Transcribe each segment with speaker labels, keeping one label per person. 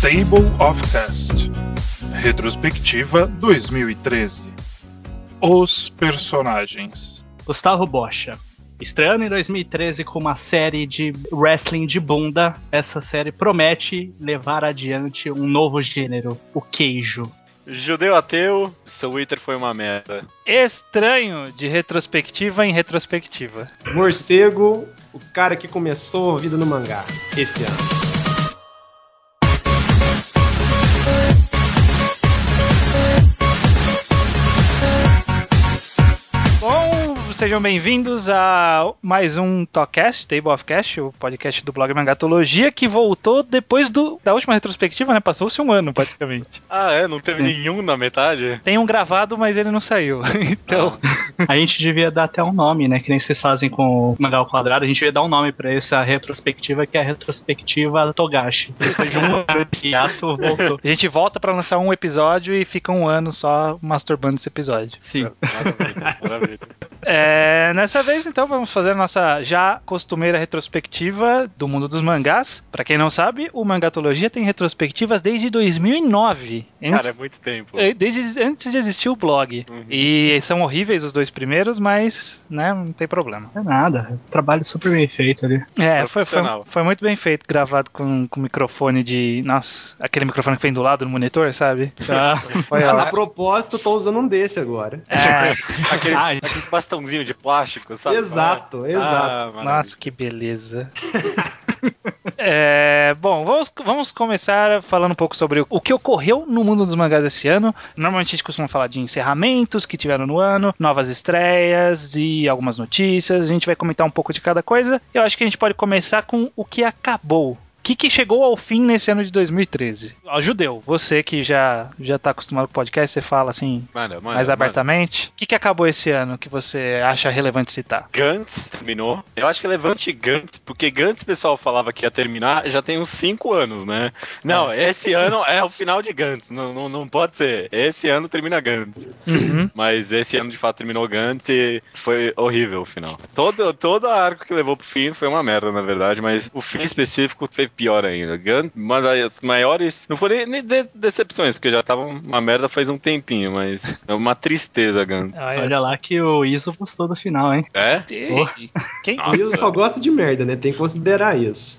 Speaker 1: Table of Test Retrospectiva 2013 Os personagens
Speaker 2: Gustavo Bocha. Estreando em 2013 com uma série de wrestling de bunda, essa série promete levar adiante um novo gênero, o queijo.
Speaker 3: Judeu ateu, seu Twitter foi uma merda.
Speaker 4: Estranho de retrospectiva em retrospectiva.
Speaker 5: Morcego, o cara que começou a vida no mangá esse ano.
Speaker 4: sejam bem-vindos a mais um Talkcast, Table of Cast, o podcast do blog Mangatologia, que voltou depois do, da última retrospectiva, né? Passou-se um ano, praticamente.
Speaker 3: ah, é? Não teve Sim. nenhum na metade?
Speaker 4: Tem um gravado, mas ele não saiu. então.
Speaker 2: Ah. a gente devia dar até um nome, né? Que nem vocês fazem com o Mangá ao Quadrado, a gente devia dar um nome pra essa retrospectiva, que é a retrospectiva Togashi. Depois de um ano de hiato, voltou.
Speaker 4: A gente volta pra lançar um episódio e fica um ano só masturbando esse episódio.
Speaker 2: Sim.
Speaker 3: Maravilha, maravilha.
Speaker 4: É, é, nessa vez, então, vamos fazer a nossa já costumeira retrospectiva do mundo dos mangás. Para quem não sabe, o Mangatologia tem retrospectivas desde 2009.
Speaker 3: Antes, Cara, é muito tempo.
Speaker 4: eh, Desde antes de existir o blog. Uhum. E são horríveis os dois primeiros, mas, né, não tem problema.
Speaker 2: É nada. Trabalho super bem feito ali.
Speaker 4: É, foi, foi, foi, muito bem feito, gravado com, com microfone de. Nossa, aquele microfone que vem do lado do monitor, sabe?
Speaker 5: Tá. Foi a propósito, tô usando um desse agora.
Speaker 3: É. aqueles, Ai. aqueles bastãozinhos de plástico, sabe? é?
Speaker 5: Exato, exato.
Speaker 4: Ah, Nossa, que beleza. é, bom, vamos, vamos começar falando um pouco sobre o, o que ocorreu no mundo dos mangás esse ano. Normalmente a gente costuma falar de encerramentos que tiveram no ano, novas estreias e algumas notícias. A gente vai comentar um pouco de cada coisa. Eu acho que a gente pode começar com o que acabou o que, que chegou ao fim nesse ano de 2013? Ó, Judeu, você que já, já tá acostumado com podcast, você fala assim mano, mano, mais abertamente. O que, que acabou esse ano que você acha relevante citar?
Speaker 3: Gantz terminou. Eu acho que é relevante Gantz, porque Gantz o pessoal falava que ia terminar já tem uns 5 anos, né? Não, é. esse ano é o final de Gantz, não, não, não pode ser. Esse ano termina Gantz.
Speaker 4: Uhum.
Speaker 3: Mas esse ano de fato terminou Gantz e foi horrível o final. Todo, todo arco que levou pro fim foi uma merda, na verdade, mas o fim específico foi pior ainda. Gun, uma das maiores. Não foram nem de decepções, porque já tava uma merda faz um tempinho, mas é uma tristeza, Gun.
Speaker 4: É
Speaker 2: Olha, Olha lá que o Iso gostou do final, hein?
Speaker 3: É?
Speaker 5: Oh. Quem?
Speaker 6: Ah.
Speaker 5: O Iso só gosta de merda, né? Tem que considerar isso.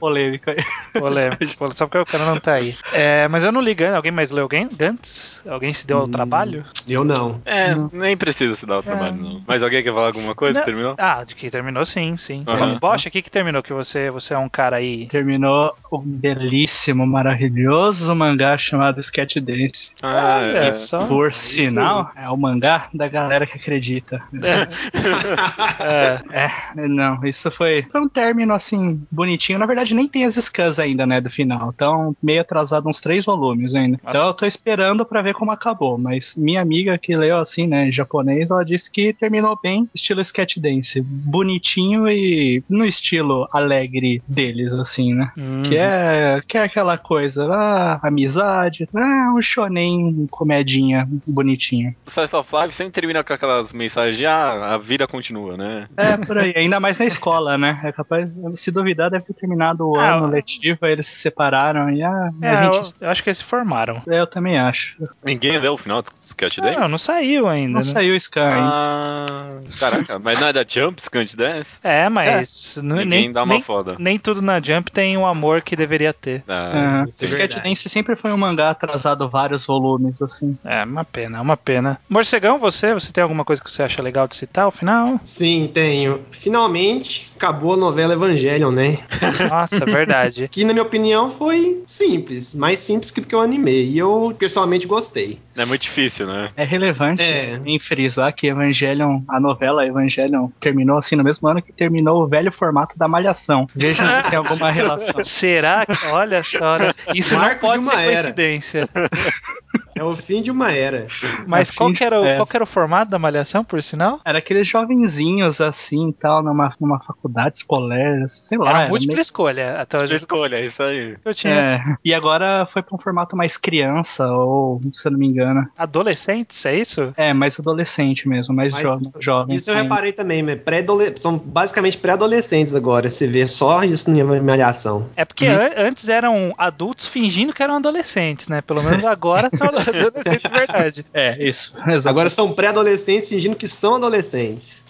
Speaker 2: Polêmica.
Speaker 4: Polêmica. Só porque o cara não tá aí. É, mas eu não li Gun. Alguém mais leu Gantz? Alguém se deu ao hum, trabalho?
Speaker 5: Eu não.
Speaker 3: É, não. nem precisa se dar ao trabalho, é. não. Mas alguém quer falar alguma coisa?
Speaker 4: Não.
Speaker 3: Terminou?
Speaker 4: Ah, de que terminou sim, sim. Uhum. -huh. Bocha, o que, que terminou? Que você, você é um cara aí.
Speaker 2: Terminou um belíssimo, maravilhoso mangá chamado Sketch Dance.
Speaker 4: Ah, Olha é. só.
Speaker 2: Por sinal, é o mangá da galera que acredita. é. é. não, isso foi, foi um término assim, bonitinho. Na verdade, nem tem as scans ainda, né, do final. Então, meio atrasado, uns três volumes ainda. Nossa. Então, eu tô esperando pra ver como acabou. Mas minha amiga que leu assim, né, em japonês, ela disse que terminou bem, estilo Sketch Dance. Bonitinho e no estilo alegre deles, assim, né? Hum. Que, é, que é aquela coisa, ah, amizade, ah, um shonen, comedinha, um bonitinho.
Speaker 3: O Slice of Life sempre termina com aquelas mensagens de, ah, a vida continua, né?
Speaker 2: É, por aí, ainda mais na escola, né? É capaz, se duvidar, deve ter terminado o ah, ano letivo, aí eles se separaram e, ah,
Speaker 4: é, gente... eu, eu, acho que eles se formaram.
Speaker 2: É, eu também acho.
Speaker 3: Ninguém deu o final do Sketch Dance?
Speaker 4: Ah, Não, não saiu ainda.
Speaker 2: Não né? saiu o Sky.
Speaker 3: Ah, caraca, mas nada Jump, Sketch Dance?
Speaker 4: É, mas... É.
Speaker 3: Não, Ninguém nem, dá uma
Speaker 4: nem,
Speaker 3: foda.
Speaker 4: Nem tudo na Jump tem o um amor que deveria ter.
Speaker 2: Ah, é, Sketch Dance sempre foi um mangá atrasado vários volumes, assim.
Speaker 4: É, uma pena, uma pena. Morcegão, você, você tem alguma coisa que você acha legal de citar ao final?
Speaker 5: Sim, tenho. Finalmente, acabou a novela Evangelion, né?
Speaker 4: Nossa, verdade.
Speaker 5: que, na minha opinião, foi simples. Mais simples que do que eu animei. E eu, pessoalmente, gostei.
Speaker 3: É muito difícil, né?
Speaker 2: É relevante é. em frisar que Evangelion, a novela Evangelion, terminou assim no mesmo ano que terminou o velho formato da Malhação. Veja se tem alguma relação.
Speaker 4: né? Será que. Olha só, isso Marco não pode ser era. coincidência.
Speaker 5: É o fim de uma era.
Speaker 4: Mas
Speaker 2: A
Speaker 4: qual
Speaker 2: gente-
Speaker 4: que, era, o-
Speaker 2: é.
Speaker 4: qual que era o formato da malhação, por sinal?
Speaker 2: Era aqueles jovenzinhos assim e tal, numa, numa faculdade escolar, sei lá.
Speaker 4: Era
Speaker 2: Ah, era
Speaker 4: múltipla
Speaker 2: meio-
Speaker 4: escolha. Até onde
Speaker 3: Escolha, é isso aí.
Speaker 4: eu tinha
Speaker 2: É, e agora foi pra um formato mais criança, ou se eu não me engano.
Speaker 4: adolescentes, é isso?
Speaker 2: É, mais adolescente mesmo, mais
Speaker 5: Mas
Speaker 2: jovem. jovem
Speaker 5: Isso eu
Speaker 2: ainda.
Speaker 5: reparei também, mas pré-adole- são basicamente pré-adolescentes agora, se vê só isso na malhação.
Speaker 4: É porque an- antes eram adultos fingindo que eram adolescentes, né? Pelo menos agora são adolescentes de verdade.
Speaker 2: É, isso. Exato.
Speaker 5: Agora são pré-adolescentes fingindo que são adolescentes.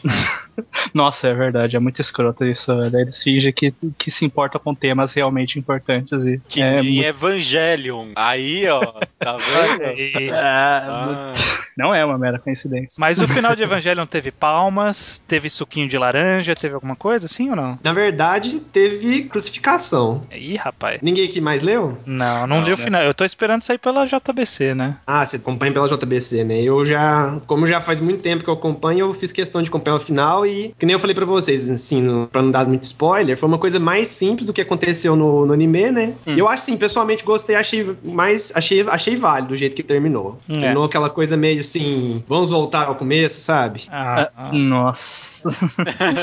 Speaker 2: Nossa, é verdade, é muito escroto isso. velho. Eles fingem que, que se importa com temas realmente importantes e.
Speaker 3: Que
Speaker 2: é,
Speaker 3: nem
Speaker 2: muito-
Speaker 3: Evangelion. Aí, ó, tá vendo?
Speaker 4: E-
Speaker 2: Ah,
Speaker 3: Ah,
Speaker 2: Não é uma mera coincidência.
Speaker 4: Mas o final de Evangelion teve palmas, teve suquinho de laranja, teve alguma coisa assim ou não?
Speaker 5: Na verdade, teve crucificação.
Speaker 4: Ih, rapaz.
Speaker 5: Ninguém aqui mais leu?
Speaker 4: Não, não,
Speaker 3: Não,
Speaker 4: li o
Speaker 3: né?
Speaker 4: final. Eu tô esperando sair pela JBC, né?
Speaker 5: Ah, você acompanha pela JBC, né? Eu já, como já faz muito tempo que eu acompanho, eu fiz questão de acompanhar o final e, que nem eu falei pra vocês, assim, no, pra não dar muito spoiler, foi uma coisa mais simples do que aconteceu no, no anime, né? E Eu acho, assim, pessoalmente gostei, achei mais, achei, achei válido do jeito que terminou.
Speaker 4: É.
Speaker 5: Terminou aquela coisa meio assim, vamos voltar ao começo, sabe?
Speaker 4: Ah, ah.
Speaker 2: Nossa.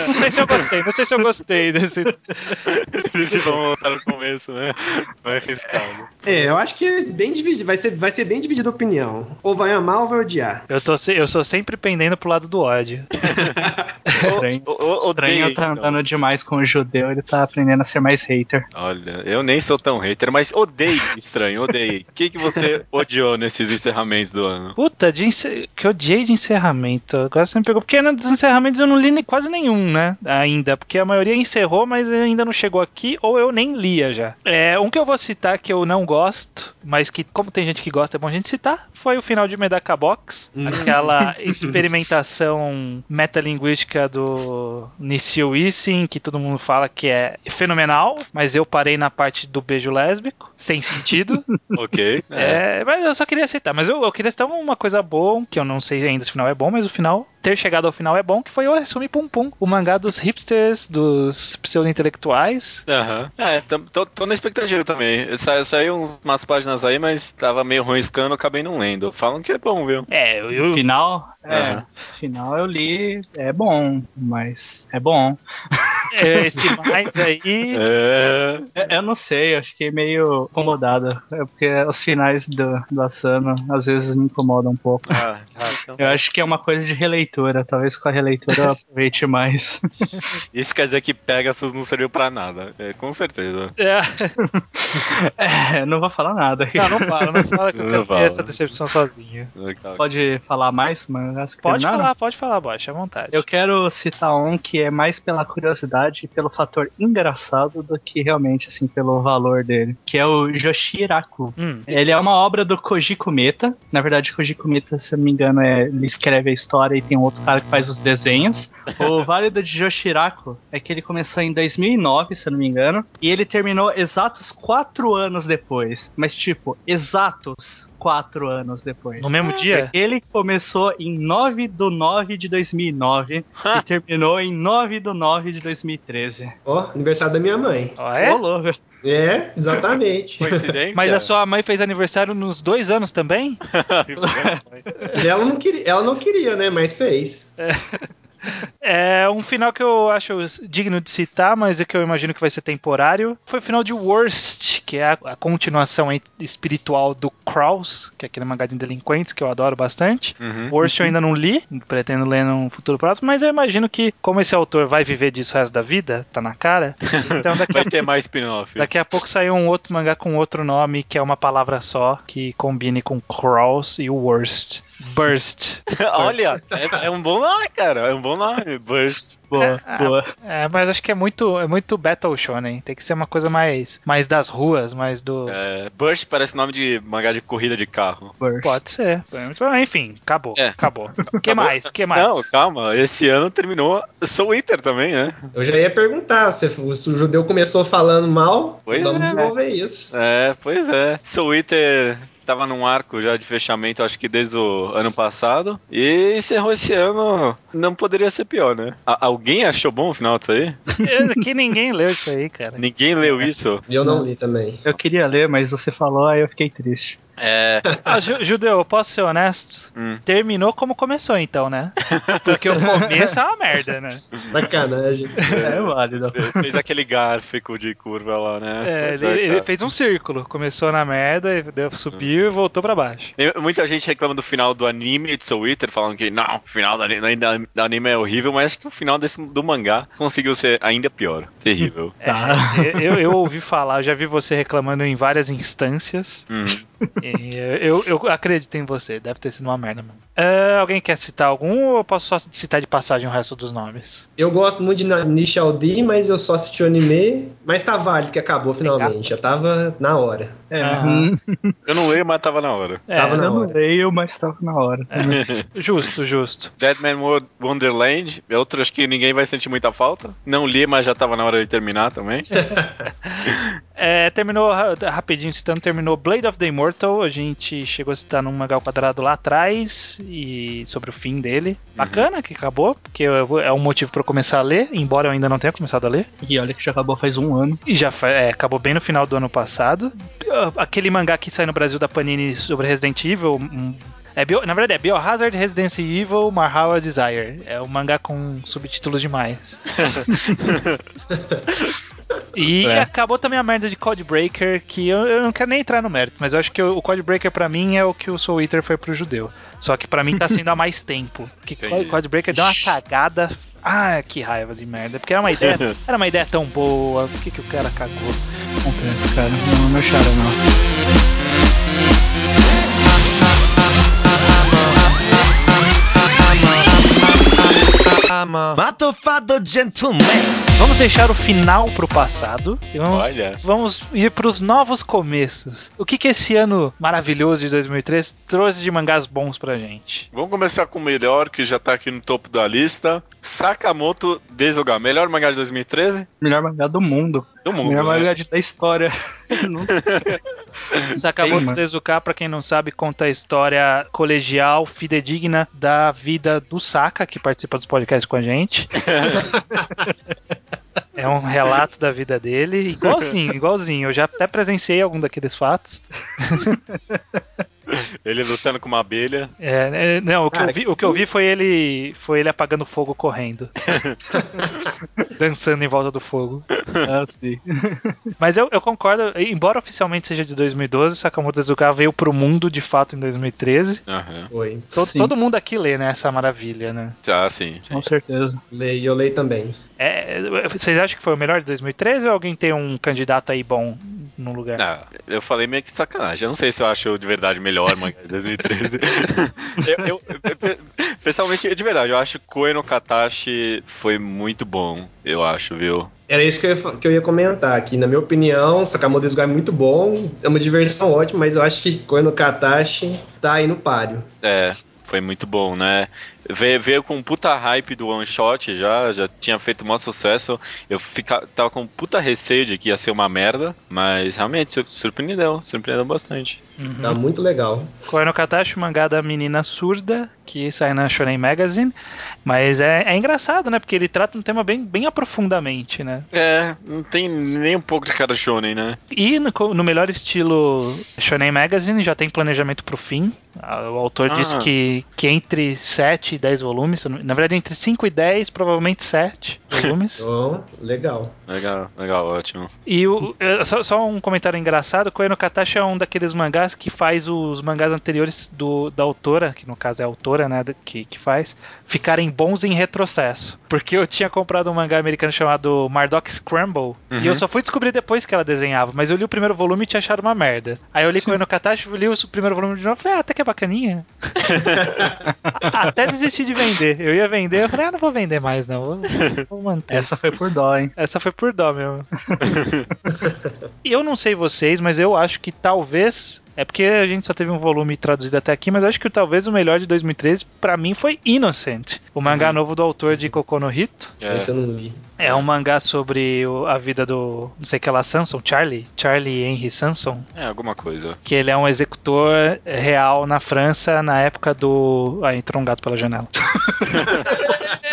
Speaker 4: Não sei se eu gostei, não sei se eu gostei desse.
Speaker 3: Eles vão voltar é no começo, né? Vai né? arriscado.
Speaker 5: É, eu acho que é bem dividido, vai ser, vai ser bem dividida a opinião. Ou vai amar ou vai odiar.
Speaker 4: Eu, tô, se- eu sou sempre pendendo pro lado do ódio.
Speaker 2: Estranho.
Speaker 3: O- o- odeio,
Speaker 2: Estranho tá
Speaker 3: então.
Speaker 2: andando demais com o judeu, ele tá aprendendo a ser mais hater.
Speaker 3: Olha, eu nem sou tão hater, mas odeio estranho, odeio. O que, que você odiou nesses encerramentos do ano?
Speaker 4: Puta, de ence- que eu odiei de encerramento. Agora você me pegou. Porque né, dos encerramentos eu não li nem- quase nenhum, né? Ainda. Porque a maioria encerrou, mas ainda não chegou aqui, ou eu nem lia já. É, um que eu vou citar que eu não gosto, mas que, como tem gente que gosta, é bom a gente citar, foi o final de Medaka Box. Aquela experimentação metalinguística do Nissio Issin, que todo mundo fala que é fenomenal, mas eu parei na parte do beijo lésbico, sem sentido.
Speaker 3: Ok.
Speaker 4: É, mas eu só queria aceitar. Mas eu, eu queria citar uma coisa boa, que eu não sei ainda se o final é bom, mas o final, ter chegado ao final é bom, que foi o Assume Pum Pum, o mangá dos hipsters, dos pseudo-intelectuais.
Speaker 3: Aham. É, tam- tô, tô na expectativa também. Sa, saiu uns- umas páginas aí, mas tava meio ruim scan, eu acabei não lendo. Falam que é bom, viu?
Speaker 4: É, eu, eu-
Speaker 2: Final, é,
Speaker 3: Aham.
Speaker 2: final eu li, é bom, mas é bom.
Speaker 4: é, esse mais aí.
Speaker 3: É.
Speaker 2: Eu, eu não sei, eu fiquei meio incomodado, é porque os finais do, do Asano às vezes me incomodam um pouco.
Speaker 3: Ah, ah, então.
Speaker 2: Eu acho que é uma coisa de releitura, talvez com a releitura eu aproveite mais.
Speaker 3: Isso quer dizer que Pegasus não serviu pra nada. É, com certeza.
Speaker 4: É,
Speaker 2: É, não vou falar nada. aqui.
Speaker 4: não, não fala, não fala que eu
Speaker 3: Não
Speaker 4: quero
Speaker 3: fala.
Speaker 4: ter essa decepção sozinho.
Speaker 2: Pode falar mais, mano?
Speaker 4: Pode falar, pode falar, Bosch, à vontade.
Speaker 2: Eu quero citar um que é mais pela curiosidade e pelo fator engraçado do que realmente, assim, pelo valor dele, que é o Yoshiraku.
Speaker 4: Hum,
Speaker 2: Ele é uma obra do Koji Kumeta. Na verdade, Koji Kumeta, se eu não me engano, é, ele escreve a história e tem um outro cara que faz os desenhos. O válido de Yoshiraku é que ele começou em 2009, se eu não me engano, e ele terminou exatos quatro anos depois. Mas, tipo, exatos quatro anos depois.
Speaker 4: no mesmo dia?
Speaker 2: Ele começou em 9 do 9 de 2009 e terminou em 9 do 9 de 2013.
Speaker 5: Ó, aniversário da minha mãe.
Speaker 4: Ó, é?
Speaker 2: Ô, louco.
Speaker 5: É, exatamente.
Speaker 3: Coincidência?
Speaker 4: Mas é a sua mãe fez aniversário nos dois anos também?
Speaker 5: ela, não queria, ela não queria, né? Mas fez.
Speaker 4: É um final que eu acho digno de citar, mas é que eu imagino que vai ser temporário. Foi o final de Worst, que é a, a continuação en- espiritual do Kraus, que é aquele mangá de delinquentes que eu adoro bastante.
Speaker 3: Uhum.
Speaker 4: Worst eu ainda não li, pretendo ler num futuro próximo, mas eu imagino que, como esse autor vai viver disso o resto da vida, tá na cara, então daqui a,
Speaker 3: Vai ter mais spin-off.
Speaker 4: daqui a pouco saiu um outro mangá com outro nome, que é uma palavra só, que combine com Kraus e o Worst. Burst.
Speaker 3: Olha, é, é um bom nome, cara. É um bom nome. Burst.
Speaker 2: Boa, boa.
Speaker 4: É, mas acho que é muito, é muito Battle Shonen. Tem que ser uma coisa mais, mais das ruas, mais do.
Speaker 3: É, Burst parece nome de mangá de corrida de carro.
Speaker 4: Pode ser. Enfim, acabou.
Speaker 3: É.
Speaker 4: Acabou. que mais? que mais?
Speaker 3: Não, calma. Esse ano terminou Soul Eater também, né?
Speaker 5: Eu já ia perguntar, se o judeu começou falando mal,
Speaker 3: Pois
Speaker 5: vamos
Speaker 3: é.
Speaker 5: desenvolver isso.
Speaker 3: É, pois é. Soul Eater tava num arco já de fechamento, acho que desde o ano passado. E encerrou esse ano. Não poderia ser pior, né? A- alguém achou bom o final disso aí?
Speaker 4: Eu- É, que ninguém leu isso aí, cara.
Speaker 3: Ninguém leu isso.
Speaker 5: E eu não li também.
Speaker 2: Eu queria ler, mas você falou, aí eu fiquei triste.
Speaker 3: É.
Speaker 4: Ah, Ju- Judeu, eu posso ser honesto?
Speaker 3: Hum.
Speaker 4: Terminou como começou, então, né? Porque o começo é uma merda, né?
Speaker 5: Sacanagem.
Speaker 2: É válido.
Speaker 3: Fez aquele gráfico de curva lá, né?
Speaker 4: É, ele, ele fez um círculo. Começou na merda, deu- subiu e voltou pra baixo.
Speaker 3: E Muita gente reclama do final do anime de Soul Eater, falando que não, o final do anime, da- do anime é horrível, mas acho que o final desse, do mangá conseguiu ser ainda pior. Terrível.
Speaker 2: Tá.
Speaker 4: É, eu, eu ouvi falar, eu já vi você reclamando em várias instâncias.
Speaker 3: Hum.
Speaker 4: E É, eu, eu acredito em você, deve ter sido uma merda mesmo. Ah, alguém quer citar algum ou eu posso só citar de passagem o resto dos nomes?
Speaker 5: Eu gosto muito de Na- Nisha D, mas eu só assisti o anime. Mas tá válido que acabou finalmente. Já tava na hora.
Speaker 2: É,
Speaker 4: Aham.
Speaker 3: Eu não leio, mas tava na hora.
Speaker 4: É,
Speaker 5: Tava
Speaker 2: eu
Speaker 5: na
Speaker 2: não
Speaker 5: hora.
Speaker 2: leio, mas tava na hora.
Speaker 4: justo, justo.
Speaker 3: Deadman World Wonderland, é outro acho que ninguém vai sentir muita falta. Não li, mas já tava na hora de terminar também.
Speaker 4: É, terminou ra- rapidinho citando, terminou Blade of the Immortal. A gente chegou a citar num mangá ao quadrado lá atrás e sobre o fim dele. Bacana que acabou, porque eu vou- é um motivo pra eu começar a ler, embora eu ainda não tenha começado a ler.
Speaker 2: E olha que já acabou faz um ano.
Speaker 4: E já fa- é, acabou bem no final do ano passado. Ah, Aquele mangá que sai no Brasil da Panini sobre Resident Evil. um- é bio- na verdade, é Biohazard Resident Evil Marhala Desire. É um mangá com subtítulos demais. e
Speaker 3: É.
Speaker 4: acabou também a merda de Codebreaker, que eu, eu não quero nem entrar no mérito, mas eu acho que o, o Codebreaker pra mim é o que o Soul Eater foi pro judeu. Só que pra mim tá sendo há mais tempo. Porque
Speaker 3: Entendi.
Speaker 4: Co- Codebreaker deu uma cagada. Ah, que raiva de merda. Porque era uma ideia, era uma ideia tão boa. Por que, que o cara cagou?
Speaker 2: Acontece, cara. Um Não, não chora, não.
Speaker 7: Motherfucker gentleman.
Speaker 4: Vamos deixar o final pro passado. E vamos,
Speaker 3: Olha.
Speaker 4: vamos ir pros novos começos. O que, que esse ano maravilhoso de 2003 trouxe de mangás bons pra gente?
Speaker 3: Vamos começar com o melhor, que já tá aqui no topo da lista. Sakamoto Desoga, melhor mangá de 2013
Speaker 2: Melhor mangá do mundo.
Speaker 3: do mundo.
Speaker 2: Melhor
Speaker 3: né?
Speaker 2: mangá de- da história. Não
Speaker 4: Sakamoto
Speaker 2: mano.
Speaker 4: Tezuka, pra quem não sabe, conta a história colegial, fidedigna da vida do Saka, que participa dos podcasts com a gente. É um relato da vida dele, igualzinho, igualzinho. Eu já até presenciei algum daqueles fatos.
Speaker 3: Ele lutando com uma abelha.
Speaker 4: É, é, não, o que,
Speaker 5: Cara,
Speaker 4: eu vi, o que eu vi foi ele foi ele apagando fogo correndo. Dançando em volta do fogo.
Speaker 2: Ah, sim.
Speaker 4: Mas eu, eu concordo, embora oficialmente seja de 2012, Sakamoto Tezuka veio pro mundo de fato em 2013.
Speaker 3: Aham.
Speaker 5: Foi.
Speaker 4: To-
Speaker 2: Sim.
Speaker 4: Todo mundo aqui lê, né? Essa maravilha, né?
Speaker 3: Ah, sim.
Speaker 2: Com certeza.
Speaker 5: Leio, eu leio também.
Speaker 4: É, é, vocês acham que foi o melhor de 2013 ou alguém tem um candidato aí bom no lugar?
Speaker 3: Ah, eu falei meio que de sacanagem. Eu não sei se eu acho de verdade melhor mangá de 2013. eu, eu- eu- pessoalmente, de verdade, eu acho que Koe no Katashi foi muito bom, eu acho, viu?
Speaker 5: Era isso que eu ia, fa- que eu ia comentar aqui. Na minha opinião, Sakamoto Desugai é muito bom. É uma diversão ótima, mas eu acho que Koen no Katashi tá aí no páreo.
Speaker 3: É, foi muito bom, né? Veio, veio com um puta hype do One Shot já, já tinha feito maior sucesso. Eu fica, tava com um puta receio de que ia ser uma merda, mas realmente sur- surpreendeu, surpreendeu bastante.
Speaker 4: Uhum.
Speaker 5: Tá muito legal.
Speaker 4: Koe no Katashi, o mangá da menina surda, que sai na Shonen Magazine. Mas é, é engraçado, né? Porque ele trata um tema bem, bem aprofundamente, né?
Speaker 3: É, não tem nem um pouco de cara shonen, né?
Speaker 4: E no, co- no melhor estilo Shonen Magazine, já tem planejamento pro fim. Ah, O autor
Speaker 3: Ah.
Speaker 4: disse que, que entre 7 e 10 volumes, se eu não- na verdade entre 5 e 10, provavelmente 7 volumes.
Speaker 5: Então, legal.
Speaker 3: Legal, legal, ótimo.
Speaker 4: E o- é, só, só um comentário engraçado: Koe no Katashi é um daqueles mangás que faz os mangás anteriores do, da autora, que no caso é a autora, né? do- Que, que faz, ficarem bons em retrocesso. Porque eu tinha comprado um mangá americano chamado Mardok Scramble, e eu só fui descobrir depois que ela desenhava, mas eu li o primeiro volume e tinha achado uma merda. Aí eu li Koe no Katashi, li o primeiro volume de novo e falei, ah, até que é bacaninha. até desisti de vender. Eu ia vender, eu falei, ah, não vou vender mais, não. Vou, vou manter.
Speaker 2: Essa foi por dó, hein?
Speaker 4: Essa foi por dó mesmo. eu não sei vocês, mas eu acho que talvez. É porque a gente só teve um volume traduzido até aqui, mas eu acho que talvez o melhor de 2013 pra mim foi Innocent, o mangá novo do autor de Kokono Hito.
Speaker 3: É.
Speaker 5: Esse eu não li.
Speaker 4: É um mangá sobre o- a vida do não sei que lá Samson, Charlie, Charlie Henry Samson,
Speaker 3: É, alguma coisa.
Speaker 4: que ele é um executor real na França na época do. Ah, entrou um gato pela janela.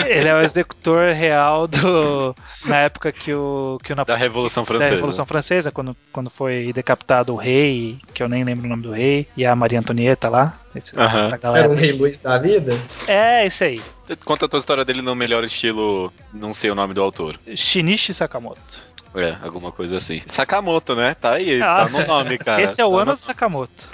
Speaker 4: ele é o executor real do. Na época que o, que o
Speaker 3: Da
Speaker 4: Napoleão
Speaker 3: Revolução
Speaker 4: da
Speaker 3: Francesa.
Speaker 4: Revolução Francesa, quando, quando foi decapitado o rei, que eu nem lembro o nome do rei, e a Maria Antonieta lá. Esse,
Speaker 3: Aham.
Speaker 4: Essa
Speaker 5: Era
Speaker 2: É
Speaker 5: um
Speaker 4: galera.
Speaker 5: rei Luiz da vida?
Speaker 4: É, isso aí.
Speaker 3: Conta a tua história dele no melhor estilo, não sei o nome do autor.
Speaker 4: Shinichi Sakamoto.
Speaker 3: É, alguma coisa assim. Sakamoto, né? Tá aí,
Speaker 4: Nossa.
Speaker 3: tá no nome, cara.
Speaker 4: Esse é o
Speaker 3: Tá
Speaker 4: ano
Speaker 3: no-
Speaker 4: do Sakamoto.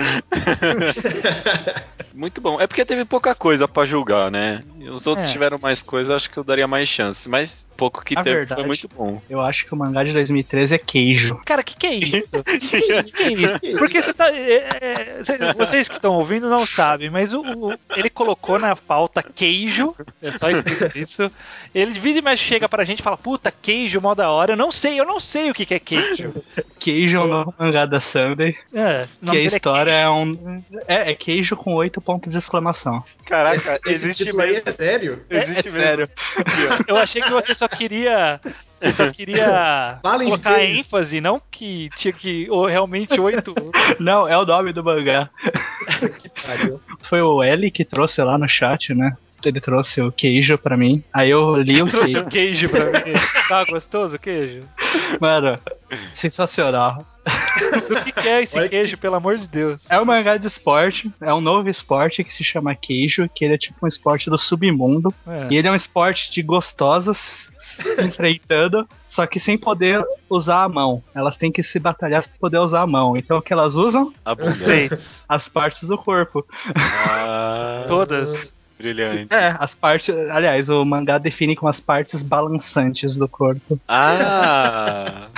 Speaker 3: Muito bom. É porque teve pouca coisa pra julgar, né? E Os outros
Speaker 4: É.
Speaker 3: tiveram mais coisa, acho que eu daria mais chance. Mas pouco que
Speaker 2: A
Speaker 3: teve
Speaker 2: verdade.
Speaker 3: foi muito bom.
Speaker 2: Eu acho que o mangá de 2013 é queijo.
Speaker 4: Cara, o que, que é isso? Que que é- que é isso? Porque você tá- é, é, cê- vocês que estão ouvindo não sabem, mas o, o- ele colocou na pauta queijo. É só escrito isso. Ele vira e mexe, chega pra gente e fala: Puta, queijo, mó da hora. Eu não sei, eu não sei o que, que é queijo.
Speaker 2: Queijo é o novo mangá da Sunday.
Speaker 4: É, o
Speaker 2: Que
Speaker 4: nome
Speaker 2: a
Speaker 4: dele é
Speaker 2: história é um. É, é queijo com oito pontos de exclamação.
Speaker 3: Caraca,
Speaker 5: Esse- esse
Speaker 3: existe
Speaker 5: título aí
Speaker 3: mesmo.
Speaker 5: é sério?
Speaker 2: É, é
Speaker 3: Existe mesmo.
Speaker 2: sério.
Speaker 4: Eu achei que você só queria. Você só queria
Speaker 5: Fala em
Speaker 4: colocar
Speaker 5: queijo.
Speaker 4: ênfase, não que tinha que. Ou realmente oito.
Speaker 2: Não, é o nome do mangá.
Speaker 5: Pariu.
Speaker 2: Foi o L que trouxe lá no chat, né? Ele trouxe o queijo pra mim. Aí eu li o
Speaker 4: Trouxe
Speaker 2: queijo.
Speaker 4: o queijo pra mim. Tá gostoso o queijo?
Speaker 2: Mano, sensacional.
Speaker 4: Do que, que é esse queijo, pelo amor de Deus?
Speaker 2: É um mangá de esporte, é um novo esporte que se chama queijo, que ele é tipo um esporte do submundo.
Speaker 4: É.
Speaker 2: E ele é um esporte de gostosas se enfrentando, só que sem poder usar a mão. Elas têm que se batalhar sem poder usar a mão. Então o que elas usam?
Speaker 3: A bunda.
Speaker 4: Peitos.
Speaker 2: As partes do corpo.
Speaker 3: Ah,
Speaker 4: Todas.
Speaker 3: Brilhante.
Speaker 2: É, as partes. Aliás, o mangá define como as partes balançantes do corpo.
Speaker 3: Ah!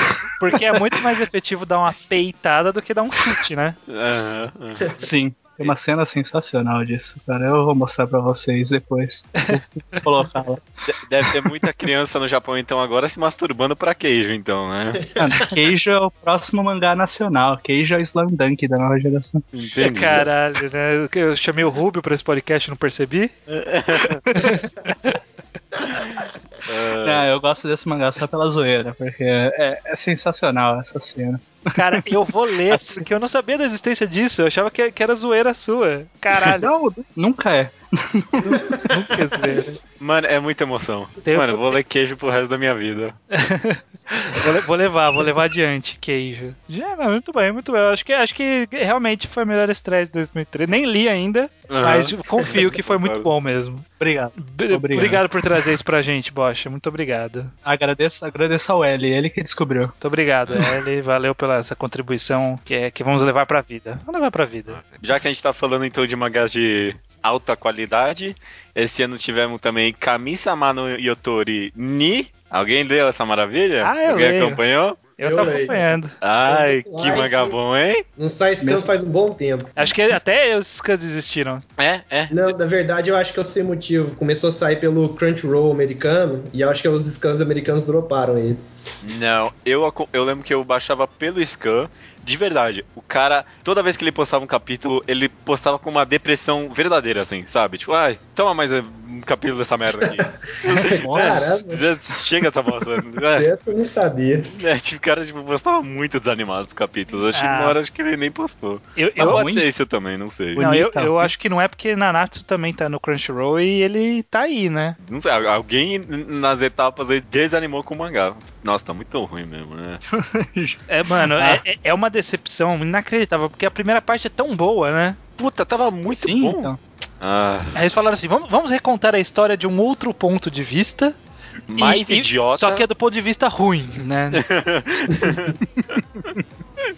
Speaker 4: Porque é muito mais efetivo dar uma peitada do que dar um chute, né?
Speaker 3: Aham, aham.
Speaker 2: Sim. Tem uma cena sensacional disso, cara. Eu vou mostrar pra vocês depois. Vou colocar lá.
Speaker 3: De- Deve ter muita criança no Japão, então, agora se masturbando pra queijo, então, né?
Speaker 2: Mano, Queijo é o próximo mangá nacional. Queijo é o Slam Dunk da nova geração.
Speaker 3: Entendi.
Speaker 4: Caralho, né? Eu chamei o Rubio pra esse podcast, não percebi?
Speaker 3: Ah,
Speaker 5: É.
Speaker 2: Ah, eu gosto desse mangá só pela zoeira, porque é, é sensacional essa cena.
Speaker 4: Cara, eu vou ler,
Speaker 2: Assim.
Speaker 4: porque eu não sabia da existência disso. Eu achava que, que era zoeira sua. Caralho,
Speaker 2: Não, nunca é.
Speaker 4: nunca é zoeira.
Speaker 3: Mano, é muita emoção.
Speaker 4: Tem- um
Speaker 3: Mano, eu vou ler queijo pro resto da minha vida.
Speaker 4: Vou, le- vou levar, vou levar adiante, queijo. Já, é, não, muito bem, muito bem. Eu Acho que, acho que realmente foi a melhor estreia de 2013. Nem li ainda, mas confio que foi muito bom mesmo.
Speaker 2: Obrigado.
Speaker 4: Br-
Speaker 2: Obrigado.
Speaker 4: Obrigado por trazer isso pra gente, Bocha. Muito obrigado.
Speaker 2: Agradeço, agradeço ao L, ele que descobriu.
Speaker 4: Muito obrigado, Eli. Valeu pela essa contribuição que, é, que vamos levar pra vida. Vamos levar pra vida.
Speaker 3: Já que a gente tá falando então de mangás de alta qualidade, esse ano tivemos também Kami-sama no Yotori Ni. Alguém leu essa maravilha?
Speaker 4: Ah, eu
Speaker 3: Alguém
Speaker 4: leio.
Speaker 3: acompanhou?
Speaker 4: Eu
Speaker 5: Eu
Speaker 4: tava
Speaker 5: leio.
Speaker 4: acompanhando.
Speaker 3: Ai,
Speaker 5: Eu-
Speaker 3: que
Speaker 5: Ai,
Speaker 3: mangá
Speaker 5: sim.
Speaker 3: bom, hein?
Speaker 5: Não sai scan faz um bom tempo.
Speaker 4: Acho que até os scans desistiram.
Speaker 3: É, é.
Speaker 5: Não, na verdade eu acho que eu sei o motivo. Começou a sair pelo Crunchyroll americano e eu acho que os scans americanos droparam ele.
Speaker 3: Não, eu, aco- eu lembro que eu baixava pelo Scan. De verdade, o cara, toda vez que ele postava um capítulo, ele postava com uma depressão verdadeira, assim, sabe? Tipo, ai, toma mais eh, um capítulo dessa merda aqui.
Speaker 5: Caramba.
Speaker 3: Chega essa bosta. É.
Speaker 5: Essa eu não sabia.
Speaker 3: É, tipo, o cara tipo, postava muito desanimado os capítulos. Acho que
Speaker 4: Ah.
Speaker 3: uma hora acho que ele nem postou.
Speaker 4: Eu,
Speaker 3: Mas
Speaker 4: eu,
Speaker 3: pode
Speaker 2: ruim?
Speaker 3: ser isso também, não sei.
Speaker 4: não, eu,
Speaker 2: Bonita.
Speaker 4: eu acho que não é porque Nanatsu também tá no Crunchyroll e ele tá aí, né?
Speaker 3: Não sei, alguém n- nas etapas aí desanimou com o mangá. Nossa, tá muito ruim mesmo, né?
Speaker 4: É, mano,
Speaker 2: Ah.
Speaker 4: é, é uma decepção inacreditável, porque a primeira parte é tão boa, né?
Speaker 3: Puta, tava muito
Speaker 2: Sim,
Speaker 3: bom.
Speaker 2: então.
Speaker 3: Ah,
Speaker 4: Aí eles falaram assim: vamos, vamos recontar a história de um outro ponto de vista. e-
Speaker 3: mais
Speaker 4: e-
Speaker 3: idiota.
Speaker 4: Só que é do ponto de vista ruim, né?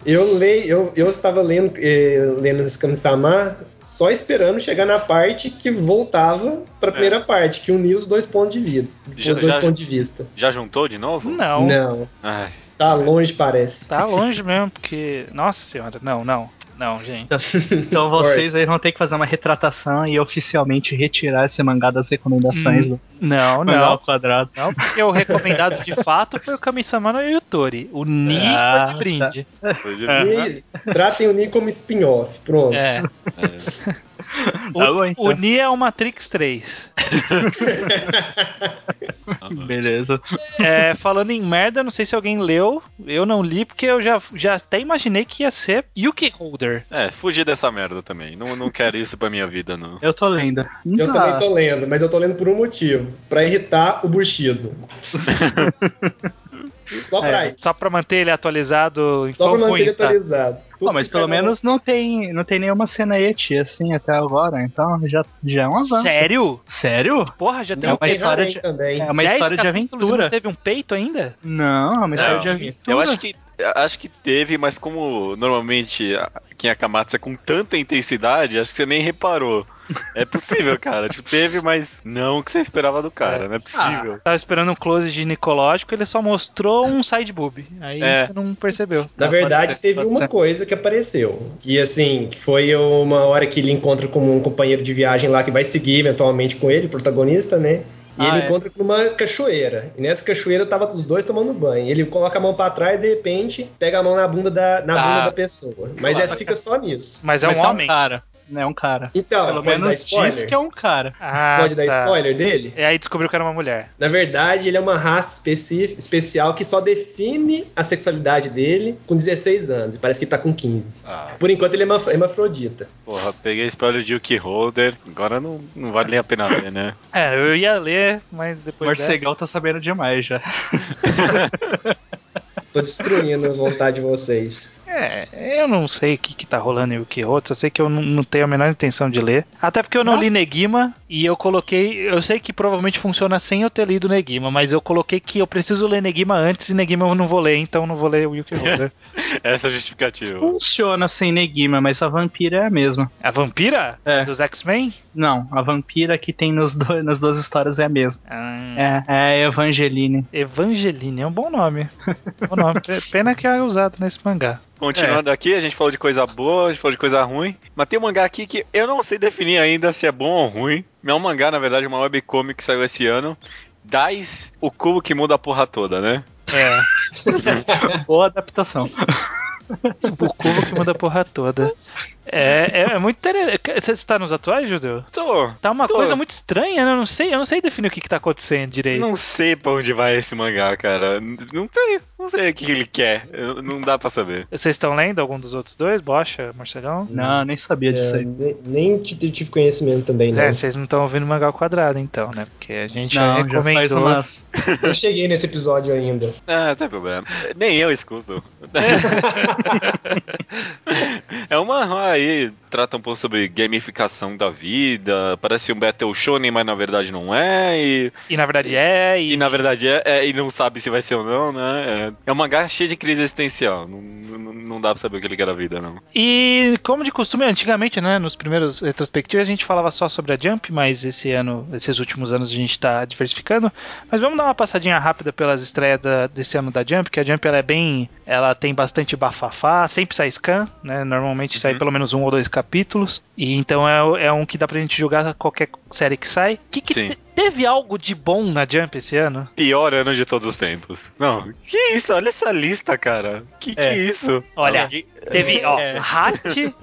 Speaker 5: Eu leio, eu, eu estava lendo, eh, lendo os Kami-sama só esperando chegar na parte que voltava para a primeira parte, que unia os dois pontos de vista.
Speaker 3: É. Já-
Speaker 5: os dois
Speaker 3: já-
Speaker 5: pontos de vista.
Speaker 3: Já juntou de novo?
Speaker 2: Então?
Speaker 4: Não,
Speaker 6: Né.
Speaker 5: Não,
Speaker 3: Ai,
Speaker 2: É.
Speaker 5: tá longe, parece.
Speaker 4: tá longe mesmo, porque. Nossa senhora, não, não, não, gente.
Speaker 2: Então vocês aí vão ter que fazer uma retratação e oficialmente retirar esse mangá das recomendações
Speaker 5: Hum.
Speaker 2: do
Speaker 4: Não,
Speaker 2: mangá
Speaker 4: não.
Speaker 2: ao quadrado.
Speaker 4: Não, porque o recomendado de fato foi o Kami-sama no Yutori. O Ni
Speaker 2: Ah,
Speaker 4: foi de brinde.
Speaker 3: foi de...
Speaker 6: É.
Speaker 5: E tratem o Ni como spin-off. Pronto.
Speaker 4: É.
Speaker 3: É.
Speaker 2: Tá bom,
Speaker 4: O
Speaker 2: então.
Speaker 4: Ni é o Matrix 3.
Speaker 2: Beleza.
Speaker 4: É, falando em merda, não sei se alguém leu. Eu não li, porque eu já, já até imaginei que ia ser Yuki Holder.
Speaker 3: É, fugir dessa merda também. Não, não quero isso pra minha vida, não.
Speaker 2: Eu tô lendo.
Speaker 5: Eu
Speaker 2: Tá.
Speaker 5: também tô lendo, mas eu tô lendo por um motivo. Pra irritar o Bushido.
Speaker 6: Só pra
Speaker 4: É,
Speaker 6: isso.
Speaker 4: só pra manter ele atualizado
Speaker 2: Então,
Speaker 4: em
Speaker 6: Só pra
Speaker 4: qual
Speaker 6: manter
Speaker 4: ruim
Speaker 6: ele
Speaker 4: está.
Speaker 6: atualizado.
Speaker 2: Bom, ah, mas pelo menos tá. não tem, não tem nenhuma cena eti assim até agora, então já, já é um avanço.
Speaker 4: Sério?
Speaker 2: Sério?
Speaker 4: Porra, já tem
Speaker 2: Não,
Speaker 4: um
Speaker 2: é uma
Speaker 6: Tem
Speaker 4: peito.
Speaker 2: história
Speaker 6: Harem
Speaker 2: de-
Speaker 6: também.
Speaker 2: É uma história de aventura.
Speaker 4: Teve um peito ainda?
Speaker 2: Não, é uma história
Speaker 3: Não.
Speaker 2: de aventura.
Speaker 3: Eu acho que acho que teve, mas como normalmente a- quem acamatsu é com tanta intensidade, acho que você nem reparou. É possível, cara. Tipo, teve, mas não o que você esperava do cara. Não é possível.
Speaker 4: Tava esperando um close ginecológico, ele só mostrou um side boob. Aí
Speaker 3: É.
Speaker 4: você não percebeu.
Speaker 6: Na
Speaker 2: Ah,
Speaker 6: verdade,
Speaker 2: pode ser,
Speaker 6: teve
Speaker 2: pode
Speaker 6: uma
Speaker 2: ser.
Speaker 6: coisa que apareceu. Que assim, que foi uma hora que ele encontra com um companheiro de viagem lá que vai seguir eventualmente com ele, o protagonista, né? E
Speaker 2: Ah,
Speaker 6: ele
Speaker 2: é.
Speaker 6: encontra com uma cachoeira. E nessa cachoeira tava os dois tomando banho. Ele coloca a mão pra trás e de repente pega a mão na bunda da, na
Speaker 3: Ah.
Speaker 6: bunda da pessoa. Mas é, fica só nisso.
Speaker 4: Mas é um
Speaker 2: Mas
Speaker 4: homem.
Speaker 2: cara. É um cara.
Speaker 6: Então,
Speaker 2: Pelo
Speaker 6: pode dar
Speaker 2: menos
Speaker 6: spoiler?
Speaker 2: diz que é um cara.
Speaker 4: Ah,
Speaker 6: Pode dar
Speaker 4: tá.
Speaker 6: spoiler dele?
Speaker 4: E aí descobriu que era uma mulher.
Speaker 6: Na verdade, ele é uma raça específica, especial que só define a sexualidade dele com 16 anos. E parece que tá com 15.
Speaker 3: Ah,
Speaker 6: Por enquanto, ele é hemaf- hemafrodita.
Speaker 3: porra, peguei spoiler de Yuki Holder. Agora não, não vale nem a pena ver, né?
Speaker 4: É, eu ia ler, mas
Speaker 2: O
Speaker 4: depois.
Speaker 6: é.
Speaker 2: Marcegal tá sabendo demais já.
Speaker 6: Tô destruindo a vontade de vocês.
Speaker 4: dessa- É, eu não sei o que, que tá rolando em Wikihoto, só sei que eu não, não tenho a menor intenção de ler. Até porque eu não, li Negima e eu coloquei. Eu sei que provavelmente funciona sem eu ter lido Negima, mas eu coloquei que eu preciso ler Negima antes e Negima eu não vou ler, então não vou ler o Wikihoto.
Speaker 3: Essa é a justificativa.
Speaker 2: Funciona sem Negima, mas a vampira é a mesma.
Speaker 4: a vampira?
Speaker 2: É.
Speaker 4: Dos X-Men?
Speaker 2: Não, a vampira que tem nos do- nas duas histórias é a mesma.
Speaker 4: Ah,
Speaker 2: É, é a Evangeline.
Speaker 4: Evangeline é um bom nome. Bom nome. P- Pena que é usado nesse mangá.
Speaker 3: Continuando aqui, a gente falou de coisa boa, a gente falou de coisa ruim. Mas tem um mangá aqui que eu não sei definir ainda se é bom ou ruim. É um mangá, na verdade, uma webcomic que saiu esse ano. Dais, o cubo que muda a porra toda, né?
Speaker 4: É.
Speaker 2: Boa adaptação.
Speaker 6: Hum.
Speaker 4: O cubo que muda a porra toda. É, é, é muito interessante. Você está nos atuais, Judeu?
Speaker 3: Tô,
Speaker 4: Tá uma
Speaker 3: Tô.
Speaker 4: coisa muito estranha, né? Eu não sei, eu não sei definir o que, que tá acontecendo direito.
Speaker 3: Não sei pra onde vai esse mangá, cara. N- Não sei, não sei o que ele quer. Eu- Não dá pra saber.
Speaker 4: Vocês estão lendo algum dos outros dois? Bocha, Marcelão?
Speaker 2: Não, nem sabia disso
Speaker 6: É,
Speaker 2: aí.
Speaker 6: ne- nem te- te- tive conhecimento também, não.
Speaker 4: É, vocês não estão ouvindo mangá ao quadrado, então, né? Porque a gente
Speaker 2: Não, já
Speaker 4: recomendou.
Speaker 2: faz umas.
Speaker 6: Eu cheguei nesse episódio ainda.
Speaker 3: Ah, não tem problema. Nem eu escuto. é uma manhwa aí, trata um pouco sobre gamificação da vida. Parece um Battle Shonen, mas na verdade não é. E,
Speaker 4: E na verdade é, e,
Speaker 3: e na verdade é, é, e não sabe se vai ser ou não, né? É, é um mangá cheio de crise existencial. Não, não, não dá pra saber o que ele quer da vida, não.
Speaker 4: E como de costume, antigamente, né, nos primeiros retrospectivos, a gente falava só sobre a Jump, mas esse ano, esses últimos anos a gente está diversificando. Mas vamos dar uma passadinha rápida pelas estreias da- desse ano da Jump, que a Jump ela é bem, ela tem bastante bafafá, sempre sai scan, né? Normalmente sai
Speaker 3: Uhum.
Speaker 4: pelo menos um ou dois capítulos. E então é, é um que dá pra gente jogar qualquer série que sai. Que que
Speaker 3: Sim.
Speaker 4: te- teve algo de bom na Jump esse ano?
Speaker 3: Pior ano de todos os tempos. Não, que isso? Olha essa lista, cara. Que que
Speaker 4: É.
Speaker 3: é isso?
Speaker 4: Olha,
Speaker 3: Alguém-
Speaker 4: Teve, ó,
Speaker 3: É.
Speaker 4: Hat,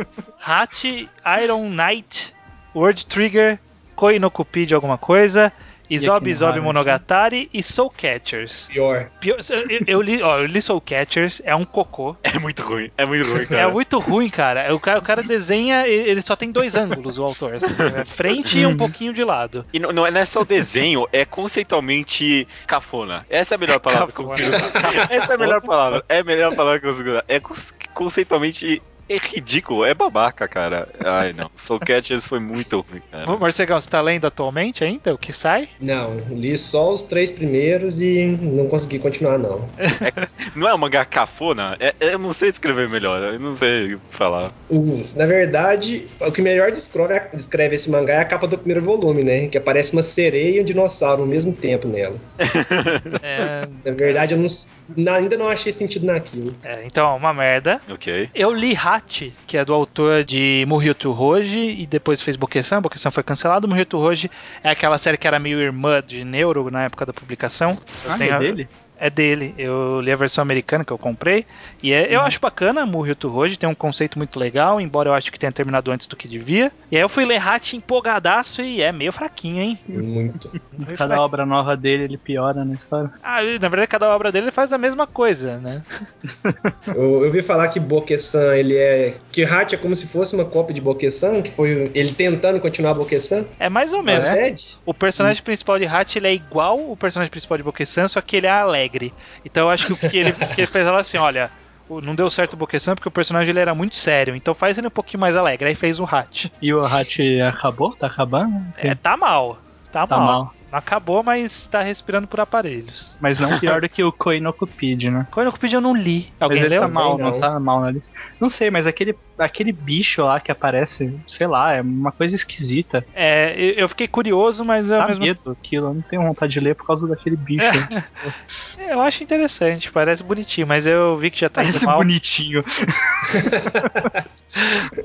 Speaker 4: Hat, Iron Knight, Word Trigger, Koi no Cupid alguma coisa, Isobi
Speaker 2: Akinohara,
Speaker 4: Isobi
Speaker 2: né?
Speaker 4: Monogatari e Soul Catchers.
Speaker 6: Pior.
Speaker 4: Pior- Eu, eu li, ó, eu li Soul Catchers, é um cocô.
Speaker 3: É muito ruim, é muito ruim, cara.
Speaker 4: É muito ruim, cara. O cara, o cara desenha, e- ele só tem dois ângulos, o autor. assim, né? Frente e um pouquinho de lado.
Speaker 3: E não, não é não é só o desenho, é conceitualmente cafona. Essa é a melhor palavra que eu consigo usar. Essa é a melhor palavra. É a melhor palavra que eu consigo usar. É cons- conceitualmente é ridículo, é babaca, cara. Ai, não. Soul Catchers foi muito ruim, cara.
Speaker 4: Marcegão, você tá lendo atualmente ainda o que sai?
Speaker 6: Não, li só os três primeiros e não consegui continuar, não.
Speaker 3: Não é um mangá cafona? É- eu não sei escrever melhor, eu não sei falar.
Speaker 6: O- na verdade, o que melhor descreve, descreve esse mangá é a capa do primeiro volume, né? Que aparece uma sereia e um dinossauro ao mesmo tempo nela.
Speaker 4: É,
Speaker 6: Na verdade, eu não s- na- ainda não achei sentido naquilo.
Speaker 4: é, então, uma merda.
Speaker 3: Ok.
Speaker 4: Eu li Hachi, que é do autor de Muryuto Roji, e depois fez Bokesan. Bokesan foi cancelado. Muryuto Roji é aquela série que era meio irmã de Neuro na época da publicação. Eu
Speaker 2: Ah,
Speaker 4: tenho
Speaker 2: é
Speaker 4: a-
Speaker 2: dele?
Speaker 4: é dele. Eu li a versão americana que eu comprei. E é-
Speaker 2: Uhum.
Speaker 4: eu acho bacana Muryuto Roji, tem um conceito muito legal, embora eu acho que tenha terminado antes do que devia. E aí eu fui ler Hachi empolgadaço e é meio fraquinho, hein?
Speaker 6: Muito.
Speaker 2: Cada
Speaker 4: Meio fraquinho.
Speaker 2: obra nova dele, ele piora na história.
Speaker 4: Ah, na verdade, cada obra dele faz a mesma coisa, né?
Speaker 6: Eu, eu vi falar que Bokesan, ele é. Que Hat é como se fosse uma cópia de Bokesan, que foi ele tentando continuar Bokesan.
Speaker 4: É mais ou menos.
Speaker 6: Procede?
Speaker 4: O personagem principal de Hatch ele é igual o personagem principal de Bokesan, só que ele é alegre. alegre. Então eu acho que o que ele, que ele fez ela assim, olha, o- não deu certo o Bokesan porque o personagem ele era muito sério, então faz ele um pouquinho mais alegre. Aí fez o Hat.
Speaker 2: E o Hat acabou? Tá acabando?
Speaker 4: É, tá mal. Tá,
Speaker 2: tá
Speaker 4: mal.
Speaker 2: mal.
Speaker 4: Não acabou, mas tá respirando por aparelhos.
Speaker 2: Mas não pior do que o Koinokupid, né?
Speaker 4: Koinokupid eu não li. Alguém
Speaker 2: mas ele
Speaker 4: leu?
Speaker 2: tá mal, não.
Speaker 6: não.
Speaker 2: tá mal na lista. Não sei, mas aquele, aquele bicho lá que aparece, sei lá, é uma coisa esquisita.
Speaker 4: É, eu- eu fiquei curioso, mas eu
Speaker 2: Dá
Speaker 4: mesmo
Speaker 2: Tá medo aquilo, eu não tenho vontade de ler por causa daquele bicho.
Speaker 4: Eu acho interessante, parece bonitinho, mas eu vi que já tá
Speaker 2: Parece
Speaker 4: indo mal.
Speaker 2: bonitinho.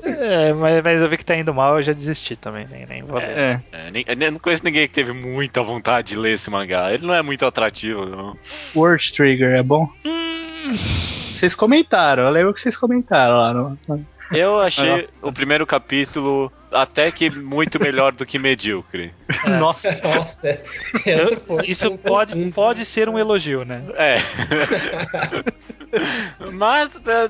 Speaker 4: É, mas, mas eu vi que tá indo mal, eu já desisti também, nem, nem vou ler.
Speaker 2: É.
Speaker 3: É, nem- eu não conheço ninguém que teve muita vontade de ler esse mangá. Ele não é muito atrativo, não.
Speaker 2: Word Trigger, é bom? Hum. Vocês comentaram, eu lembro que vocês comentaram lá. No...
Speaker 3: Eu achei o primeiro capítulo até que muito melhor do que medíocre.
Speaker 2: Nossa,
Speaker 6: É? Nossa, essa foi.
Speaker 4: Isso pode, pode ser um elogio, né?
Speaker 3: É. Mas é,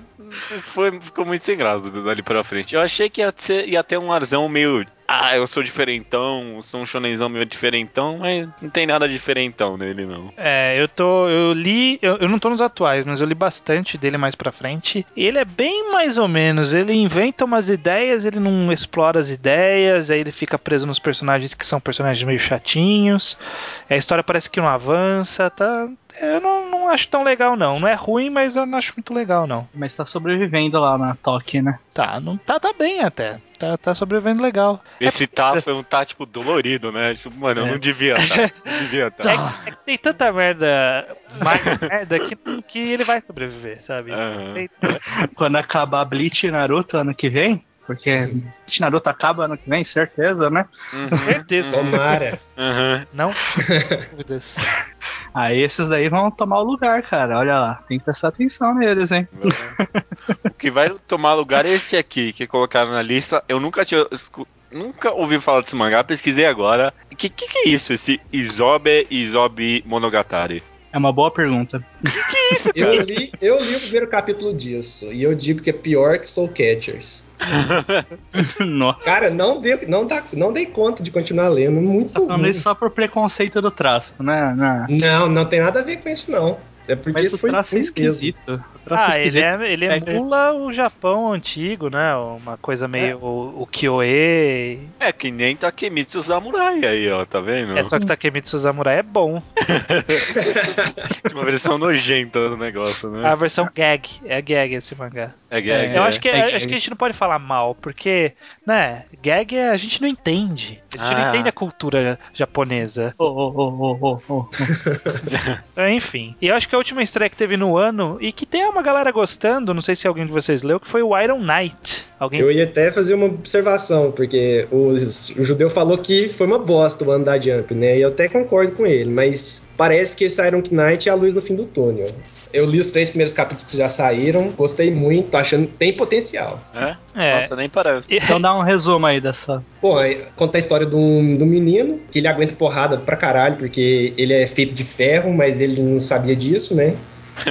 Speaker 3: foi, ficou muito sem graça dali pra frente. Eu achei que ia, ser- ia ter um arzão meio. Ah, eu sou diferentão, sou um shonenzão meio diferentão, mas não tem nada de diferentão nele, não.
Speaker 4: É, eu tô. Eu li. Eu, eu não tô nos atuais, mas eu li bastante dele mais pra frente. E ele é bem mais ou menos. Ele inventa umas ideias, ele não explora as ideias, aí ele fica preso nos personagens que são personagens meio chatinhos. A história parece que não avança, tá? Eu não, não acho tão legal, não. Não é ruim, mas eu não acho muito legal, não.
Speaker 2: mas tá sobrevivendo lá na Toque, né?
Speaker 4: Tá, não tá, tá bem até. Tá, tá sobrevivendo legal.
Speaker 3: Esse tá foi um tá, tipo, dolorido, né? Tipo, mano, eu não devia tá. Não devia tá.
Speaker 4: É, que- é que tem tanta merda, mais merda, que, que ele vai sobreviver, sabe?
Speaker 3: Aham.
Speaker 4: Tem-
Speaker 2: Quando acabar Bleach e Naruto ano que vem, porque Bleach e Naruto acaba ano que vem, certeza, né?
Speaker 4: Certeza.
Speaker 6: Uhum. Tomara.
Speaker 3: Uhum. Aham.
Speaker 4: Não dúvidas.
Speaker 2: Aí esses daí vão tomar o lugar, cara. Olha lá, tem que prestar atenção neles, hein?
Speaker 3: O que vai tomar lugar é esse aqui, que colocaram na lista. Eu nunca tinha. escu- Nunca ouvi falar desse mangá, pesquisei agora. O que, que que é isso, esse Isobe Isobe Monogatari?
Speaker 2: É uma boa pergunta.
Speaker 6: Eu li, eu li o primeiro capítulo disso. E eu digo que é pior que Soul Catchers.
Speaker 2: Nossa.
Speaker 6: Cara, não, deu, não, dá, não dei conta de continuar lendo. é Muito
Speaker 2: Falando
Speaker 6: ruim.
Speaker 2: isso só por preconceito do traço, né? né?
Speaker 6: Não, não tem nada a ver com isso, não. É porque
Speaker 2: Mas o
Speaker 6: foi
Speaker 2: traço é
Speaker 6: ruim mesmo.
Speaker 2: esquisito. O traço
Speaker 4: Ah,
Speaker 2: é
Speaker 4: ele,
Speaker 2: esquisito.
Speaker 4: é, ele
Speaker 2: É.
Speaker 4: emula o Japão antigo, né? Uma coisa meio o, o Kyoe.
Speaker 3: É que nem Takemitsu Samurai aí, ó, tá vendo?
Speaker 4: É só que Takemitsu Samurai é bom.
Speaker 3: Tipo, uma versão nojenta do negócio, né?
Speaker 4: A versão gag. É gag esse mangá.
Speaker 3: É, é, é.
Speaker 4: Ah, Eu acho que,
Speaker 2: É gag.
Speaker 4: acho que a gente não pode falar mal, porque, né? Gag é- a gente não entende. A gente não
Speaker 3: Ah.
Speaker 4: entende a cultura japonesa.
Speaker 2: Ô, ô, ô, ô, ô, ô.
Speaker 4: É, Enfim. E eu acho que a última estreia que teve no ano, e que tem uma galera gostando, não sei se alguém de vocês leu, que foi o Iron Knight. Alguém.
Speaker 6: Eu ia até fazer uma observação, porque o, o judeu falou que foi uma bosta o ano da Jump, né? E eu até concordo com ele, mas parece que esse Iron Knight é a luz no fim do túnel. Eu li os três primeiros capítulos que já saíram, gostei muito, tô achando que tem potencial.
Speaker 4: É.
Speaker 3: Nossa, nem parece.
Speaker 4: E-
Speaker 2: Então dá um resumo aí dessa.
Speaker 6: Bom, aí conta a história de um, de um menino que ele aguenta porrada pra caralho, porque ele é feito de ferro, mas ele não sabia disso, né?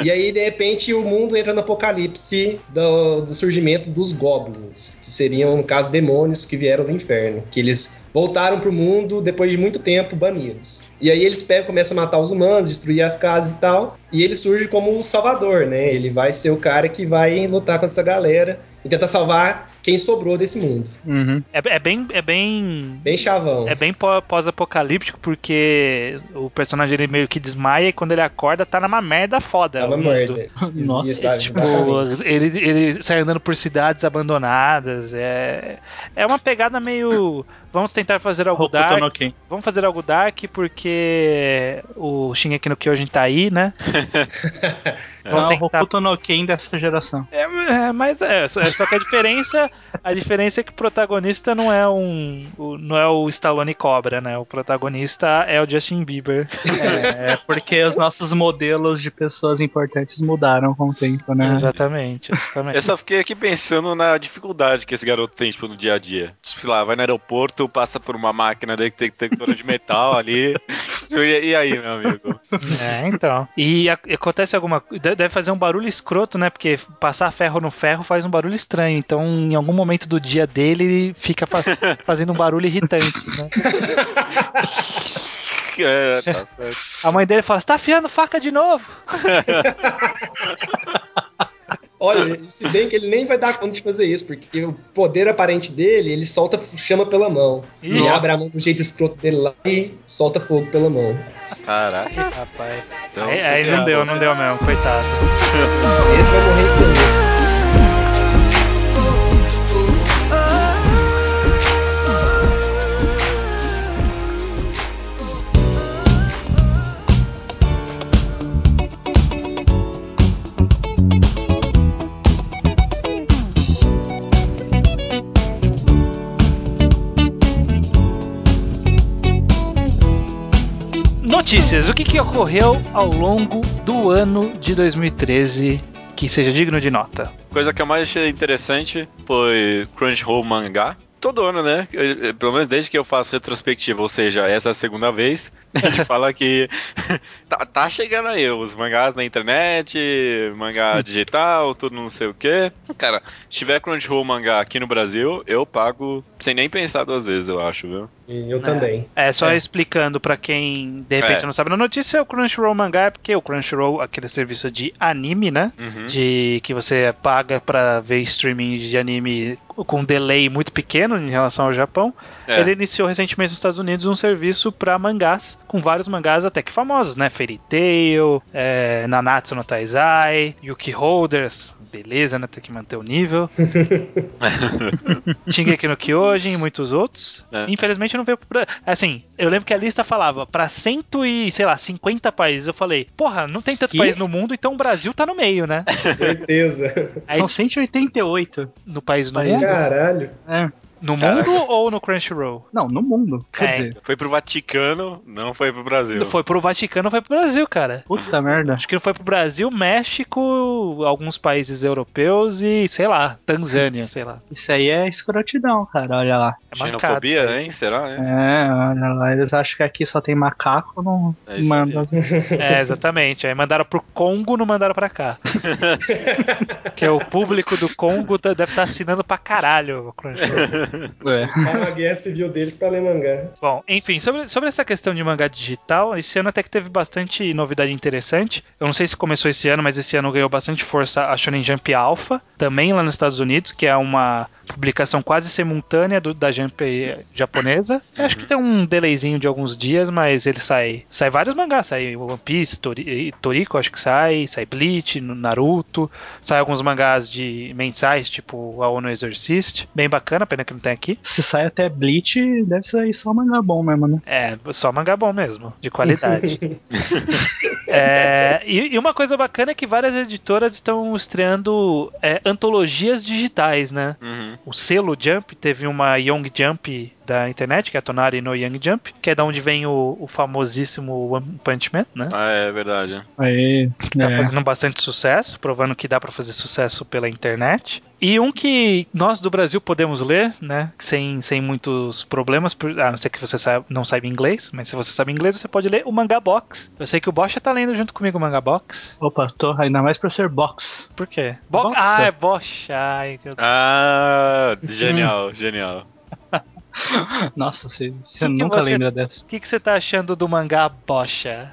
Speaker 6: E aí, de repente, o mundo entra no apocalipse do, do surgimento dos goblins, que seriam, no caso, demônios que vieram do inferno. Que eles voltaram pro mundo depois de muito tempo banidos. E aí eles pegam, começam a matar os humanos, destruir as casas e tal. E ele surge como o salvador, né? Ele vai ser o cara que vai lutar contra essa galera e tentar salvar quem sobrou desse mundo.
Speaker 2: Uhum.
Speaker 4: É, é bem. É bem.
Speaker 6: Bem chavão.
Speaker 4: É bem pó- pós-apocalíptico, porque o personagem ele meio que desmaia e quando ele acorda tá numa merda foda.
Speaker 6: É uma
Speaker 4: o mundo.
Speaker 6: merda.
Speaker 2: Nossa,
Speaker 6: Isso, sabe?
Speaker 4: Tipo,
Speaker 6: Exatamente.
Speaker 4: ele, ele sai andando por cidades abandonadas. É, é uma pegada meio. Vamos tentar fazer algo
Speaker 2: Hokuto
Speaker 4: dark.
Speaker 2: no Ken.
Speaker 4: Vamos fazer algo dark porque o Shingeki no Kyojin tá aí, né?
Speaker 2: Não,
Speaker 4: Então Vamos
Speaker 2: é o
Speaker 4: tentar-
Speaker 2: Hokuto no Ken dessa geração.
Speaker 4: É, é, mas é, só, só que a diferença, a diferença é que o protagonista não é um, o- não é o Stallone Cobra, né? O protagonista é o Justin Bieber.
Speaker 2: É, é porque os nossos modelos de pessoas importantes mudaram com o tempo, né?
Speaker 4: Exatamente,
Speaker 3: Eu
Speaker 4: exatamente.
Speaker 3: só fiquei aqui pensando na dificuldade que esse garoto tem, tipo, no dia a dia. Tipo, sei lá, vai no aeroporto, passa por uma máquina detectora de metal ali. Tipo, E, e aí, meu amigo?
Speaker 4: É, então. E a- acontece alguma, co- de- deve fazer um barulho escroto, né? Porque passar ferro no ferro faz um barulho estranho. Então, em algum momento do dia dele, ele fica fa- fazendo um barulho irritante, né?
Speaker 3: É, tá certo.
Speaker 4: A mãe dele fala: Você tá afiando faca de novo?
Speaker 6: Olha, se bem que ele nem vai dar conta de fazer isso, porque o poder aparente dele, ele solta chama pela mão. Ele
Speaker 4: Nossa.
Speaker 6: abre a mão do jeito escroto dele lá e solta fogo pela mão.
Speaker 3: Caraca.
Speaker 4: Rapaz.
Speaker 3: Então,
Speaker 4: aí, aí não deu, não deu mesmo, coitado.
Speaker 6: Esse vai morrer infeliz.
Speaker 4: Notícias: O que, que ocorreu ao longo do ano de 2013 que seja digno de nota?
Speaker 3: Coisa que eu mais achei interessante foi Crunchyroll Mangá. Todo ano, né? Eu- eu- Pelo menos desde que eu faço retrospectiva, ou seja, essa é a segunda vez, a gente fala que tá, tá chegando aí os mangás na internet, mangá digital, tudo não sei o quê. Cara, se tiver Crunchyroll Mangá aqui no Brasil, eu pago sem nem pensar duas vezes, eu acho, viu?
Speaker 6: E
Speaker 2: né?
Speaker 6: eu também.
Speaker 4: É, só
Speaker 6: É.
Speaker 4: explicando pra quem de repente
Speaker 3: É.
Speaker 4: não sabe da notícia, o Crunchyroll Mangá é porque o Crunchyroll, aquele serviço de anime, né?
Speaker 3: Uhum.
Speaker 4: De que você paga pra ver streaming de anime com um delay muito pequeno em relação ao Japão.
Speaker 3: É.
Speaker 4: Ele iniciou recentemente nos Estados Unidos um serviço pra mangás, com vários mangás até que famosos, né? Fairy Tail, é, Nanatsu no Taizai, Yuki Holders, beleza, né? Tem que manter o nível. Shingeki no Kyojin e muitos outros.
Speaker 3: É.
Speaker 4: Infelizmente não veio pra... Assim, eu lembro que a lista falava pra cento e, sei lá, 50 países. Eu falei, porra, não tem tanto
Speaker 6: Que?
Speaker 4: país no mundo, então o Brasil tá no meio, né?
Speaker 6: Certeza.
Speaker 2: São 188.
Speaker 4: No país no
Speaker 2: País.
Speaker 6: é
Speaker 4: mundo.
Speaker 6: Caralho.
Speaker 4: No
Speaker 3: Caraca.
Speaker 4: mundo ou no Crunchyroll?
Speaker 2: Não, no mundo. Quer
Speaker 4: É.
Speaker 2: dizer,
Speaker 3: Foi pro Vaticano, não foi pro Brasil.
Speaker 4: Foi pro Vaticano, foi pro Brasil, cara.
Speaker 2: puta merda.
Speaker 4: Acho que foi pro Brasil, México, alguns países europeus e, sei lá, Tanzânia, sei lá.
Speaker 2: Isso aí é escrotidão, cara. Olha lá.
Speaker 4: É marcado. isso
Speaker 3: Xenofobia,
Speaker 4: aí.
Speaker 3: hein? Será? né?
Speaker 2: É, olha lá. Eles acham que aqui só tem macaco, não
Speaker 3: É isso aí.
Speaker 2: manda.
Speaker 4: É, exatamente. Aí mandaram pro Congo, não mandaram pra cá. que é o público do Congo tá- deve estar assinando pra caralho o Crunchyroll.
Speaker 2: É.
Speaker 6: Para a guerra civil deles pra ler mangá.
Speaker 4: Bom, enfim, sobre, sobre essa questão de mangá digital, esse ano até que teve bastante novidade interessante. Eu não sei se começou esse ano, mas esse ano ganhou bastante força a Shonen Jump Alpha, também lá nos Estados Unidos, que é uma publicação quase simultânea do- da Jump japonesa. Eu Acho que tem um delayzinho de alguns dias, mas ele sai. Sai vários mangás, sai One Piece, Tori- eh, Toriko, acho que sai, sai Bleach, Naruto, sai alguns mangás de mensais, tipo A Ono Exorcist. Bem bacana, pena que não tem aqui.
Speaker 2: Se sai até Bleach, deve sair só mangá bom mesmo, né?
Speaker 4: É, só mangá bom mesmo, de qualidade. É, e, e uma coisa bacana é que várias editoras estão estreando é, antologias digitais, né?
Speaker 3: Uhum.
Speaker 4: O selo Jump teve uma Young Jump da internet, que é a Tonari no Young Jump, que é da onde vem o, o famosíssimo One Punch Man, né?
Speaker 3: Ah, é verdade.
Speaker 2: Aí.
Speaker 4: Tá
Speaker 2: é.
Speaker 4: fazendo bastante sucesso, provando que dá pra fazer sucesso pela internet. E um que nós do Brasil podemos ler, né? Sem, sem muitos problemas, por- a não ser que você saiba- não saiba inglês, mas se você sabe inglês, você pode ler o Manga Box. Eu sei que o Bocha tá lendo junto comigo o Manga Box.
Speaker 2: Opa, tô ainda mais pra ser box.
Speaker 4: Por quê? Bo-
Speaker 2: Boxa.
Speaker 4: Ah, é Bocha. Ai, meu Deus.
Speaker 3: Ah, genial, genial.
Speaker 2: Nossa, você, você
Speaker 4: Ah. que
Speaker 2: nunca
Speaker 4: você-
Speaker 2: lembra dessa.
Speaker 4: O que, que você tá achando do mangá Bocha?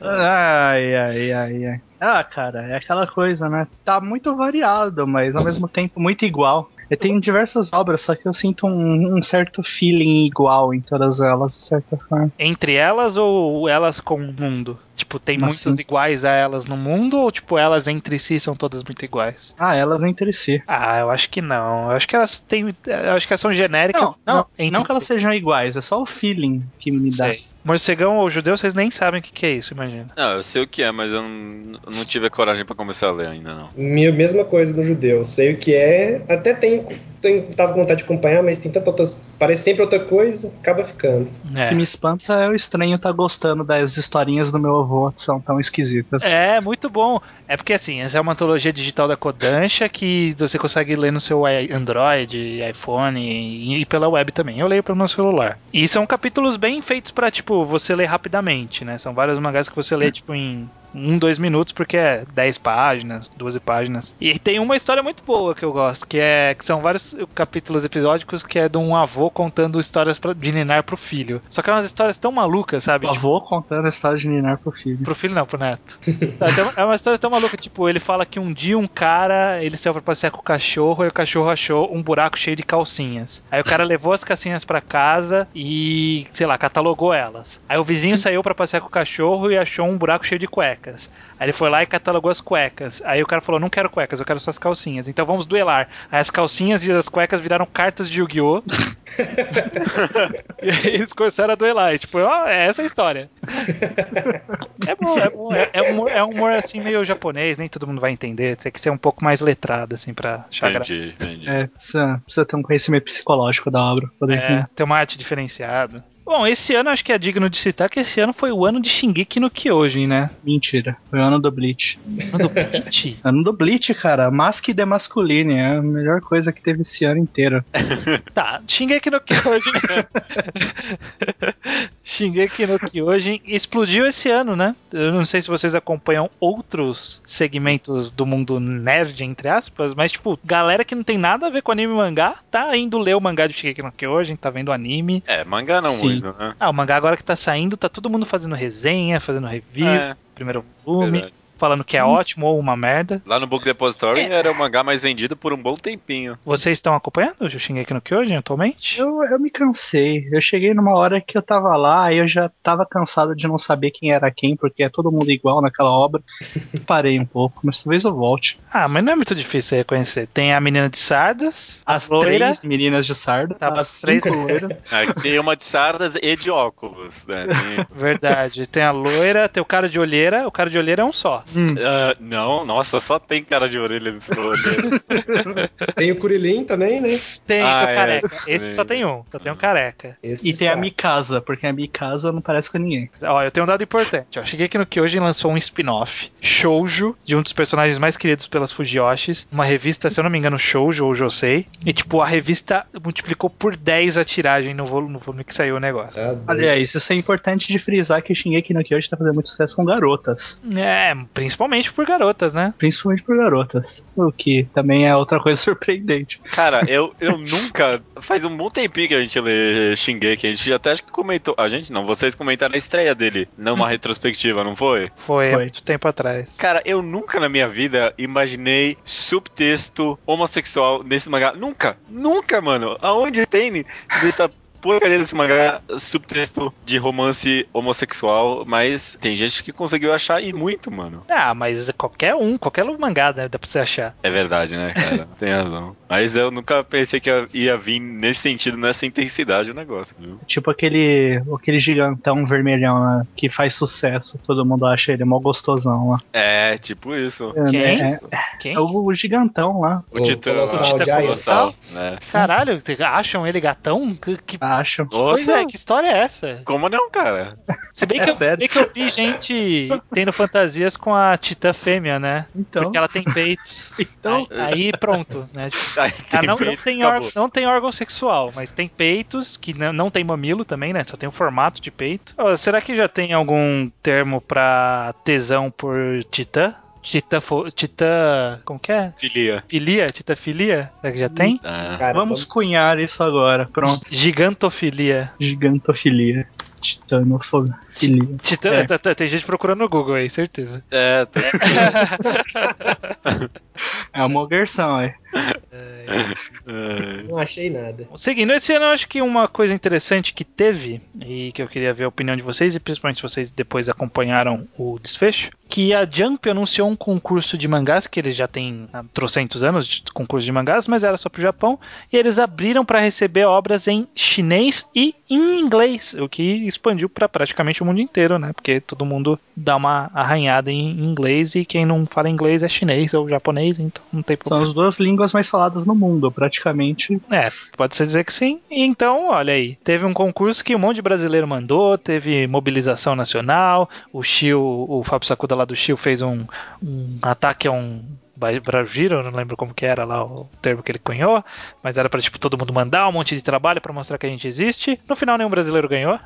Speaker 2: Ai, ai, ai, ai. Ah, cara, é aquela coisa, né? Tá muito variado, mas ao mesmo tempo muito igual. Eu tenho diversas obras, só que eu sinto um, um certo feeling igual em todas elas, de certa forma.
Speaker 4: Entre elas ou elas com o mundo? Tipo, tem
Speaker 2: Como
Speaker 4: muitos
Speaker 2: assim?
Speaker 4: iguais a elas no mundo ou, tipo, elas entre si são todas muito iguais?
Speaker 2: Ah, elas entre si.
Speaker 4: Ah, eu acho que não. Eu acho que elas têm. Eu acho que elas são genéricas.
Speaker 2: Não, não,
Speaker 4: entre
Speaker 2: não que elas
Speaker 4: si.
Speaker 2: sejam iguais, é só o feeling que me dá.
Speaker 4: Sei. Morcegão ou judeu, vocês nem sabem o que, que é isso, imagina.
Speaker 3: Não, eu sei o que é, mas eu não, eu não tive a coragem pra começar a ler ainda, não.
Speaker 6: Minha mesma coisa no judeu. Sei o que é. Até tenho, tenho- tava com vontade de acompanhar, mas tem tanta outra. Parece sempre outra coisa, acaba ficando.
Speaker 2: O
Speaker 4: É.
Speaker 2: que me espanta é o estranho tá gostando das historinhas do meu avô, que são tão esquisitas.
Speaker 4: É, muito bom. É porque assim, essa é uma antologia digital da Kodansha que você consegue ler no seu i- Android, iPhone e, e pela web também. Eu leio pelo meu celular. E são capítulos bem feitos pra, tipo, você ler rapidamente, né? São vários mangás que você lê, tipo, em um, dois minutos, porque é 10 páginas, 12 páginas. E tem uma história muito boa que eu gosto, que é que são vários capítulos episódicos que é de um avô contando histórias pra, de ninar pro filho. Só que é umas histórias tão malucas, sabe?
Speaker 2: O
Speaker 4: Tipo,
Speaker 2: avô contando a história de Ninar pro filho.
Speaker 4: Pro filho não, pro neto. Sabe, tem uma- é uma história tão maluca, tipo, ele fala que um dia um cara, ele saiu pra passear com o cachorro e o cachorro achou um buraco cheio de calcinhas. Aí o cara levou as calcinhas pra casa e, sei lá, catalogou elas. Aí o vizinho saiu pra passear com o cachorro e achou um buraco cheio de cuecas. Aí ele foi lá e catalogou as cuecas. Aí o cara falou: "Não quero cuecas, eu quero só as calcinhas. Então vamos duelar". Aí as calcinhas e as cuecas viraram cartas de Yu-Gi-Oh. e aí eles começaram a duelar. E, tipo, ó, é essa a história. É bom, é bom. É, é humor, é humor, assim meio japonês, nem todo mundo vai entender. Tem que ser um pouco mais letrado, assim, pra achar
Speaker 3: Entendi,
Speaker 4: graça.
Speaker 3: entendi.
Speaker 2: É, precisa, precisa ter um conhecimento psicológico da obra. pra Poder
Speaker 4: É, ter uma arte diferenciada. Bom, esse ano acho que é digno de citar que esse ano foi o ano de Shingeki no Kyojin, né?
Speaker 2: Mentira. Foi o ano do Bleach.
Speaker 4: Ano do Bleach.
Speaker 2: Ano do Bleach, cara. Masque de Masculine. É a melhor coisa que teve esse ano inteiro.
Speaker 4: Tá, Shingeki no Kyojin. Shingeki no Kyojin explodiu esse ano, né? Eu não sei se vocês acompanham outros segmentos do mundo nerd, entre aspas, mas, tipo, galera que não tem nada a ver com anime e mangá, tá indo ler o mangá de Shingeki no Kyojin, tá vendo anime.
Speaker 3: É, mangá não
Speaker 2: Sim.
Speaker 3: muito, né?
Speaker 4: Ah, o mangá agora que tá saindo, tá todo mundo fazendo resenha, fazendo review,
Speaker 3: É,
Speaker 4: primeiro
Speaker 2: um
Speaker 4: volume,
Speaker 3: verdade.
Speaker 4: falando que é ótimo ou uma merda.
Speaker 3: Lá no Book Depository
Speaker 2: É.
Speaker 3: era o mangá mais vendido por um bom tempinho.
Speaker 4: Vocês estão acompanhando o Shingeki no Kyojin atualmente?
Speaker 2: Eu, eu me cansei. Eu cheguei numa hora que eu tava lá e eu já tava cansado de não saber quem era quem, porque é todo mundo igual naquela obra. Parei um pouco, mas talvez eu volte.
Speaker 4: Ah, mas não é muito difícil reconhecer. Tem a menina de sardas,
Speaker 2: As
Speaker 4: loira.
Speaker 2: três meninas de sarda.
Speaker 4: Tá,
Speaker 2: as
Speaker 4: as três-
Speaker 2: cinco loiras.
Speaker 3: É, tinha uma de sardas e de óculos, né? E-
Speaker 4: Verdade. Tem a loira, tem o cara de olheira. O cara de olheira é um só.
Speaker 3: Ah, não, nossa, só tem cara de orelha nesse rolê.
Speaker 6: Tem o Curilim também, né?
Speaker 4: Tem
Speaker 3: Ah,
Speaker 4: o
Speaker 3: é.
Speaker 4: careca. Esse só tem um. Só tem um careca.
Speaker 6: Esse
Speaker 2: E tem a
Speaker 6: está.
Speaker 2: Mikasa, porque a Mikasa não parece com ninguém.
Speaker 4: Ó, eu tenho um dado importante. Ó, cheguei aqui no Kyojin lançou um spin-off, Shoujo, de um dos personagens mais queridos pelas Fujiyoshis. Uma revista, se eu não me engano, Shoujo ou Josei. E, tipo, a revista multiplicou por 10 a tiragem no volume, no volume que saiu o negócio.
Speaker 6: Tá doido.
Speaker 2: Aliás, isso é importante de frisar que Shingeki no Kyoji tá fazendo muito sucesso com garotas.
Speaker 4: É, principalmente por garotas, né?
Speaker 2: Principalmente por garotas. O que também é outra coisa surpreendente.
Speaker 3: Cara, eu, eu nunca. Faz um bom tempinho que a gente lê Shingeki. A gente até acho que comentou. A gente não, vocês comentaram a estreia dele
Speaker 2: Uhum.
Speaker 3: numa retrospectiva, não foi?
Speaker 4: Foi, há
Speaker 2: Foi.
Speaker 4: muito tempo atrás.
Speaker 3: Cara, eu nunca na minha vida imaginei subtexto homossexual nesse mangá. Nunca! Nunca, mano! Aonde tem nessa porcaria desse mangá subtexto de romance homossexual? Mas tem gente que conseguiu achar e muito, mano.
Speaker 4: Ah, mas qualquer um, qualquer mangá né, dá pra você achar.
Speaker 3: É verdade, né, cara? tem razão. Mas eu nunca pensei que ia- ia vir nesse sentido, nessa intensidade o negócio, viu?
Speaker 2: Tipo aquele, aquele gigantão vermelhão lá, que faz sucesso. Todo mundo acha ele mó gostosão lá.
Speaker 3: É, tipo isso.
Speaker 2: É,
Speaker 4: Quem?
Speaker 2: né? É,
Speaker 4: Quem?
Speaker 2: é o o gigantão lá.
Speaker 3: O
Speaker 6: O
Speaker 3: Titã.
Speaker 6: Colossal
Speaker 3: o Titã
Speaker 6: Giant.
Speaker 3: Colossal, né?
Speaker 4: Caralho, acham ele gatão? Que, que...
Speaker 2: Acham.
Speaker 4: Pois
Speaker 3: Nossa.
Speaker 4: é, Ah, que história é essa?
Speaker 3: Como não, cara?
Speaker 4: Se bem,
Speaker 2: É
Speaker 4: que eu, se
Speaker 2: sério.
Speaker 4: bem que eu vi gente tendo fantasias com a Titã Fêmea, né?
Speaker 2: Então,
Speaker 4: Porque ela tem peitos.
Speaker 2: então
Speaker 4: Aí, aí pronto, né? Tipo,
Speaker 3: Aí
Speaker 4: ela não, não,
Speaker 3: peito,
Speaker 4: tem
Speaker 3: acabou.
Speaker 4: órgão, não tem órgão sexual, mas tem peitos, que não, não tem mamilo também, né? Só tem o formato de peito. Ó, será que já tem algum termo pra tesão por Titã? Titã. fo- Titã. Como que é?
Speaker 3: Filia.
Speaker 4: Filia? Titã filia? Será que já tem?
Speaker 3: Ah.
Speaker 4: é
Speaker 6: Cara,
Speaker 2: vamos cunhar isso agora. Hum, Pronto.
Speaker 4: Gigantofilia.
Speaker 2: Gigantofilia. Titanofofilia.
Speaker 4: Titã,
Speaker 2: É.
Speaker 4: tá- tá- tem gente procurando no Google aí, certeza.
Speaker 3: É, tá
Speaker 2: É uma versão, é.
Speaker 6: Não achei nada.
Speaker 4: Seguindo, esse ano eu acho que uma coisa interessante que teve, e que eu queria ver a opinião de vocês, e principalmente se vocês depois acompanharam o desfecho, que a Jump anunciou um concurso de mangás, que eles já têm há trocentos anos de concurso de mangás, mas era só pro Japão, e eles abriram para receber obras em chinês e em inglês, o que expandiu para praticamente o mundo inteiro, né? Porque todo mundo dá uma arranhada em inglês, e quem não fala inglês é chinês ou japonês, então não tem problema.
Speaker 2: São as duas línguas mais faladas no mundo, praticamente.
Speaker 4: É, pode se dizer que sim. Então, olha aí, teve um concurso que um monte de brasileiro mandou, teve mobilização nacional, o Chiu, o Fábio Sacuda lá do Chiu fez um, um ataque a um Brajiro, não lembro como que era lá o termo que ele cunhou, mas era pra, tipo, todo mundo mandar um monte de trabalho pra mostrar que a gente existe. No final, nenhum brasileiro ganhou.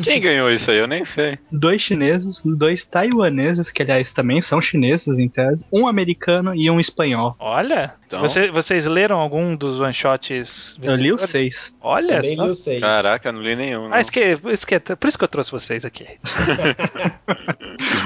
Speaker 3: Quem ganhou isso aí? Eu nem sei.
Speaker 2: Dois chineses, dois taiwaneses, que aliás também são chineses em tese, um americano e um espanhol.
Speaker 4: Olha,
Speaker 3: Então,
Speaker 4: você- vocês leram algum dos one-shots?
Speaker 2: Eu li os
Speaker 4: vencedores?
Speaker 2: seis.
Speaker 4: Olha
Speaker 6: Também
Speaker 4: só.
Speaker 6: li os seis.
Speaker 3: caraca, não li nenhum. não.
Speaker 4: Ah, isso que, isso que é- por isso que eu trouxe vocês aqui.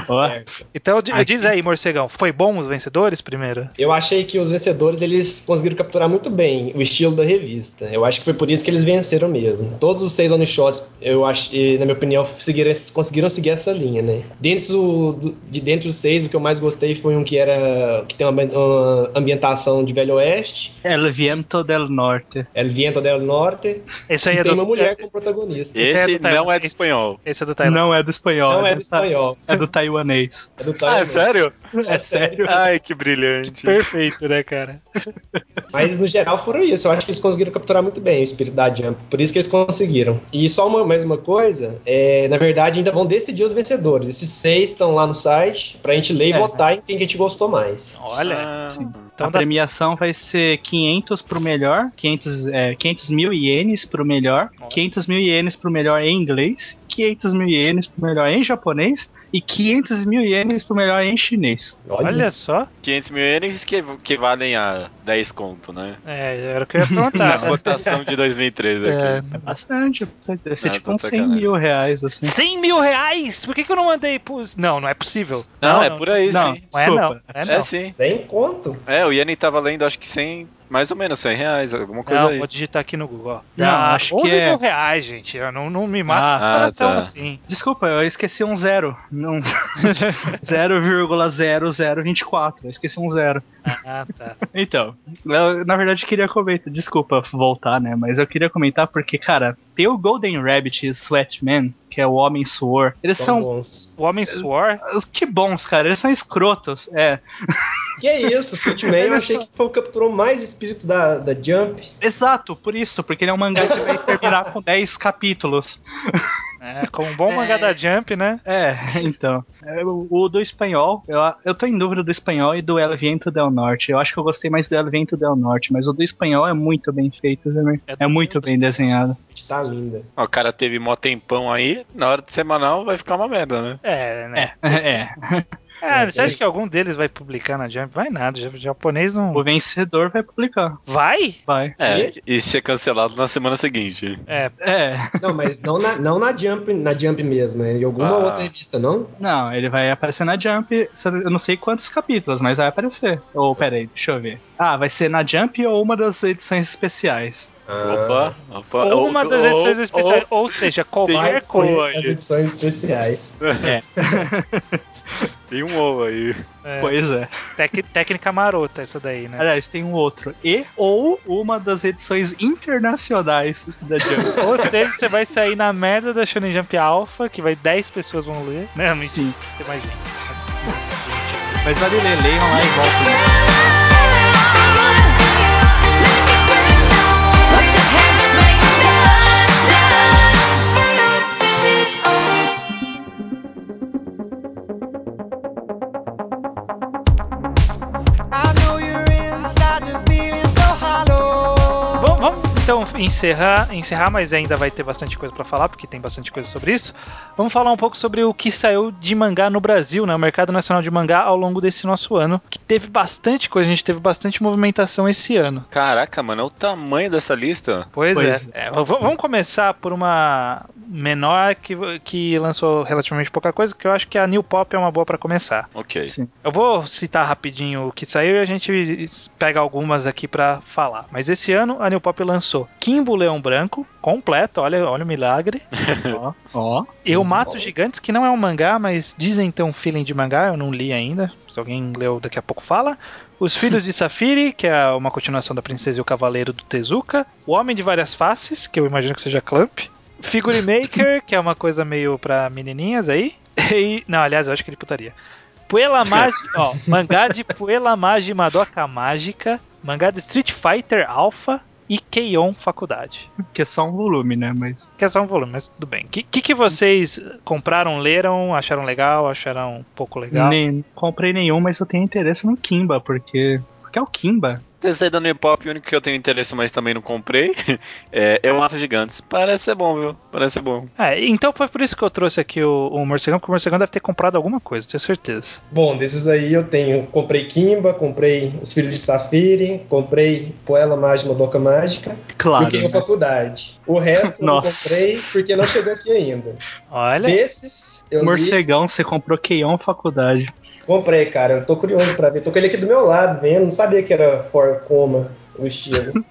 Speaker 2: Ó,
Speaker 4: Então, di- diz aí, morcegão, foi bom os vencedores primeiro?
Speaker 6: Eu achei que os vencedores eles conseguiram capturar muito bem o estilo da revista. Eu acho que foi por isso que eles venceram mesmo. Todos os seis on-shots, eu acho, eh, na minha opinião, seguiram esse- conseguiram seguir essa linha, né? Dentro do- do- de dentro dos seis, o que eu mais gostei foi um que era que tem uma, ambi- uma ambientação de Velho Oeste,
Speaker 2: El Viento del Norte.
Speaker 6: El Viento del Norte,
Speaker 4: Esse
Speaker 6: e
Speaker 4: aí é
Speaker 6: tem
Speaker 4: do,
Speaker 6: uma mulher
Speaker 4: é-
Speaker 6: como protagonista.
Speaker 4: Esse é
Speaker 3: Esse
Speaker 4: do Taiwan.
Speaker 3: não é de
Speaker 4: Esse-
Speaker 3: espanhol.
Speaker 4: Esse é do Tailândia.
Speaker 2: Não é do espanhol.
Speaker 6: Não é do
Speaker 2: do
Speaker 6: espanhol,
Speaker 2: ta- É do taiwanês.
Speaker 6: é do
Speaker 3: Ah,
Speaker 4: Tá
Speaker 6: Taiwan.
Speaker 3: é sério?
Speaker 2: É sério.
Speaker 3: Ai, que brilhante.
Speaker 4: Perfeito, né, cara?
Speaker 6: Mas no geral foram isso. Eu acho que eles conseguiram capturar muito bem o espírito da Jump. Por isso que eles conseguiram. E só uma, mais uma coisa: é, na verdade, ainda vão decidir os vencedores. Esses seis estão lá no site pra gente ler e
Speaker 4: É.
Speaker 6: votar em quem que a gente gostou mais.
Speaker 4: Olha,
Speaker 3: Ah,
Speaker 4: então
Speaker 2: a
Speaker 4: dá
Speaker 2: premiação vai ser 500 pro melhor, 500, é, 500 mil ienes pro melhor,
Speaker 4: Olha.
Speaker 2: 500 mil ienes pro melhor em inglês, 500 mil ienes pro melhor em japonês e 500 mil ienes pro melhor em chinês.
Speaker 4: Olha só,
Speaker 3: 500 mil ienes que, que valem a 10 conto, né?
Speaker 4: é, era o que eu ia perguntar.
Speaker 3: A cotação de 2013
Speaker 4: É,
Speaker 3: aqui.
Speaker 2: Bastante, bastante. Deve ser
Speaker 3: Não,
Speaker 2: tipo
Speaker 3: tô
Speaker 2: uns 100
Speaker 3: sacanagem.
Speaker 2: mil reais, assim.
Speaker 4: 100 mil reais? Por que, que eu não mandei pros. Não, não é possível.
Speaker 3: Não, é por aí,
Speaker 2: não.
Speaker 3: sim.
Speaker 4: Não é não.
Speaker 2: Desculpa.
Speaker 4: É, não.
Speaker 3: É sim.
Speaker 6: Sem conto?
Speaker 3: É, o Iene tava lendo, acho que 100, mais ou menos 100 reais, alguma coisa
Speaker 4: Não,
Speaker 3: aí.
Speaker 4: vou digitar aqui no Google. Ó.
Speaker 2: Não,
Speaker 4: Dá
Speaker 2: acho que
Speaker 4: 11
Speaker 2: é-
Speaker 4: mil reais, gente. Eu não, não me mata
Speaker 2: Ah,
Speaker 4: a coração
Speaker 3: tá.
Speaker 4: assim.
Speaker 2: Desculpa, eu esqueci um zero. Não. 0,0024. Eu esqueci um zero.
Speaker 4: Ah, tá.
Speaker 2: Então, eu, na verdade eu queria comentar, desculpa voltar, né? Mas eu queria comentar porque, cara, tem o Golden Rabbit e Sweatman, que é o Homem Suor. Eles são.
Speaker 6: bons.
Speaker 4: O Homem Suor.
Speaker 2: Que bons, cara. Eles são escrotos. É,
Speaker 6: Que é isso, Sweetman? Eu achei que foi o que capturou mais o espírito da, da Jump.
Speaker 2: exato, por isso, porque ele é um mangá que vai terminar com 10 capítulos.
Speaker 4: É, com um bom mangá
Speaker 2: É.
Speaker 4: da Jump, né?
Speaker 2: É, então. É, o, o do espanhol, eu, eu tô em dúvida do espanhol e do El Viento del Norte. Eu acho que eu gostei mais do El Viento del Norte, mas o do espanhol é muito bem feito também.
Speaker 4: É do
Speaker 2: É muito
Speaker 4: Viento
Speaker 2: bem desenhado.
Speaker 6: Tá linda.
Speaker 3: Ó, O cara teve mó tempão aí, na hora de semanal vai ficar uma merda, né?
Speaker 4: É, né?
Speaker 2: É, é.
Speaker 4: Ah, você acha
Speaker 6: eles-
Speaker 4: que algum deles vai publicar na Jump? Vai nada. O japonês
Speaker 2: O
Speaker 4: não.
Speaker 2: vencedor vai publicar.
Speaker 4: Vai?
Speaker 2: Vai.
Speaker 3: É, e ser cancelado na semana seguinte.
Speaker 4: É,
Speaker 2: É.
Speaker 6: Não, mas não na, não na Jump, na Jump mesmo, né? Em alguma
Speaker 3: Ah.
Speaker 6: outra revista, não?
Speaker 2: Não, ele vai aparecer na Jump, se- eu não sei quantos capítulos, mas vai aparecer. Ou, peraí, deixa eu ver. Ah, vai ser na Jump ou uma das edições especiais.
Speaker 3: Opa, opa.
Speaker 4: ou uma das edições
Speaker 3: ou-
Speaker 4: especiais. Ou, seja, qualquer
Speaker 6: Mas
Speaker 3: Marcou
Speaker 6: são
Speaker 4: coisa.
Speaker 3: aí.
Speaker 6: as edições especiais.
Speaker 3: ou- Tem um ovo aí.
Speaker 4: É,
Speaker 2: Pois é.
Speaker 4: tec- técnica marota, isso daí, né?
Speaker 2: Aliás, tem um outro. E ou uma das edições internacionais da Jump.
Speaker 4: Ou seja, você vai sair na merda da Shonen Jump Alpha, que vai 10 pessoas vão ler. né? Não, mentira,
Speaker 2: Sim.
Speaker 4: tem mais gente. Mas, mas, gente,
Speaker 2: Mas vale ler, leiam lá e voltam.
Speaker 4: Vamos, vamos, então encerrar, encerrar, mas ainda vai ter bastante coisa pra falar, porque tem bastante coisa sobre isso. Vamos falar um pouco sobre o que saiu de mangá no Brasil, né? O mercado nacional de mangá ao longo desse nosso ano, que teve bastante coisa, a gente teve bastante movimentação esse ano.
Speaker 3: Caraca, mano, olha o tamanho dessa lista.
Speaker 4: Pois,
Speaker 2: Pois
Speaker 4: é. É, v- vamos começar por uma menor que, que lançou relativamente pouca coisa, que eu acho que a New Pop é uma boa pra começar.
Speaker 3: Ok.
Speaker 4: Eu vou citar rapidinho o que saiu e a gente es- pega algumas aqui pra falar. Mas esse ano a New Pop lançou Kimbo Leão Branco, completo, olha, olha o milagre.
Speaker 2: Ó, ó.
Speaker 4: Eu
Speaker 6: Muito
Speaker 4: Mato
Speaker 6: bom.
Speaker 4: Gigantes, que não é um mangá, mas dizem ter um feeling de mangá, eu não li ainda. Se alguém leu, daqui a pouco fala. Os Filhos de Safiri, que é uma continuação da Princesa e o Cavaleiro do Tezuka. O Homem de Várias Faces, que eu imagino que seja Clamp. Figure Maker, que é uma coisa meio pra menininhas aí. E, não, aliás, eu acho que ele putaria. Puela Magi, ó, mangá de Puela Magi Madoka Mágica, mangá de Street Fighter Alpha, e Keion Faculdade.
Speaker 2: Que é só um volume, né? Mas.
Speaker 4: Que é só um volume, mas tudo bem. O que, que, que vocês compraram, leram, acharam legal, acharam um pouco legal?
Speaker 2: Nem, comprei nenhum, mas eu tenho interesse no Kimba, porque. Porque é o Kimba.
Speaker 3: Testei é dando hip hop, o único que eu tenho interesse, mas também não comprei, é, é o Mata Gigantes. Parece ser bom, viu? Parece ser bom.
Speaker 4: É, então foi por isso que eu trouxe aqui o, o Morcegão, porque o Morcegão deve ter comprado alguma coisa, tenho certeza.
Speaker 6: Bom, desses aí eu tenho. Comprei Kimba, comprei Os Filhos de Safire, comprei Poela Mágica Doca Mágica.
Speaker 2: Claro.
Speaker 6: e o Keion Faculdade. O resto eu não
Speaker 2: né? Nossa.
Speaker 6: comprei porque não chegou aqui ainda.
Speaker 4: Olha.
Speaker 6: Desses, eu li-
Speaker 2: Morcegão, você comprou Keion Faculdade.
Speaker 6: comprei, cara. Eu tô curioso pra ver. Tô com ele aqui do meu lado, vendo. Não sabia que era For Coma o estilo.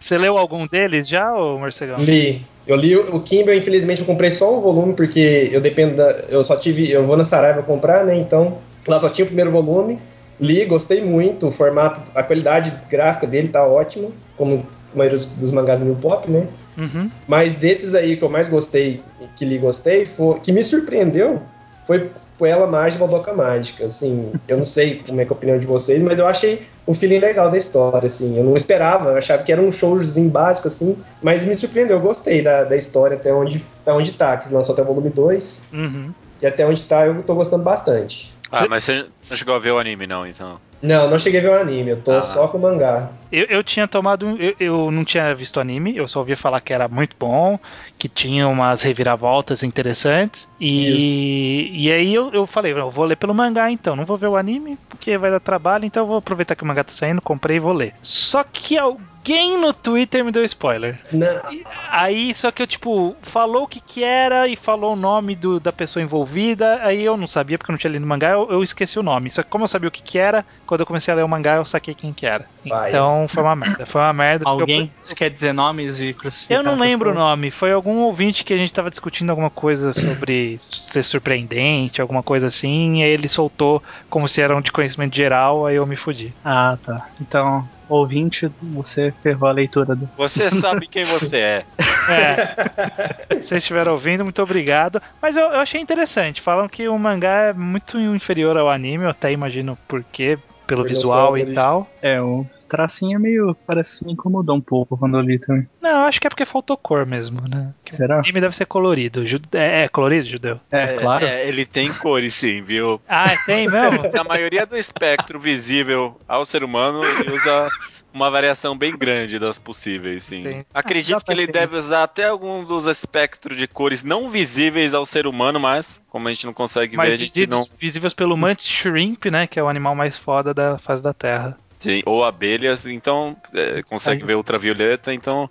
Speaker 4: Você leu algum deles já, ô Morcegão?
Speaker 6: Li. Eu li o o Kimber, infelizmente eu comprei só um volume, porque eu dependo da. Eu só tive. Eu vou na Saraiva comprar, né? Então, lá só tinha o primeiro volume. Li, gostei muito. O formato, a qualidade gráfica dele tá ótima, como a maioria dos, dos mangás do New Pop, né?
Speaker 4: Uhum.
Speaker 6: Mas desses aí que eu mais gostei, que li gostei, foi, que me surpreendeu, foi Puela Mágica Baldoca Mágica. Assim, eu não sei como é que é a opinião de vocês, mas eu achei o feeling legal da história, assim. Eu não esperava, eu achava que era um showzinho básico, assim, mas me surpreendeu, eu gostei da, da história até onde, até onde tá, que lançou até o volume 2,
Speaker 4: Uhum.
Speaker 6: e até onde tá eu tô gostando bastante.
Speaker 3: Ah,
Speaker 4: Cê-
Speaker 3: mas você não chegou a ver o anime, não, então.
Speaker 6: Não, não cheguei a ver o anime, eu tô
Speaker 3: Ah.
Speaker 6: só com o mangá.
Speaker 4: Eu, eu tinha tomado. um- Eu, eu não tinha visto anime, eu só ouvia falar que era muito bom, que tinha umas reviravoltas interessantes. E, e aí eu, eu falei, eu vou ler pelo mangá então, não vou ver o anime, porque vai dar trabalho, então eu vou aproveitar que o mangá tá saindo, comprei e vou ler. Só que alguém no Twitter me deu spoiler.
Speaker 6: Não,
Speaker 4: Aí, só que eu, tipo, falou o que que era e falou o nome do, da pessoa envolvida. Aí eu não sabia, porque eu não tinha lido mangá, eu, eu esqueci o nome. Só que como eu sabia o que que era, quando eu comecei a ler o mangá, eu saquei quem que era.
Speaker 6: Vai.
Speaker 4: Então, foi uma merda. Foi uma merda.
Speaker 2: Alguém. Você quer dizer nomes e
Speaker 4: Eu,
Speaker 2: crucificar?
Speaker 4: eu não lembro o
Speaker 2: pessoas?
Speaker 4: nome. Foi algum ouvinte que a gente tava discutindo alguma coisa sobre ser surpreendente, alguma coisa assim. E aí ele soltou como se era um de conhecimento geral, aí eu me fudi.
Speaker 2: Ah, tá. Então, ouvinte, você ferrou a leitura do.
Speaker 3: Você sabe quem você é.
Speaker 4: É. Se vocês estiveram ouvindo, muito obrigado. Mas eu, eu achei interessante. Falam que o mangá é muito inferior ao anime, eu até imagino por quê, pelo
Speaker 6: Por
Speaker 4: visual
Speaker 6: noção
Speaker 4: e
Speaker 6: deles.
Speaker 4: tal.
Speaker 2: É, o tracinho é meio. Parece que me incomodou um pouco quando eu li também.
Speaker 4: Não, eu acho que é porque faltou cor mesmo, né? Que O
Speaker 2: Será?
Speaker 4: anime deve ser colorido. Ju- É, é colorido, judeu?
Speaker 2: É, claro.
Speaker 3: É, ele tem cores, sim, viu?
Speaker 4: Ah, tem mesmo?
Speaker 3: Na maioria do espectro visível ao ser humano, ele usa uma variação bem grande das possíveis, sim.
Speaker 4: Sim.
Speaker 3: Acredito
Speaker 4: Ah, dá
Speaker 3: que
Speaker 4: pra
Speaker 3: ele
Speaker 4: entender.
Speaker 3: deve usar até algum dos espectros de cores não visíveis ao ser humano, mas como a gente não consegue ver,
Speaker 4: Mas
Speaker 3: a gente
Speaker 4: visíveis,
Speaker 3: não.
Speaker 4: visíveis pelo Mantis Shrimp, né? Que é o animal mais foda da face da Terra.
Speaker 3: Sim, ou abelhas, então é, consegue
Speaker 4: Aí-
Speaker 3: ver ultravioleta, então.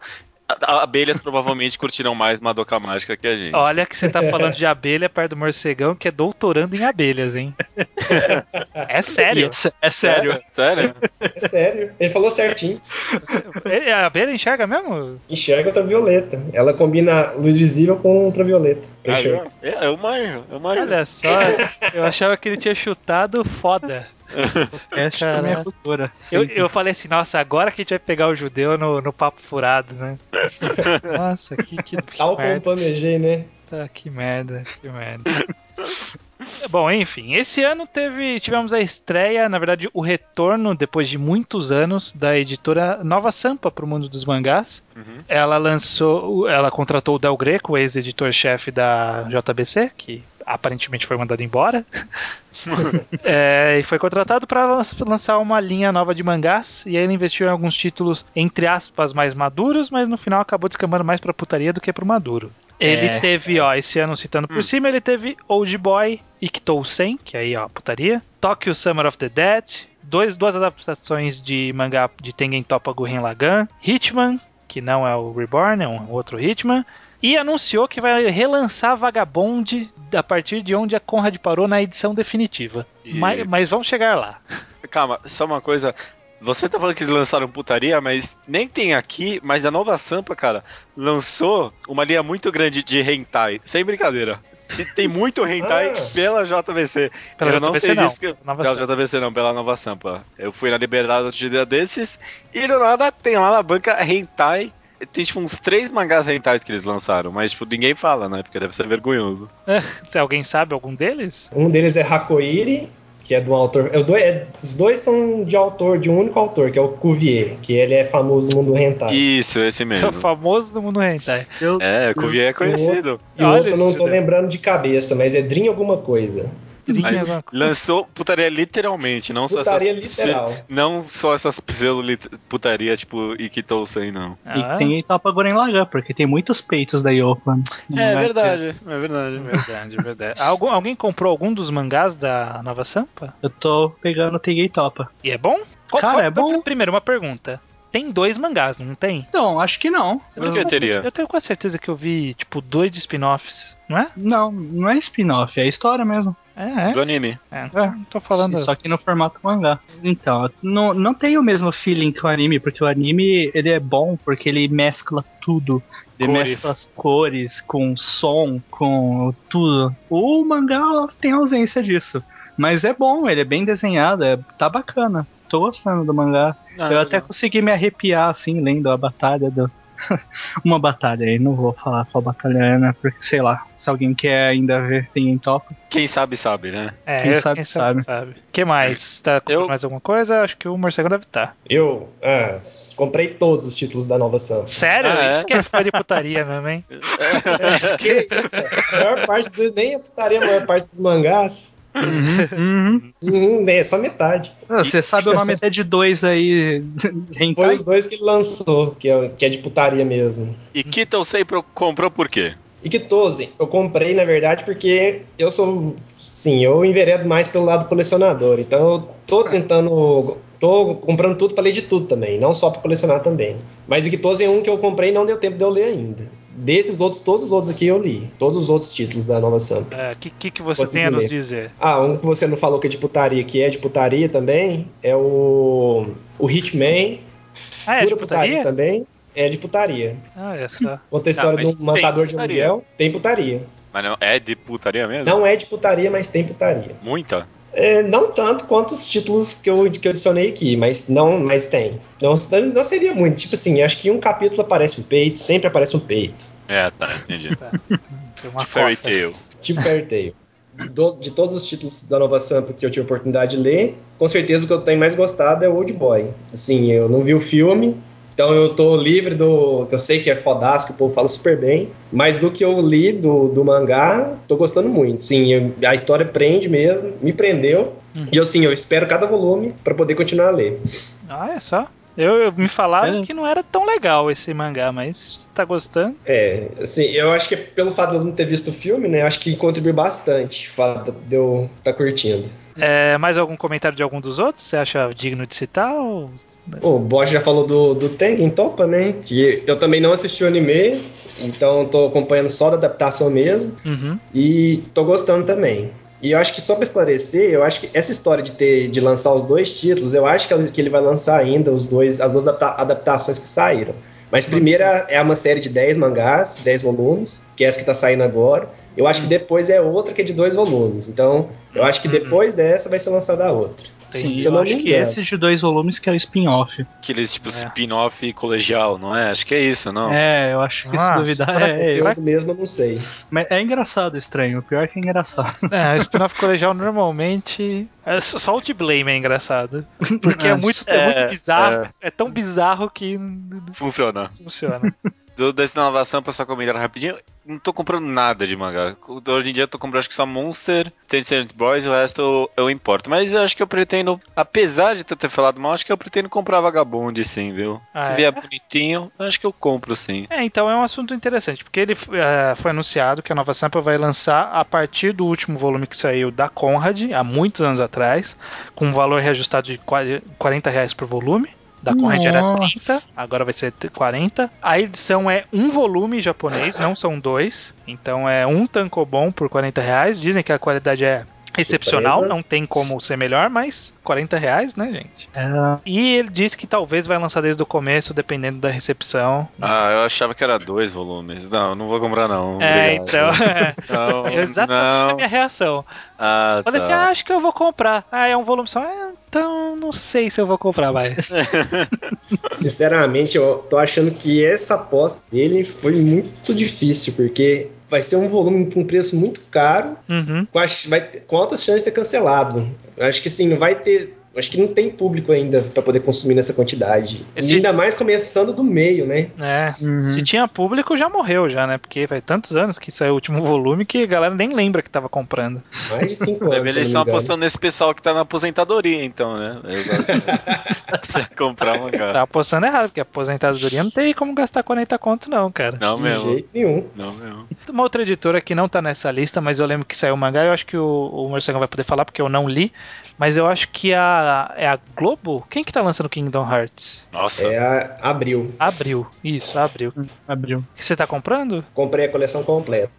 Speaker 3: a- a- Abelhas provavelmente curtirão mais Madoka Mágica que a gente.
Speaker 4: Olha que você tá falando de abelha perto do morcegão, que é doutorando em abelhas, hein? É sério.
Speaker 2: Isso, É sério.
Speaker 3: Sério?
Speaker 6: é sério. Ele falou certinho.
Speaker 4: É, A abelha enxerga mesmo?
Speaker 6: Enxerga ultravioleta. Ela combina luz visível com ultravioleta. pra enxergar.
Speaker 3: Sério? É, eu manjo, eu manjo.
Speaker 4: Olha só, eu achava que ele tinha chutado foda.
Speaker 2: Essa é a minha
Speaker 4: Caraca.
Speaker 2: cultura.
Speaker 4: Eu,
Speaker 2: Sempre.
Speaker 4: eu falei assim, nossa, agora que a gente vai pegar o judeu no, no papo furado, né? Nossa, que, que, que
Speaker 6: Tal como
Speaker 4: merda,
Speaker 6: planejei, né?
Speaker 4: que merda, que merda. Bom, enfim, esse ano teve, tivemos a estreia, na verdade, o retorno, depois de muitos anos, da editora Nova Sampa para o mundo dos mangás.
Speaker 3: Uhum.
Speaker 4: Ela lançou, ela contratou o Del Greco, o ex-editor-chefe da JBC, que aparentemente foi mandado embora. É, e foi contratado para lançar uma linha nova de mangás. E aí ele investiu em alguns títulos, entre aspas, mais maduros, mas no final acabou descambando mais pra putaria do que pro maduro. Ele
Speaker 2: É.
Speaker 4: teve, ó, esse ano citando
Speaker 3: Hum.
Speaker 4: por cima, ele teve Old Boy, Ikitou Sen, que aí, ó, putaria. Tokyo Summer of the Dead. Dois, duas adaptações de mangá de Tengen Toppa Gurren Lagann. Hitman, que não é o Reborn, é um outro Hitman. E anunciou que vai relançar Vagabond a partir de onde a Conrad parou na edição definitiva.
Speaker 3: E-
Speaker 4: Mas, mas vamos chegar lá.
Speaker 3: Calma, só uma coisa. Você tá falando que eles lançaram putaria, mas nem tem aqui, mas a nova Sampa, cara, lançou uma linha muito grande de hentai, sem brincadeira. E Tem muito hentai
Speaker 6: Ah.
Speaker 3: pela JVC.
Speaker 4: Pela
Speaker 3: Eu não
Speaker 4: JBC
Speaker 3: sei
Speaker 4: não,
Speaker 3: disso que-
Speaker 4: Nova
Speaker 3: pela
Speaker 4: Sampa.
Speaker 3: JVC não, pela Nova Sampa. Eu fui na Liberdade outro dia desses e do nada tem lá na banca hentai. Tem tipo uns três mangás hentais que eles lançaram, mas tipo ninguém fala, né? Porque deve ser vergonhoso.
Speaker 4: Se alguém sabe algum deles?
Speaker 6: Um deles é Hakoiri, que é do autor. Os dois, é- os dois são de autor, de um único autor, que é o Cuvier, que ele é famoso no mundo hentai. E,
Speaker 3: Isso, esse
Speaker 4: É o
Speaker 3: mesmo.
Speaker 4: famoso do mundo hentai.
Speaker 3: É, Cuvier é conhecido.
Speaker 6: o
Speaker 4: Olha
Speaker 6: outro eu não
Speaker 4: isso,
Speaker 6: tô
Speaker 4: né?
Speaker 6: lembrando de cabeça, mas é Dream alguma coisa.
Speaker 4: Trinha
Speaker 3: Aí,
Speaker 4: é alguma coisa.
Speaker 3: lançou putaria literalmente, não só
Speaker 6: Putaria
Speaker 3: essas.
Speaker 6: literal.
Speaker 3: Não só essas pseudo lit- putaria tipo Ikitousen, não.
Speaker 4: Ah,
Speaker 2: E tem Itapagoren Lagan, porque tem muitos peitos da Yopan.
Speaker 3: É
Speaker 4: vai
Speaker 3: verdade, é verdade.
Speaker 4: Verdade, verdade. Algum, alguém comprou algum dos mangás da Nova Sampa?
Speaker 2: Eu tô pegando Teguei Topa.
Speaker 4: E é bom?
Speaker 2: Cara, é bom.
Speaker 4: Primeiro, uma pergunta. Tem dois mangás, não tem?
Speaker 2: Não, Então, acho que não.
Speaker 3: Por que
Speaker 4: tenho
Speaker 3: teria?
Speaker 4: quase- Eu tenho quase certeza que eu vi, tipo, dois de spin-offs, não é?
Speaker 2: Não, não é spin-off, é história mesmo.
Speaker 4: É, é.
Speaker 3: Do anime.
Speaker 4: é não tô falando.
Speaker 2: Só que no formato mangá. Então, não, não tem o mesmo feeling que o anime, porque o anime ele é bom porque ele mescla tudo. Ele
Speaker 3: Cores.
Speaker 2: mescla as cores com som, com tudo. O mangá tem ausência disso. Mas é bom, ele é bem desenhado, é, tá bacana. Tô gostando do mangá. Eu até consegui me arrepiar, assim, lendo a batalha do. Uma batalha aí, não vou falar qual batalha é, né? Porque sei lá, se alguém quer ainda ver, tem em top.
Speaker 3: Quem sabe, sabe, né?
Speaker 4: É,
Speaker 2: quem sabe,
Speaker 4: sabe. que mais? Tá com
Speaker 3: Eu-
Speaker 4: mais alguma coisa? Acho que o morcego deve tá. estar.
Speaker 6: Eu ah, comprei todos os títulos da Nova Sam.
Speaker 4: Sério?
Speaker 3: Ah, é?
Speaker 4: Isso que é fã de putaria mesmo, hein? É.
Speaker 6: que isso? A maior parte dos. Nem eu putaria a maior parte dos mangás. Uhum, é só metade.
Speaker 2: Ah, Você sabe o nome até de dois aí.
Speaker 6: Foi
Speaker 2: Hentai?
Speaker 6: os dois que ele lançou, que é, que é de putaria mesmo.
Speaker 3: E Kitousei pro- comprou por quê?
Speaker 6: E que 12, eu comprei, na verdade, porque eu sou. Sim, eu enveredo mais pelo lado colecionador. Então eu
Speaker 4: Tá.
Speaker 6: tô tentando. Tô comprando tudo pra ler de tudo também, não só pra colecionar também. Mas o que 12 é um que eu comprei e não deu tempo de eu ler ainda. Desses outros, todos os outros aqui eu li. Todos os outros títulos da nova Sampa.
Speaker 4: O É, que, que, que você
Speaker 6: Consegui
Speaker 4: tem a nos
Speaker 6: ler.
Speaker 4: dizer?
Speaker 6: Ah, um que você não falou que é de putaria, que é de putaria também, é o. O Hitman.
Speaker 4: Ah, é de putaria?
Speaker 6: também. É de putaria.
Speaker 2: então.
Speaker 4: Olha só.
Speaker 6: Conta a história
Speaker 3: mas
Speaker 6: de um
Speaker 3: tem
Speaker 6: matador de
Speaker 3: putaria.
Speaker 6: aluguel. Tem putaria.
Speaker 3: Mas não, é de putaria mesmo?
Speaker 6: Não é de putaria, mas tem putaria.
Speaker 3: Muita?
Speaker 6: É, não tanto quanto os títulos que eu, que eu adicionei aqui, mas não, mas tem. Não, não seria muito. Tipo assim, acho que em um capítulo aparece um peito, sempre aparece um peito.
Speaker 3: É, tá, entendi.
Speaker 4: Tem uma
Speaker 3: Tipo Fairy
Speaker 4: cota.
Speaker 3: Tail.
Speaker 6: Tipo Fairy Tail. De, do- de todos os títulos da Nova Sampa que eu tive a oportunidade de ler, com certeza o que eu tenho mais gostado é o Old Boy. Assim, eu não vi o filme, então eu tô livre do. que Eu sei que é fodaço, que o povo fala super bem, mas do que eu li do, do mangá, tô gostando muito. Sim, eu- a história prende mesmo, me prendeu. E eu, assim, eu espero cada volume pra poder continuar a ler.
Speaker 4: Olha Ah, é só. Eu, eu- me falaram
Speaker 2: É.
Speaker 4: que não era tão legal esse mangá, mas se tá gostando.
Speaker 6: É, assim, eu acho que pelo fato de eu não ter visto o filme, né, eu acho que contribuiu bastante o fato de eu estar curtindo.
Speaker 4: É, mais algum comentário de algum dos outros? Você acha digno de citar? Ou...
Speaker 6: O Bosch já falou do, do Tengen Topa, né? Que eu também não assisti o anime, então tô acompanhando só da adaptação mesmo
Speaker 4: Uhum.
Speaker 6: e tô gostando também. E eu acho que só pra esclarecer, eu acho que essa história de ter de lançar os dois títulos, eu acho que ele- que ele vai lançar ainda os dois, as duas adapta- adaptações que saíram. Mas primeiro é uma série de 10 mangás, 10 volumes, que é essa que tá saindo agora. Eu acho que depois é outra que é de dois volumes. Então, eu acho que depois dessa vai ser lançada a outra.
Speaker 2: Sim,
Speaker 6: Se
Speaker 2: eu
Speaker 6: eu não
Speaker 2: acho
Speaker 6: me
Speaker 2: que
Speaker 6: engano.
Speaker 2: esse de dois volumes que é o spin-off.
Speaker 3: Aqueles tipo
Speaker 4: É.
Speaker 3: spin-off colegial, não é? Acho que é isso, não?
Speaker 2: É, eu acho que
Speaker 6: Ah,
Speaker 4: Nossa,
Speaker 2: se duvidar
Speaker 4: cara,
Speaker 2: é,
Speaker 6: Eu
Speaker 2: é,
Speaker 6: mesmo eu não sei.
Speaker 2: Mas é engraçado estranho. O pior é que é engraçado.
Speaker 4: É, o spin-off colegial normalmente. é, só só o de Blame é engraçado. Porque é
Speaker 2: Nossa.
Speaker 4: muito, é muito
Speaker 3: É,
Speaker 4: bizarro. É. tão bizarro que não
Speaker 3: Funciona.
Speaker 4: funciona.
Speaker 3: Do, dessa inovação, pra só comentar rapidinho, não tô comprando nada de mangá. Hoje em dia eu tô comprando acho que só Monster, Tencent Boys, o resto eu, eu importo. Mas eu acho que eu pretendo, apesar de eu ter falado mal, acho que eu pretendo comprar Vagabond sim, viu?
Speaker 4: Ah,
Speaker 3: Se
Speaker 4: é?
Speaker 3: vier bonitinho, eu acho que eu compro sim.
Speaker 4: É, então é um assunto interessante, porque ele eh, foi anunciado que a nova Sampa vai lançar a partir do último volume que saiu da Conrad, há muitos anos atrás, com um valor reajustado de 40 reais por volume. Da Conrad era
Speaker 2: Nossa.
Speaker 4: 30, agora vai ser 40. A edição é um volume japonês, não são dois. Então é um tankobon por 40 reais. Dizem que a qualidade é excepcional,
Speaker 6: Surpresa.
Speaker 4: não tem como ser melhor, mas 40 reais, né, gente? E ele disse que talvez vai lançar desde o começo, dependendo da recepção.
Speaker 3: Ah, eu achava que era dois volumes. Não, não vou comprar não.
Speaker 4: É,
Speaker 3: Obrigado.
Speaker 4: então.
Speaker 3: Não,
Speaker 4: Foi exatamente é a
Speaker 3: não.
Speaker 4: minha reação.
Speaker 3: Ah,
Speaker 4: Falei assim:
Speaker 3: tá.
Speaker 4: ah, acho que eu vou comprar. Ah, é um volume só. Ah, então não sei se eu vou comprar mais.
Speaker 6: Sinceramente, eu tô achando que essa aposta dele foi muito difícil, porque vai ser um volume com um preço muito caro,
Speaker 4: Uhum.
Speaker 6: com, as- vai, com altas chances de ser cancelado. Acho que sim, não vai ter. Acho que não tem público ainda pra poder consumir nessa quantidade.
Speaker 4: Esse-
Speaker 6: E ainda mais começando do meio, né?
Speaker 4: É. Se tinha público, já morreu, já, né? Porque faz tantos anos que saiu o último volume que a galera nem lembra que tava comprando.
Speaker 6: Mais de 5 anos.
Speaker 3: Deve
Speaker 6: se
Speaker 3: eles
Speaker 4: tá
Speaker 6: eu
Speaker 3: estão
Speaker 6: não me engano.
Speaker 3: apostando nesse pessoal que tá na aposentadoria, então, né? Exato. pra comprar mangá.
Speaker 4: Tá apostando errado, porque aposentadoria não tem como gastar 40 conto, não, cara.
Speaker 3: Não
Speaker 6: De
Speaker 3: mesmo.
Speaker 6: jeito nenhum.
Speaker 3: Não mesmo.
Speaker 4: Uma outra editora que não tá nessa lista, mas eu lembro que saiu o mangá, eu acho que o, o Morcegão vai poder falar, porque eu não li. Mas eu acho que a, é a Globo? Quem que tá lançando Kingdom Hearts?
Speaker 3: Nossa.
Speaker 6: É a abril.
Speaker 4: Abril. Isso, abril.
Speaker 2: Abriu.
Speaker 4: Que você tá comprando?
Speaker 6: Comprei a coleção completa.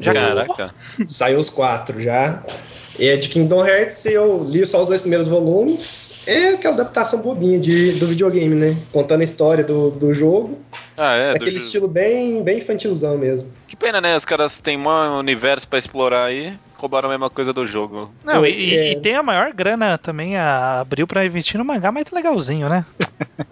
Speaker 4: Já-
Speaker 3: Caraca.
Speaker 6: Saiu os quatro já. É de Kingdom Hearts e eu li só os dois primeiros volumes. É aquela adaptação bobinha de, do videogame, né? Contando a história do, do jogo.
Speaker 3: Ah, é. do
Speaker 6: Aquele
Speaker 3: ju-
Speaker 6: estilo bem, bem infantilzão mesmo.
Speaker 3: Que pena, né? Os caras têm um universo pra explorar aí. Roubaram a mesma coisa do jogo.
Speaker 4: Não, e,
Speaker 6: É.
Speaker 4: e- e tem a maior grana também, a Abril, pra investir no mangá, mas tá legalzinho, né?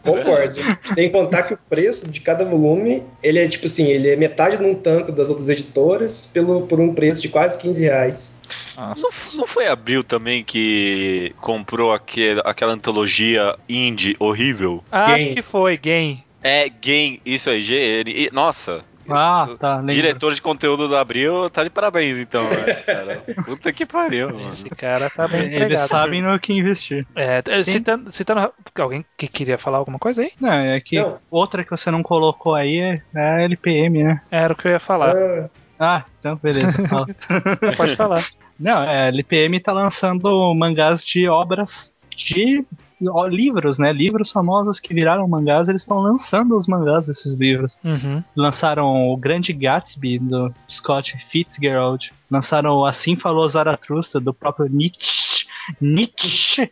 Speaker 6: Concordo. Sem contar que o preço de cada volume, ele é tipo assim, ele é metade de um tanco das outras editoras pelo, por um preço de quase 15 reais.
Speaker 3: Não, não foi a Abril também que comprou aquele, aquela antologia indie horrível?
Speaker 4: Ah,
Speaker 6: Game.
Speaker 4: Acho que foi, Game.
Speaker 3: É, Game, isso aí, GN. E- Nossa,
Speaker 2: Ah, tá. lembro.
Speaker 3: diretor de conteúdo da Abril tá de parabéns então, né, cara? Puta que pariu, mano.
Speaker 4: Esse cara tá bem
Speaker 2: Eles
Speaker 4: empregado.
Speaker 2: sabem no que investir.
Speaker 4: É, t-
Speaker 2: Sim.
Speaker 4: citando, citando. Alguém que queria falar alguma coisa aí?
Speaker 2: Não, é que
Speaker 6: Não.
Speaker 2: outra que você não colocou aí é a LPM, né?
Speaker 4: Era o que eu ia falar.
Speaker 6: Ah,
Speaker 2: Ah, então beleza. fala.
Speaker 4: Pode falar.
Speaker 2: não, é, a LPM tá lançando mangás de obras de ó, livros, né? Livros famosos que viraram mangás, eles estão lançando os mangás desses livros.
Speaker 4: Uhum.
Speaker 2: lançaram o Grande Gatsby do Scott Fitzgerald, lançaram o Assim Falou Zaratustra do próprio Nietzsche. Nietzsche.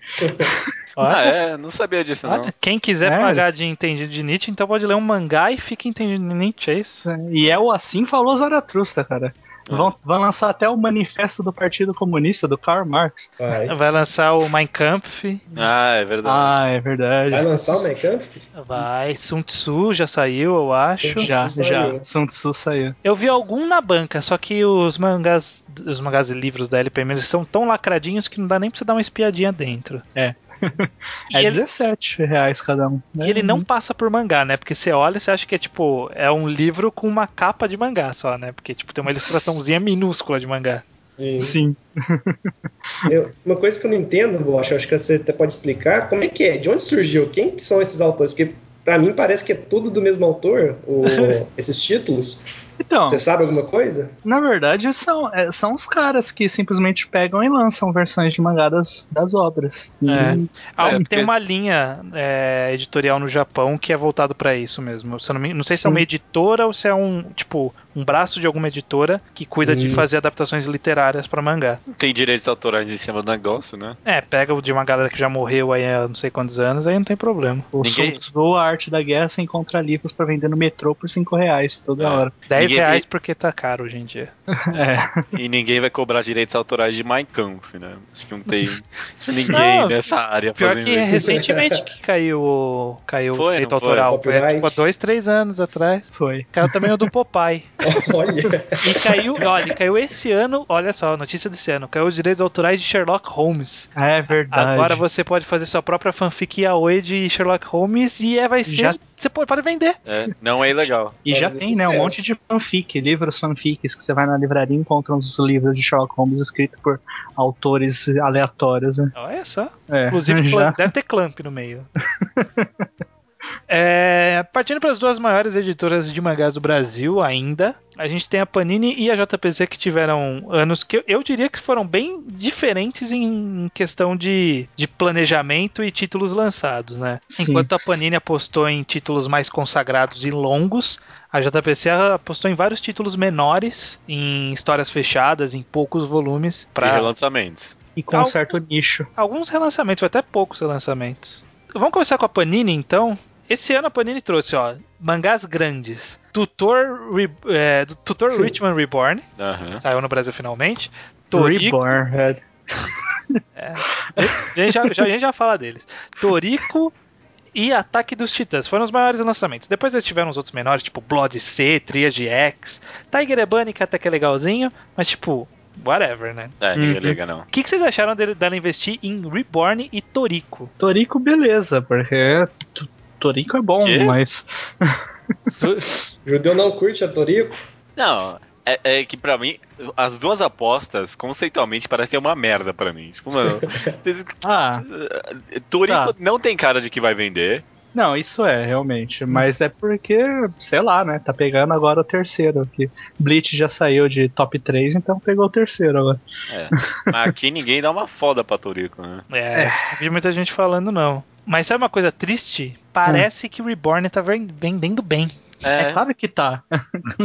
Speaker 4: Olha.
Speaker 3: Ah, é? Não sabia disso, não.
Speaker 4: Olha, ah, quem quiser
Speaker 2: É,
Speaker 4: pagar
Speaker 2: isso.
Speaker 4: de entendido de Nietzsche, então pode ler um mangá e fica entendido de Nietzsche, é isso?
Speaker 2: E é o Assim Falou Zaratustra, cara.
Speaker 4: É.
Speaker 2: Vão, vão lançar até o manifesto do Partido Comunista do Karl Marx.
Speaker 6: vai.
Speaker 4: Vai lançar o Mein Kampf,
Speaker 3: Ah, é verdade.
Speaker 2: Ah, é verdade.
Speaker 6: Vai lançar o Mecamp?
Speaker 4: vai. Sun Tzu já saiu, eu acho.
Speaker 6: Sun Tzu.
Speaker 2: Já,
Speaker 6: Saiu.
Speaker 2: já. Sun Tzu saiu.
Speaker 4: Eu vi algum na banca, só que os mangás, os mangás e livros da LPM eles são tão lacradinhos que não dá nem pra você dar uma espiadinha dentro.
Speaker 2: É.
Speaker 4: E
Speaker 2: É
Speaker 4: ele-
Speaker 2: 17 reais cada um.
Speaker 4: E ele não passa por mangá, né? Porque você olha e você acha que é tipo, é um livro com uma capa de mangá só, né? Porque tipo, tem uma ilustraçãozinha minúscula de mangá.
Speaker 6: Sim.
Speaker 2: Sim.
Speaker 6: Eu- uma coisa que eu não entendo, Bosch, eu acho que você até pode explicar, como é que é? De onde surgiu? Quem que são esses autores? Porque pra mim parece que é tudo do mesmo autor, o- esses títulos.
Speaker 2: Então,
Speaker 6: Você sabe alguma coisa?
Speaker 2: Na verdade, são, é, são os caras que simplesmente pegam e lançam versões de mangá das, das obras.
Speaker 4: É.
Speaker 2: E-
Speaker 4: Ah,
Speaker 3: É, porque-
Speaker 4: Tem uma linha é, editorial no Japão que é voltado pra isso mesmo. Se eu não, me- não sei se é uma
Speaker 2: Sim.
Speaker 4: editora ou se é um tipo um braço de alguma editora que cuida de
Speaker 6: Hum.
Speaker 4: fazer adaptações literárias pra mangá.
Speaker 3: Tem direitos autorais em cima do negócio, né?
Speaker 4: É, pega o de uma galera que já morreu aí há não sei quantos anos, aí não tem problema.
Speaker 2: O Sun
Speaker 3: Ninguém-
Speaker 2: Tzu, a arte da guerra, você encontra livros pra vender no metrô por 5 reais toda
Speaker 3: É.
Speaker 2: hora.
Speaker 4: 10
Speaker 3: Ninguém-
Speaker 4: reais porque tá caro hoje em dia.
Speaker 2: É.
Speaker 3: E ninguém vai cobrar direitos autorais de Mein Kampf, né? Acho que não tem ninguém
Speaker 4: Não,
Speaker 3: nessa área
Speaker 4: Pior
Speaker 3: fazendo
Speaker 4: que
Speaker 3: isso.
Speaker 4: recentemente que caiu, o- caiu o
Speaker 3: Foi,
Speaker 4: direito
Speaker 3: não foi?
Speaker 4: autoral. Foi,
Speaker 6: Copyright?
Speaker 4: tipo há dois, três anos atrás.
Speaker 2: Foi.
Speaker 4: Caiu também o do Popeye. E
Speaker 6: Olha,
Speaker 4: caiu, olha, e caiu esse ano, olha só, notícia desse ano, caiu os direitos autorais de Sherlock Holmes.
Speaker 2: É verdade.
Speaker 4: Agora você pode fazer sua própria fanfic yaoi de Sherlock Holmes e é, vai ser,
Speaker 2: Já-
Speaker 4: você pode, pode vender.
Speaker 3: É, não é ilegal.
Speaker 2: E já
Speaker 6: Faz
Speaker 2: tem, né, um
Speaker 6: sucesso.
Speaker 2: monte de fanfic, livros fanfics, que você vai na livraria e encontra uns livros de Sherlock Holmes escritos por autores aleatórios, né?
Speaker 4: Olha só.
Speaker 2: É,
Speaker 4: Inclusive,
Speaker 2: já.
Speaker 4: clamp- deve ter clamp no meio. É, partindo para as duas maiores editoras de mangás do Brasil ainda, a gente tem a Panini e a JPC que tiveram anos que eu, eu diria que foram bem diferentes em questão de, de planejamento e títulos lançados, né?
Speaker 2: Sim.
Speaker 4: Enquanto a Panini apostou em títulos mais consagrados e longos, a JPC apostou em vários títulos menores, em histórias fechadas, em poucos volumes,
Speaker 3: Pra... E
Speaker 4: para
Speaker 3: relançamentos.
Speaker 2: E com um certo nicho.
Speaker 4: alguns relançamentos, foi até poucos relançamentos. Vamos começar com a Panini, então. Esse ano a Panini trouxe, ó, mangás grandes. Tutor, Re- é, do- Tutor
Speaker 6: Sim.
Speaker 4: Richman Reborn,
Speaker 3: Aham.
Speaker 4: saiu no Brasil finalmente. Torico,
Speaker 2: Reborn, é. velho.
Speaker 4: a gente já, já- a gente já fala deles. Torico e Ataque dos Titãs. Foram os maiores lançamentos. Depois eles tiveram os outros menores, tipo Blood C, Triad X, Tiger e Bunny, que até que é legalzinho, mas tipo, whatever, né?
Speaker 3: É, ninguém
Speaker 2: Uhum.
Speaker 3: liga, não.
Speaker 4: O que, que vocês acharam dele- dela investir em Reborn e Toriko?
Speaker 2: Torico, beleza, porque t- Torico é bom,
Speaker 3: Quê?
Speaker 2: mas.
Speaker 6: Judeu não curte a Torico?
Speaker 3: Não, é, é que pra mim, as duas apostas, conceitualmente, parecem uma merda pra mim. Tipo, mano,
Speaker 2: Ah,
Speaker 3: Turico
Speaker 2: Tá.
Speaker 3: não tem cara de que vai vender.
Speaker 2: não, isso é, realmente. Mas é porque, sei lá, né? Tá pegando agora o terceiro aqui. Bleach já saiu de top 3, então pegou o terceiro agora.
Speaker 3: É. Mas aqui ninguém dá uma foda pra Turico, né?
Speaker 4: É, não vi muita gente falando, não. Mas sabe uma coisa triste? Parece que Reborn tá ven- vendendo bem.
Speaker 2: É, claro que tá.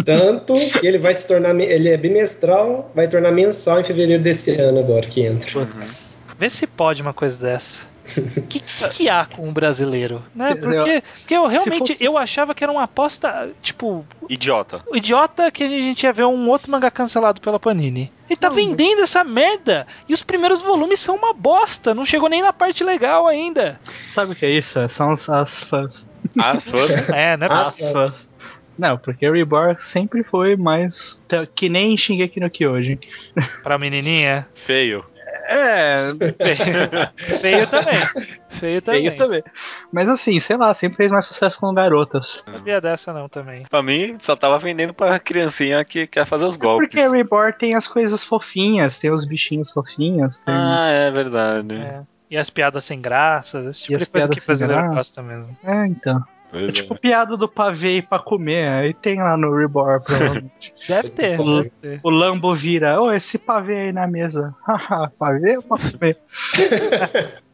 Speaker 6: Tanto que ele vai se tornar. me- Ele é bimestral, vai tornar mensal em fevereiro desse ano, agora que entra.
Speaker 2: Putz.
Speaker 4: Vê se pode uma coisa dessa. O que, que, que há com o brasileiro?
Speaker 2: É,
Speaker 4: Né? Porque, porque eu
Speaker 2: Se
Speaker 4: realmente
Speaker 2: fosse-
Speaker 4: eu achava que era uma aposta, tipo,
Speaker 3: Idiota.
Speaker 4: o idiota que a gente ia ver um outro mangá cancelado pela Panini. Ele tá vendendo essa merda! E os primeiros volumes são uma bosta, não chegou nem na parte legal ainda.
Speaker 2: Sabe o que é isso? São as, as fãs.
Speaker 3: As fãs.
Speaker 4: É, né?
Speaker 6: Ah,
Speaker 2: As fãs. Não, porque Reborn sempre foi mais. Que nem Shingeki no Kyojin.
Speaker 4: Pra menininha.
Speaker 3: Feio.
Speaker 2: É,
Speaker 4: Feio, feio também. Feio também.
Speaker 2: Feio também. Mas assim, sei lá, sempre fez mais sucesso com garotas.
Speaker 4: Não sabia dessa não também.
Speaker 3: Pra mim, só tava vendendo pra criancinha que quer fazer os golpes.
Speaker 2: Porque Reborn tem as coisas fofinhas, tem os bichinhos fofinhos, tem.
Speaker 3: Ah, é verdade.
Speaker 4: É. E as piadas sem graça, esse tipo
Speaker 2: E as
Speaker 4: de coisa
Speaker 2: piadas
Speaker 4: que
Speaker 2: sem
Speaker 4: brasileiro
Speaker 2: graça.
Speaker 4: gosta mesmo.
Speaker 2: É, então.
Speaker 3: Pois é.
Speaker 2: Tipo, piada do pavê e pra comer, aí tem lá no Reborn, provavelmente.
Speaker 4: Deve ter,
Speaker 2: Como-
Speaker 4: deve ter.
Speaker 2: o Lambo vira, ô, esse pavê aí na mesa. Haha, pavê ou pra comer?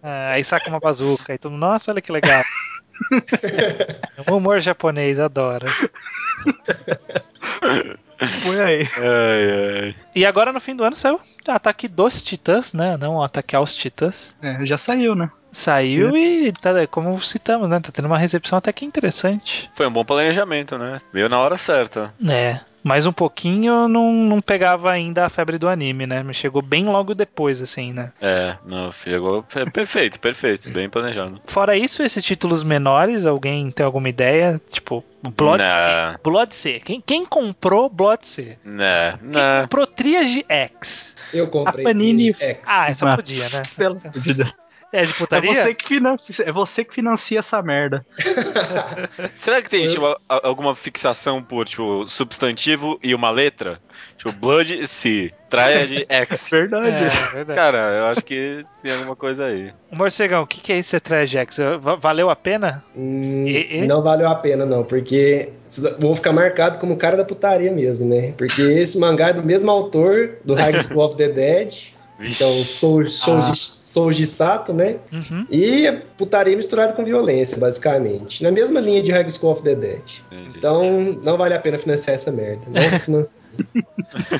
Speaker 4: Ah, aí saca uma bazuca e tudo. Nossa, olha que legal. o humor japonês, adora.
Speaker 2: Foi aí.
Speaker 3: Ai, ai.
Speaker 4: E agora no fim do ano saiu o ataque dos titãs, né? Não o ataque aos titãs.
Speaker 2: É, já saiu, né?
Speaker 4: Saiu e, tá- como citamos, né? Tá tendo uma recepção até que interessante.
Speaker 3: Foi um bom planejamento, né? Veio na hora certa.
Speaker 4: É. Mais um pouquinho não, não pegava ainda a febre do anime, né? Mas chegou bem logo depois, assim, né?
Speaker 3: É, não, chegou. é, Perfeito, perfeito. Bem planejado.
Speaker 4: Fora isso, esses títulos menores, alguém tem alguma ideia? Tipo, Blood
Speaker 3: Não.
Speaker 4: C. Blood C. Quem, quem comprou Blood C?
Speaker 3: Né,
Speaker 4: Quem
Speaker 3: né.
Speaker 4: comprou Triage X?
Speaker 6: Eu comprei.
Speaker 2: A Panini-
Speaker 6: Triad X.
Speaker 4: Ah, essa
Speaker 2: Ah.
Speaker 4: podia, né?
Speaker 2: Pela vida.
Speaker 4: É de
Speaker 2: É
Speaker 4: putaria?
Speaker 2: você, que finan- é você que financia essa merda.
Speaker 3: Será que tem tipo, a- a- alguma fixação por tipo, substantivo e uma letra? Tipo, Blood C, Triad X.
Speaker 2: Verdade.
Speaker 4: É, verdade.
Speaker 3: Cara, eu acho que tem alguma coisa aí.
Speaker 4: Morcegão, o que, que é esse Triage X? Va- Valeu a pena?
Speaker 6: Hum,
Speaker 4: E- e?
Speaker 6: Não valeu a pena, não, porque vou ficar marcado como o cara da putaria mesmo, né? Porque esse mangá é do mesmo autor do High School of the Dead, que é o Sou- Souji Souji Sato, né?
Speaker 4: Uhum.
Speaker 6: E é putaria misturada com violência, basicamente. Na mesma linha de High School of the Dead.
Speaker 3: Entendi.
Speaker 6: Então, não vale a pena financiar essa merda. Não financia.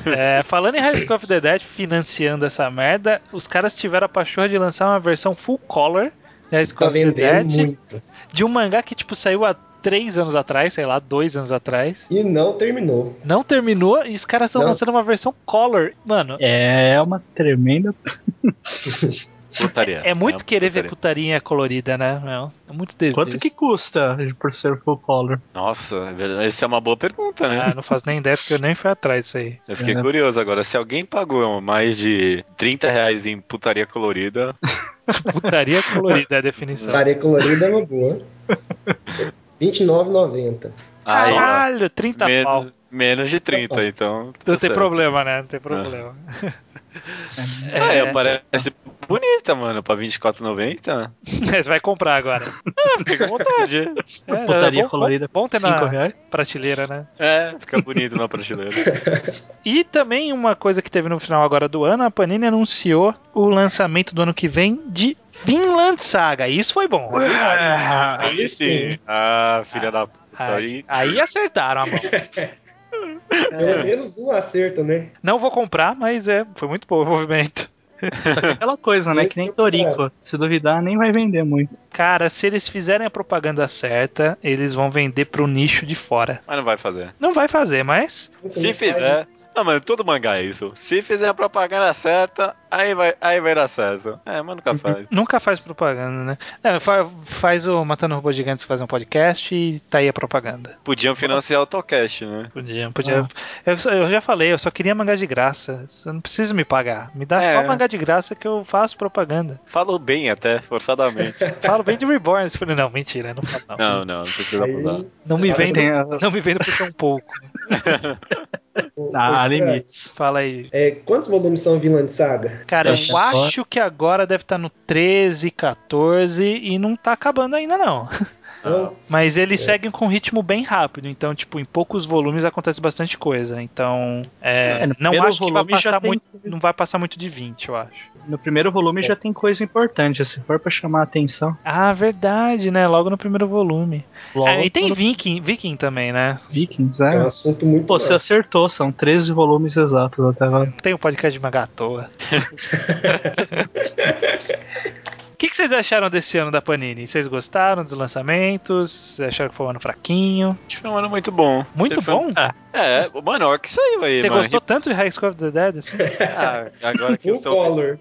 Speaker 4: É, falando em High School of the Dead financiando essa merda, os caras tiveram a pachorra de lançar uma versão full color de High School
Speaker 6: tá
Speaker 4: of the Dead
Speaker 6: vendendo muito.
Speaker 4: de um mangá que tipo saiu há três anos atrás, sei lá, dois anos atrás.
Speaker 6: E não terminou.
Speaker 4: Não terminou e os caras estão
Speaker 6: Não.
Speaker 4: lançando uma versão color. Mano,
Speaker 2: É uma tremenda.
Speaker 3: Putaria.
Speaker 4: é muito
Speaker 3: um
Speaker 4: querer ver
Speaker 3: putaria.
Speaker 4: putarinha colorida, né? Não, é muito desejo.
Speaker 2: Quanto que custa por ser full color?
Speaker 3: Nossa, é verdade. essa é uma boa pergunta, né?
Speaker 4: Ah, não faço nem ideia porque eu nem fui atrás disso aí.
Speaker 3: Eu fiquei
Speaker 2: É.
Speaker 3: curioso agora. Se alguém pagou mais de 30 reais em putaria colorida,
Speaker 4: Putaria colorida é a definição.
Speaker 6: Putaria colorida é uma boa. R$29,90.
Speaker 3: aí, ó,
Speaker 4: Caralho, 30 pau.
Speaker 3: menos, menos de 30, então. tá
Speaker 4: Não tem
Speaker 3: certo.
Speaker 4: problema, né? Não tem problema.
Speaker 3: Ah, é, parece bonita, mano, pra 24,90.
Speaker 4: Mas vai comprar agora.
Speaker 3: Ah, fiquei com vontade.
Speaker 4: É,
Speaker 2: Putaria
Speaker 4: é bom-
Speaker 2: colorida
Speaker 4: Bom, bom ter
Speaker 2: 5
Speaker 4: na
Speaker 2: reais?
Speaker 4: prateleira, né?
Speaker 3: É, fica bonito na prateleira.
Speaker 4: E também uma coisa que teve no final agora do ano, a Panini anunciou o lançamento do ano que vem de Vinland Saga. Isso foi bom.
Speaker 3: Aí sim. Ah, filha da puta.
Speaker 4: Aí,
Speaker 3: Aí,
Speaker 4: aí acertaram a mão.
Speaker 6: Pelo menos um acerto, né?
Speaker 4: Não vou comprar, mas é, foi muito bom o movimento.
Speaker 2: Só que é aquela coisa, né? Que nem
Speaker 6: Esse é o cara.
Speaker 2: Torico. Se duvidar, nem vai vender muito.
Speaker 4: Cara, se eles fizerem a propaganda certa, eles vão vender pro nicho de fora.
Speaker 3: mas não vai fazer.
Speaker 4: Não vai fazer, mas
Speaker 3: Se fizer, Ah, mano, todo mangá é isso. Se fizer a propaganda certa, aí vai, aí vai dar certo. É, mas
Speaker 4: Uhum.
Speaker 3: nunca faz.
Speaker 4: Nunca faz propaganda, né? Não, fa- faz o Matando Robôs Gigantes fazer um podcast e tá aí a propaganda.
Speaker 3: Podiam financiar o Tocast, né?
Speaker 4: Podia, podia. Eu, só- eu já falei, eu só queria mangá de graça. Você não precisa me pagar. Me dá
Speaker 3: É.
Speaker 4: só mangá de graça que eu faço propaganda.
Speaker 3: Falou bem até, forçadamente.
Speaker 4: Falo bem de Reborn. Eu falei, não, mentira, não falo, não.
Speaker 3: não, não, não precisa usar.
Speaker 6: Aí,
Speaker 4: Não me vendo.
Speaker 2: Tem,
Speaker 4: Não me vendo por tão pouco.
Speaker 6: o- o
Speaker 2: ah,
Speaker 6: Stra-
Speaker 2: limites.
Speaker 4: Fala aí.
Speaker 6: é, quantos volumes são Vinland Saga?
Speaker 4: Cara,
Speaker 2: Acho
Speaker 4: eu
Speaker 2: que agora-
Speaker 4: acho que agora deve estar no 13, 14 e não tá acabando ainda, não.
Speaker 6: Não?
Speaker 4: Mas
Speaker 2: É.
Speaker 4: eles seguem com um ritmo bem rápido, então, tipo, em poucos volumes acontece bastante coisa. Então, é,
Speaker 2: É, no
Speaker 4: não
Speaker 2: primeiro
Speaker 4: acho que vai
Speaker 2: volume já
Speaker 4: passar
Speaker 2: tem- um-
Speaker 4: muito. Não vai passar muito de 20, eu acho.
Speaker 2: No primeiro volume já tem coisa importante, se for pra chamar a atenção.
Speaker 4: Ah, verdade, né? Logo no primeiro volume.
Speaker 2: Logo
Speaker 4: Ah, e tem
Speaker 2: quando-
Speaker 4: Viking, Viking também, né?
Speaker 2: Vikings,
Speaker 6: É um
Speaker 2: é.
Speaker 6: assunto muito.
Speaker 2: Pô, você
Speaker 6: vasto.
Speaker 2: acertou, são 13 volumes exatos até agora.
Speaker 4: Tem o podcast de Magatoa. O que, que vocês acharam desse ano da Panini? Vocês gostaram dos lançamentos? Vocês acharam que foi um ano fraquinho?
Speaker 3: Foi um ano muito bom.
Speaker 4: Muito
Speaker 3: Foi-
Speaker 4: bom?
Speaker 3: É, o maior que saiu aí,
Speaker 4: Você
Speaker 3: mano.
Speaker 4: gostou tanto de High School of the Dead? assim?
Speaker 3: Ah, agora que eu
Speaker 6: Full
Speaker 3: sou.
Speaker 6: Color.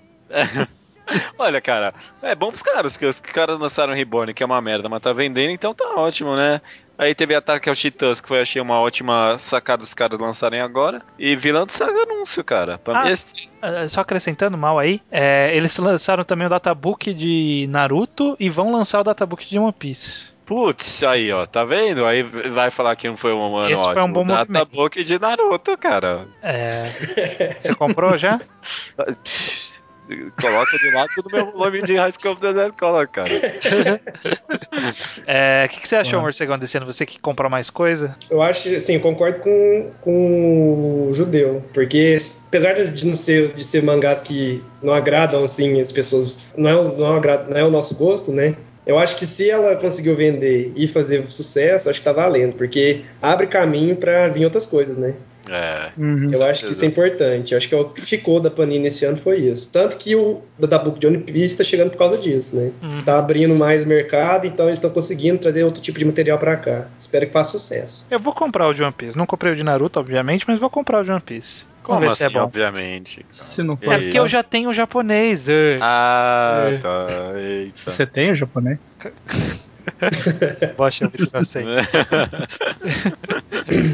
Speaker 3: Olha, cara, é bom pros caras, que os caras lançaram Reborn, que é uma merda, mas tá vendendo, então tá ótimo, né? Aí teve Ataque aos Titãs, que foi, achei uma ótima sacada os caras lançarem agora. E Vilã do Saga Anúncio, cara. Pra
Speaker 4: Ah.
Speaker 3: mim, esse-
Speaker 4: Ah, Só acrescentando mal aí, é, eles lançaram também o databook de Naruto e vão lançar o databook de One Piece.
Speaker 3: Putz, aí, ó, tá vendo? Aí vai falar que não foi um ano
Speaker 4: Esse foi
Speaker 3: ótimo.
Speaker 4: um bom movimento.
Speaker 3: Databook de Naruto, cara.
Speaker 4: É, você comprou já?
Speaker 3: Coloca de lado do meu volume de High School of the Dead Color, cara.
Speaker 4: É, O que, que você achou, Morcegão, desse ano? Você que comprou mais coisa?
Speaker 6: Eu acho, assim, eu concordo com, com o judeu, porque apesar de não ser, de ser mangás que não agradam, assim, as pessoas, não é, o- não, é o agrado- não é o nosso gosto, né? Eu acho que se ela conseguiu vender e fazer sucesso, acho que tá valendo, porque abre caminho pra vir outras coisas, né?
Speaker 3: É.
Speaker 6: Eu acho que isso é importante. Eu acho que é o que ficou da Panini esse ano foi isso. Tanto que o da Book de One Piece tá chegando por causa disso, né?
Speaker 4: Uhum.
Speaker 6: Tá abrindo mais o mercado, então eles estão conseguindo trazer outro tipo de material pra cá. Espero que faça sucesso.
Speaker 4: Eu vou comprar o de One Piece. Não comprei o de Naruto, obviamente, mas vou comprar o de One Piece.
Speaker 3: Como
Speaker 4: Vamos ver se é
Speaker 3: assim,
Speaker 4: bom.
Speaker 3: obviamente.
Speaker 2: Se não for.
Speaker 4: É porque eu já tenho o japonês. é.
Speaker 3: Ah,
Speaker 4: É.
Speaker 3: tá.
Speaker 2: Se
Speaker 3: Eita.
Speaker 2: você tem o japonês?
Speaker 4: Esse bosta é muito inocente.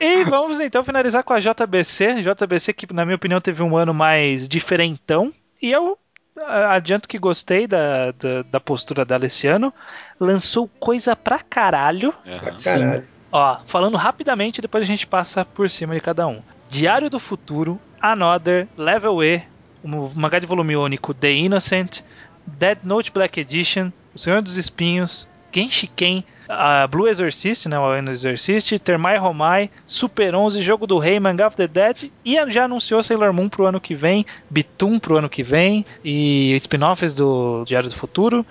Speaker 4: E vamos então finalizar com a JBC. JBC que, na minha opinião, teve um ano mais diferentão. E eu ah, adianto que gostei da, da, da postura dela esse ano. Lançou coisa pra caralho.
Speaker 3: Aham.
Speaker 6: Caralho.
Speaker 4: Ó, falando rapidamente, depois a gente passa por cima de cada um. Diário do Futuro, Another, Level E, o mangá de volume único The Innocent, Dead Note Black Edition, O Senhor dos Espinhos, Genshiken, a Blue Exorcist, né, o Exorcist, Termai Romai, Super 11, Jogo do Rei, Manga of the Dead e já anunciou Sailor Moon pro ano que vem, Bitum pro ano que vem e spin-offs do Diário do Futuro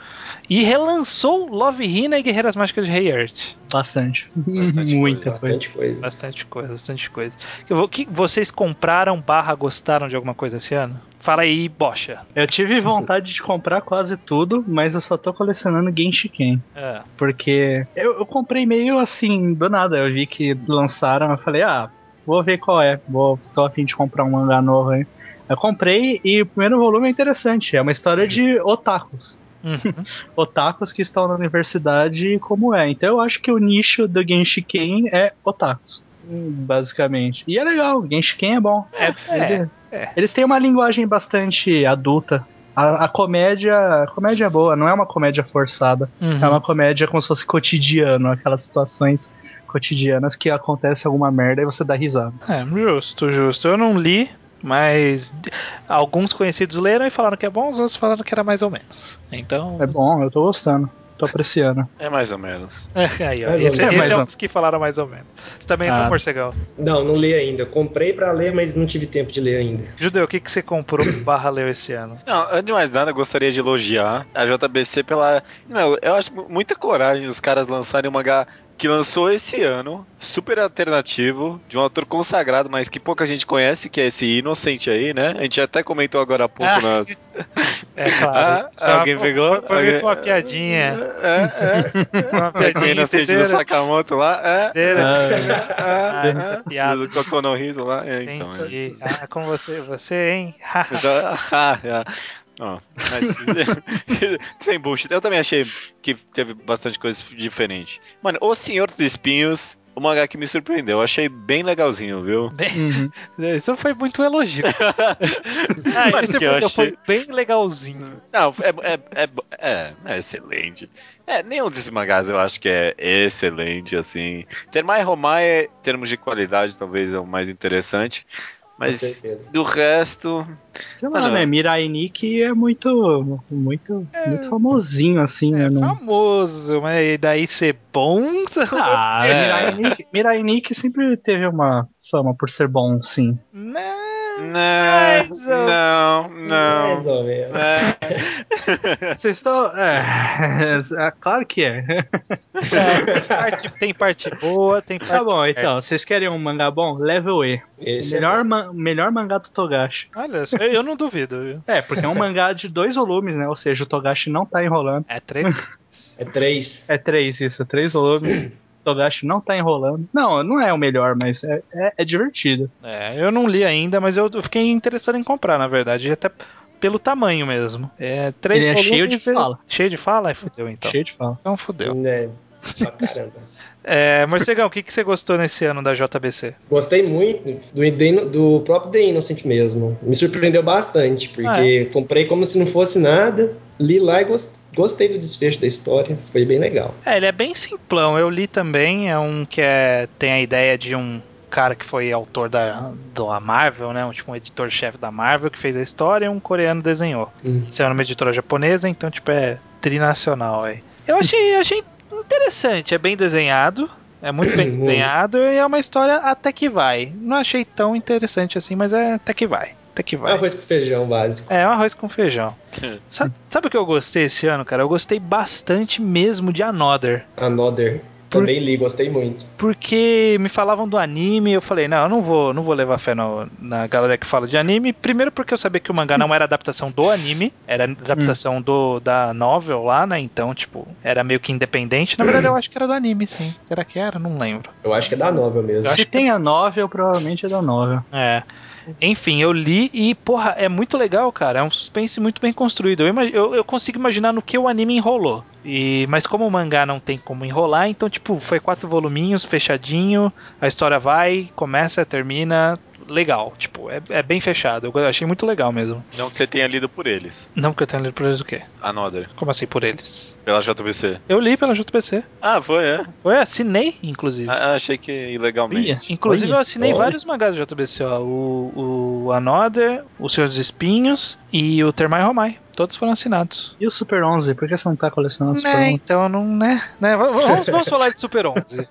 Speaker 4: e relançou Love Hina e Guerreiras Mágicas de Rei Earth.
Speaker 2: Bastante.
Speaker 3: Bastante
Speaker 2: Muita coisa.
Speaker 6: Bastante coisa.
Speaker 4: Bastante coisa, bastante coisa. Eu vou- que vocês compraram barra gostaram de alguma coisa esse ano? Fala aí, bocha.
Speaker 2: Eu tive vontade de comprar quase tudo, mas eu só tô colecionando Genshiken.
Speaker 4: É.
Speaker 2: Porque eu, eu comprei meio assim, do nada. Eu vi que lançaram, eu falei, ah, vou ver qual é. Vou, tô a fim de comprar um mangá novo aí. Eu comprei e o primeiro volume é interessante. É uma história de otakus.
Speaker 4: Uhum.
Speaker 2: Otakus que estão na universidade como é. Então eu acho que o nicho do Genshiken é otakus. Basicamente. E é legal, Genshiken é bom. É, ele-
Speaker 4: é.
Speaker 2: Eles têm uma linguagem bastante adulta. A, a comédia. A comédia é boa, não é uma comédia forçada.
Speaker 4: Uhum.
Speaker 2: É uma comédia como se fosse cotidiano, aquelas situações cotidianas que acontece alguma merda e você dá risada.
Speaker 4: É, justo, justo. Eu não li, mas d- alguns conhecidos leram e falaram que é bom, os outros falaram que era mais ou menos. Então.
Speaker 2: É bom, eu tô gostando, tô apreciando.
Speaker 3: É mais ou menos.
Speaker 4: aí, ó.
Speaker 6: Mais ou
Speaker 4: Esse,
Speaker 2: menos.
Speaker 4: esse é
Speaker 2: Mais
Speaker 4: um
Speaker 2: ou-
Speaker 4: dos que falaram mais ou menos. Você também
Speaker 2: Ah.
Speaker 4: não, morcegão.
Speaker 6: Não, não li ainda. Comprei pra ler, mas não tive tempo de ler ainda.
Speaker 4: Judeu, o que, que você comprou barra leu esse ano?
Speaker 3: Não, antes de mais nada, eu gostaria de elogiar a JBC pela. Não, eu acho mu- muita coragem os caras lançarem um mangá que lançou esse ano, super alternativo, de um autor consagrado,
Speaker 4: Ah,
Speaker 3: mas que pouca gente conhece, que é esse Inocente aí, né? A gente até comentou agora há pouco nas,
Speaker 4: É claro.
Speaker 3: Ah,
Speaker 4: Isso foi uma-
Speaker 3: alguém pegou?
Speaker 4: Foi meio
Speaker 3: Alguém-
Speaker 4: que uma piadinha.
Speaker 3: É, é.
Speaker 4: Uma
Speaker 3: Piadinha
Speaker 4: piadinha
Speaker 3: inocente do
Speaker 4: inteira.
Speaker 3: Sakamoto lá. É,
Speaker 4: Inteira. Ah,
Speaker 3: é,
Speaker 4: essa
Speaker 3: é.
Speaker 4: piada.
Speaker 3: Do Kokonohito lá. É, então. é.
Speaker 4: Entendi. Ah, com você, você, hein? Haha.
Speaker 3: Então, ah, é. Ó, mas- sem bullshit. Eu também achei que teve bastante coisa diferente. Mano, O Senhor dos Espinhos, o mangá que me surpreendeu. Eu achei bem legalzinho, viu?
Speaker 4: Bem,
Speaker 2: Uhum.
Speaker 4: isso foi muito um elogio. Ah,
Speaker 3: Mano,
Speaker 4: esse
Speaker 3: que eu
Speaker 4: foi,
Speaker 3: achei-
Speaker 4: foi bem legalzinho.
Speaker 3: Não, é, é, é, bo- é, é excelente. É, nenhum desses mangás eu acho que é excelente, assim. Termai Romai, em termos de qualidade, talvez é o mais interessante.
Speaker 6: Com
Speaker 3: Mas
Speaker 6: certeza.
Speaker 3: do resto.
Speaker 2: Sei lá,
Speaker 3: Ah, não.
Speaker 2: né? Mirai Nikki é muito, muito, muito famosinho, assim, né?
Speaker 4: É
Speaker 2: não-
Speaker 4: famoso, mas e daí ser bom. sei lá.
Speaker 2: Ah,
Speaker 3: É.
Speaker 2: Mirai, Nikki, Mirai Nikki sempre teve uma fama por ser bom, sim.
Speaker 4: Né?
Speaker 3: Não,
Speaker 4: ou-
Speaker 3: né, não, não.
Speaker 6: Mais ou menos.
Speaker 3: É,
Speaker 2: Vocês estão. É, é, claro que é.
Speaker 4: Tem parte, tem parte boa, tem parte.
Speaker 2: Tá bom, então. Vocês querem um mangá bom? Level E.
Speaker 6: Esse é
Speaker 2: Melhor, ma- melhor mangá do Togashi.
Speaker 4: Olha, eu- eu não duvido. viu?
Speaker 2: É, porque é um mangá de dois volumes, né? Ou seja, o Togashi não tá enrolando.
Speaker 4: É três.
Speaker 6: É três.
Speaker 2: É três, isso. Três volumes. O Togashi não tá enrolando. Não, não é o melhor, mas é, é, é divertido.
Speaker 4: É, eu não li ainda, mas eu eu fiquei interessado em comprar, na verdade. Até pelo tamanho mesmo. É, três
Speaker 2: Ele é cheio
Speaker 4: volumes,
Speaker 2: de
Speaker 4: ele-
Speaker 2: fala.
Speaker 4: Cheio de fala? Ai, fudeu então.
Speaker 2: Cheio de fala.
Speaker 4: Então fudeu.
Speaker 6: Né? Pra caramba.
Speaker 4: É, Morcegão, o que, que você gostou nesse ano da JBC?
Speaker 6: Gostei muito do, ID do próprio The Innocent mesmo. Me surpreendeu bastante, porque
Speaker 4: Ah,
Speaker 6: comprei como se não fosse nada, li lá e gos- gostei do desfecho da história. Foi bem legal.
Speaker 4: É, ele é bem simplão. Eu li também, é um que é, tem a ideia de um cara que foi autor da, da Marvel, né? Um, tipo, um editor-chefe da Marvel que fez a história e um coreano desenhou.
Speaker 6: Hum.
Speaker 4: Isso é uma editora japonesa, então, tipo, é trinacional aí. Eu achei, achei interessante, é bem desenhado. É muito bem
Speaker 6: Muito.
Speaker 4: desenhado e é uma história até que vai. Não achei tão interessante assim, mas é até que vai. Até que vai.
Speaker 6: Arroz com feijão básico.
Speaker 4: É, um arroz com feijão. sabe, sabe o que eu gostei esse ano, cara? Eu gostei bastante mesmo de Another.
Speaker 6: Another.
Speaker 4: Por-
Speaker 6: Também li, gostei muito.
Speaker 4: Porque me falavam do anime, eu falei, não, eu não vou, não vou levar fé no- na galera que fala de anime. Primeiro porque eu sabia que o mangá não era adaptação do anime, era adaptação do da novel lá, né? Então, tipo, era meio que independente. Na verdade, eu acho que era do anime, sim. Será que era? Não lembro.
Speaker 6: Eu acho que é da novel mesmo.
Speaker 2: Se tem a novel, provavelmente é da novel.
Speaker 4: É. Enfim, eu li e, porra, é muito legal, cara. É um suspense muito bem construído. Eu, ima- eu, eu consigo imaginar no que o anime enrolou. E, mas como o mangá não tem como enrolar, então, tipo, foi quatro voluminhos, fechadinho. A história vai, começa, termina. Legal, tipo, é, é bem fechado. Eu go- achei muito legal mesmo.
Speaker 3: Não que você tenha lido por eles.
Speaker 4: Não que eu tenha lido por eles o quê?
Speaker 3: Another.
Speaker 4: Como assim por eles?
Speaker 3: Pela JVC.
Speaker 4: Eu li pela JPC.
Speaker 3: Ah, foi, é.
Speaker 4: Eu assinei, inclusive.
Speaker 3: Ah, achei que ilegalmente.
Speaker 2: Ia.
Speaker 4: Inclusive,
Speaker 2: Olha,
Speaker 4: eu assinei
Speaker 6: olha.
Speaker 4: vários mangás do JBC, ó. O, o Another, O Senhor dos Espinhos e o Termai Romai. Todos foram assinados.
Speaker 2: E o Super 11? Por que você não tá colecionando o Super
Speaker 4: Né,
Speaker 2: 11?
Speaker 4: então, não, né? né, v- v- Vamos, vamos falar de Super 11.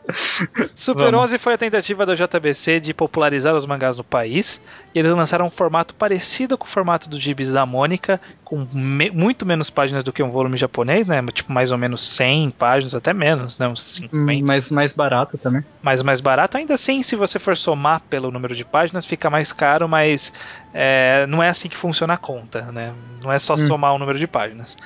Speaker 4: Super
Speaker 2: Vamos.
Speaker 4: 11 foi a tentativa da JBC de popularizar os mangás no país. E eles lançaram um formato parecido com o formato do Gibis da Mônica, com me- muito menos páginas do que um volume japonês, né? Tipo, mais ou menos 100 páginas, até menos, né? Uns 50.
Speaker 2: Hum, mas mais barato também.
Speaker 4: mas mais barato. Ainda assim, se você for somar pelo número de páginas, fica mais caro, mas é, não é assim que funciona a conta, né? Não é
Speaker 3: Hum.
Speaker 4: só somar o número de páginas.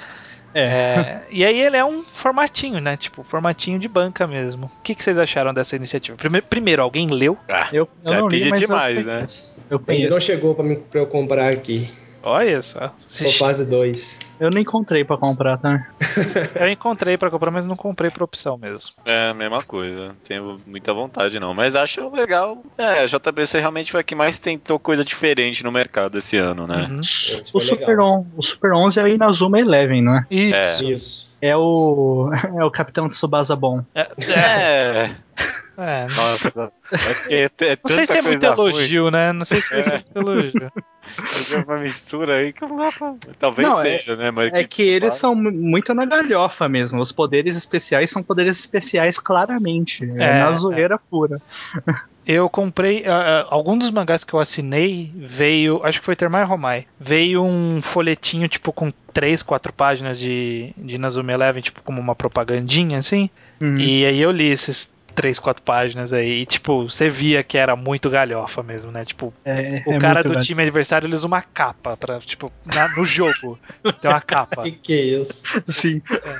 Speaker 4: É, e aí ele é um formatinho, né? Tipo, formatinho de banca mesmo. O que, que vocês acharam dessa iniciativa? Prime- Primeiro, alguém leu?
Speaker 3: Ah,
Speaker 2: Eu, eu
Speaker 3: Vai
Speaker 2: não li,
Speaker 3: pedir
Speaker 2: mas
Speaker 3: demais,
Speaker 2: eu
Speaker 3: né?
Speaker 2: conheço. Eu
Speaker 6: Ainda não
Speaker 2: conheço.
Speaker 6: chegou pra, mim, pra eu comprar aqui.
Speaker 4: Olha só.
Speaker 6: Sou fase 2.
Speaker 2: Eu não encontrei pra comprar, tá?
Speaker 4: Eu encontrei pra comprar, mas não comprei por opção mesmo.
Speaker 3: é a mesma coisa. Não Tenho muita vontade, não. Mas acho legal. É, a JBC realmente foi a que mais tentou coisa diferente no mercado esse ano, né?
Speaker 4: Uhum.
Speaker 2: O Super, On, o Super 11 é o Inazuma Eleven, não é?
Speaker 4: Isso.
Speaker 6: Isso.
Speaker 2: É o, é o Capitão Tsubasa Bom.
Speaker 3: É.
Speaker 4: É,
Speaker 3: Nossa. É, que é, é
Speaker 4: Não
Speaker 3: tanta
Speaker 4: sei se é muito
Speaker 3: coisa ruim,
Speaker 4: elogio, né? Não sei se isso é muito elogio.
Speaker 3: fazer Uma mistura aí que não dá pra... Talvez
Speaker 2: Não, é-
Speaker 3: seja, né? Mas
Speaker 2: É que eles são mu- muito na galhofa mesmo. Os poderes especiais são poderes especiais claramente. É,
Speaker 4: É,
Speaker 2: na zoeira pura.
Speaker 4: Eu comprei. ah, ah, algum dos mangás que eu assinei veio. Acho que foi Termai Romai. Veio um folhetinho, tipo, com três, quatro páginas de, de Nazumi Eleven, tipo, como uma propagandinha, assim.
Speaker 2: Hum.
Speaker 4: E aí eu li esses três, quatro páginas aí. E, tipo, você via que era muito galhofa mesmo, né? Tipo,
Speaker 2: É,
Speaker 4: o
Speaker 2: é
Speaker 4: cara
Speaker 2: muito
Speaker 4: do
Speaker 2: grande.
Speaker 4: time adversário ele usa uma capa para tipo, na- no jogo. Tem uma capa.
Speaker 6: Que que é isso?
Speaker 2: Sim.
Speaker 4: Então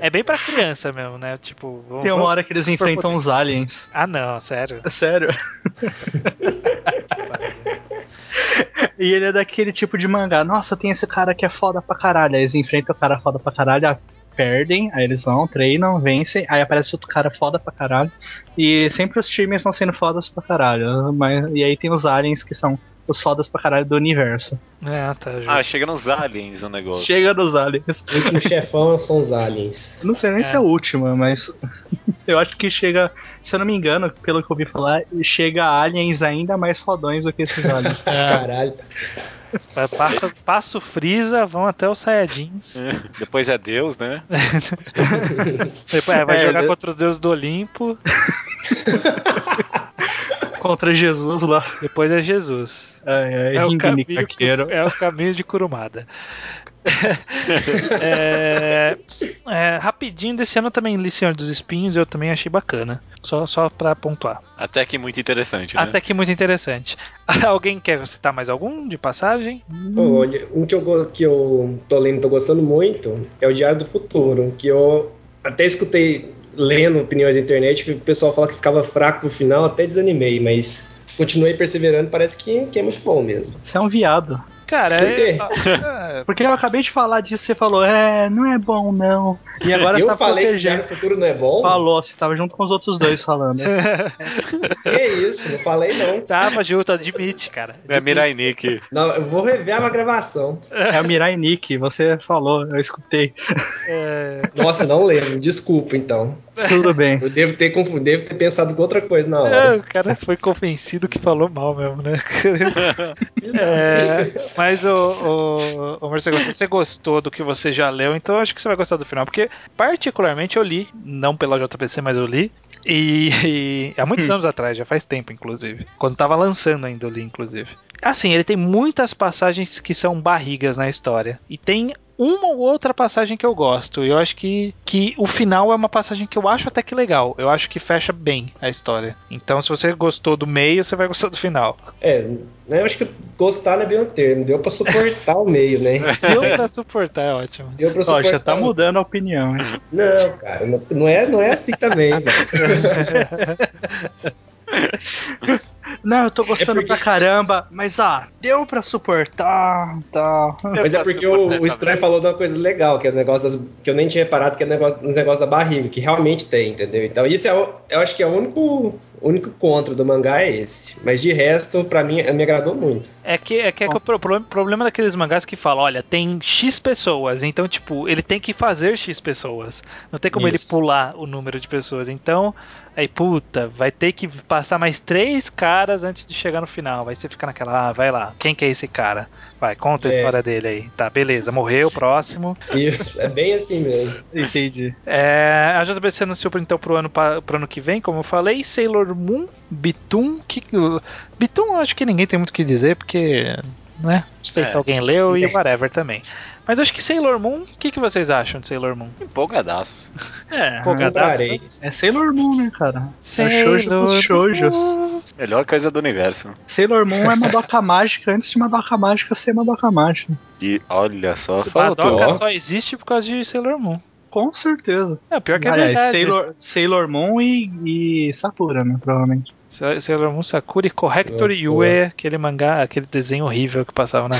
Speaker 4: É, é bem pra criança mesmo, né? Tipo, vamos-
Speaker 2: Tem uma hora que eles enfrentam
Speaker 4: superpoder.
Speaker 2: os aliens.
Speaker 4: Ah, não, sério.
Speaker 2: É Sério. E ele é daquele tipo de mangá. Nossa, tem esse cara que é foda pra caralho. Aí eles enfrentam o cara foda pra caralho, ah, perdem, aí eles vão, treinam, vencem, aí aparece outro cara foda pra caralho. E sempre os times estão sendo fodas pra caralho. Mas, e aí tem os aliens que são os fodas pra caralho do universo.
Speaker 4: Ah, tá. justo.
Speaker 3: Ah, chega nos aliens o negócio.
Speaker 2: Chega dos aliens.
Speaker 6: O último chefão são os aliens.
Speaker 2: Eu Não sei nem
Speaker 4: É.
Speaker 2: se é a última, mas eu acho que chega, se eu não me engano, pelo que eu ouvi falar, chega aliens ainda mais fodões do que esses aliens.
Speaker 6: Caralho.
Speaker 4: Pa- É, Passa, passa o Freeza, vão até o Saiyajins.
Speaker 3: Depois é Deus, né?
Speaker 4: Depois é, vai
Speaker 2: É,
Speaker 4: jogar
Speaker 2: de-
Speaker 4: contra os deuses do Olimpo.
Speaker 2: Contra Jesus lá. É
Speaker 4: Depois é Jesus.
Speaker 2: Ai, ai, Ringo de Caqueiro.
Speaker 4: é o caminho de Kurumada. É, é, rapidinho, desse ano também li Senhor dos Espinhos, eu também achei bacana. Só, só pra pontuar.
Speaker 3: Até que muito interessante, né?
Speaker 4: Até que muito interessante. Alguém quer citar mais algum de passagem?
Speaker 6: Pô, Olha, um que eu, go- que eu tô lendo e tô gostando muito é o Diário do Futuro, que eu até escutei lendo opiniões na internet, que o pessoal fala que ficava fraco no final, até desanimei, mas continuei perseverando, parece que, que é muito bom mesmo.
Speaker 2: Você é um viado.
Speaker 4: Cara,
Speaker 6: Por
Speaker 4: é-
Speaker 6: quê?
Speaker 4: é-
Speaker 2: Porque eu acabei de falar disso, você falou, é, não é bom não. E agora
Speaker 6: eu
Speaker 2: tá
Speaker 6: falei que o
Speaker 2: protegendo.
Speaker 6: Diário do Futuro não é bom?
Speaker 2: Falou, você tava junto com os outros dois falando.
Speaker 6: Que é isso, não falei não.
Speaker 4: tava junto, admite, cara.
Speaker 3: É Mirai Nick.
Speaker 6: Não, eu vou rever a gravação.
Speaker 2: É o Mirai Nick, você falou, eu escutei.
Speaker 6: Nossa, não lembro, desculpa então.
Speaker 2: Tudo bem.
Speaker 6: Eu devo ter confundido, devo ter pensado com outra coisa na
Speaker 4: É,
Speaker 6: hora.
Speaker 4: o cara foi convencido que falou mal mesmo, né? É, mas, o, o, Marcelo, se você gostou do que você já leu, então eu acho que você vai gostar do final. Porque, particularmente, eu li, não pela JPC, mas eu li. E, e há muitos anos atrás, já faz tempo, inclusive. Quando tava lançando ainda, eu li, inclusive. Assim, ele tem muitas passagens que são barrigas na história. E tem uma ou outra passagem que eu gosto. E eu acho que, que o final é uma passagem que eu acho até que legal. Eu acho que fecha bem a história. Então, se você gostou do meio, você vai gostar do final.
Speaker 6: É, né, eu acho que gostar não é bem o termo, deu pra suportar o meio, né?
Speaker 4: Deu pra suportar, é ótimo.
Speaker 6: Deu pra
Speaker 2: Ó,
Speaker 6: suportar
Speaker 2: já tá
Speaker 6: o
Speaker 2: mudando a opinião, hein?
Speaker 6: Não, cara, não- não é, não é assim também, velho.
Speaker 2: Não, eu tô gostando
Speaker 6: É porque-
Speaker 2: pra caramba, mas ah, deu pra suportar, tá.
Speaker 6: Mas é porque o, o Estranho falou de uma coisa legal, que é o negócio das, que eu nem tinha reparado, que é o negócio, nos negócios da barriga, que realmente tem, entendeu? Então isso é, o- eu acho que é o único, único contra do mangá é esse. Mas de resto, pra mim, me agradou muito.
Speaker 4: É que é, que, é que o pro- pro- problema daqueles mangás que falam, olha, tem X pessoas, então, tipo, ele tem que fazer X pessoas. Não tem como ele
Speaker 6: Isso.
Speaker 4: pular o número de pessoas. Então, aí, puta, vai ter que passar mais três caras antes de chegar no final. Aí você fica naquela, ah, vai lá, quem que é esse cara? Vai, conta a
Speaker 6: É.
Speaker 4: história dele aí. Tá, beleza, morreu, próximo.
Speaker 6: Isso, é bem assim mesmo.
Speaker 2: Entendi.
Speaker 4: É, a JBC anunciou então pro ano, pa- pro ano que vem, como eu falei, Sailor Moon, Bitum, que. o- Bitum eu acho que ninguém tem muito o que dizer, porque. né? Não sei
Speaker 3: É.
Speaker 4: se alguém leu e whatever também. Mas acho que Sailor Moon, o que, que vocês acham de Sailor Moon?
Speaker 3: Empolgadaço.
Speaker 4: É,
Speaker 6: Comprarei.
Speaker 2: É Sailor Moon, né, cara? shoujo
Speaker 4: Sailor
Speaker 2: dos shoujos.
Speaker 4: Moon.
Speaker 3: Melhor coisa do universo. né?
Speaker 2: Sailor Moon é Madoka Mágica antes de Madoka Mágica ser Madoka Mágica.
Speaker 3: E olha só,
Speaker 4: Esse
Speaker 3: falou tudo.
Speaker 4: Madoka
Speaker 6: ó.
Speaker 4: só existe por causa de Sailor Moon.
Speaker 2: Com certeza.
Speaker 4: É, pior que é
Speaker 2: Aliás,
Speaker 4: verdade.
Speaker 2: Sailor, Sailor Moon e, e Sakura, né, provavelmente.
Speaker 4: Sa- Sailor Moon Sakura e Corrector Yue, aquele mangá, aquele desenho horrível que passava na.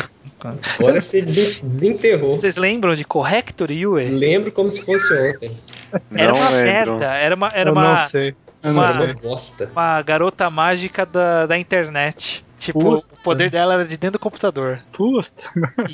Speaker 6: Agora você desen- desenterrou.
Speaker 4: Vocês lembram de Corrector Yue?
Speaker 6: Lembro como se fosse ontem.
Speaker 4: Era
Speaker 3: Não
Speaker 4: uma
Speaker 3: lembro.
Speaker 4: merda, era uma, era
Speaker 2: Eu
Speaker 4: uma,
Speaker 2: não sei. Eu não
Speaker 4: uma-
Speaker 6: Nossa,
Speaker 2: sei.
Speaker 6: uma bosta.
Speaker 4: uma garota mágica da, da internet. Tipo,
Speaker 2: Puta.
Speaker 4: o poder dela era de dentro do computador.
Speaker 2: Puta.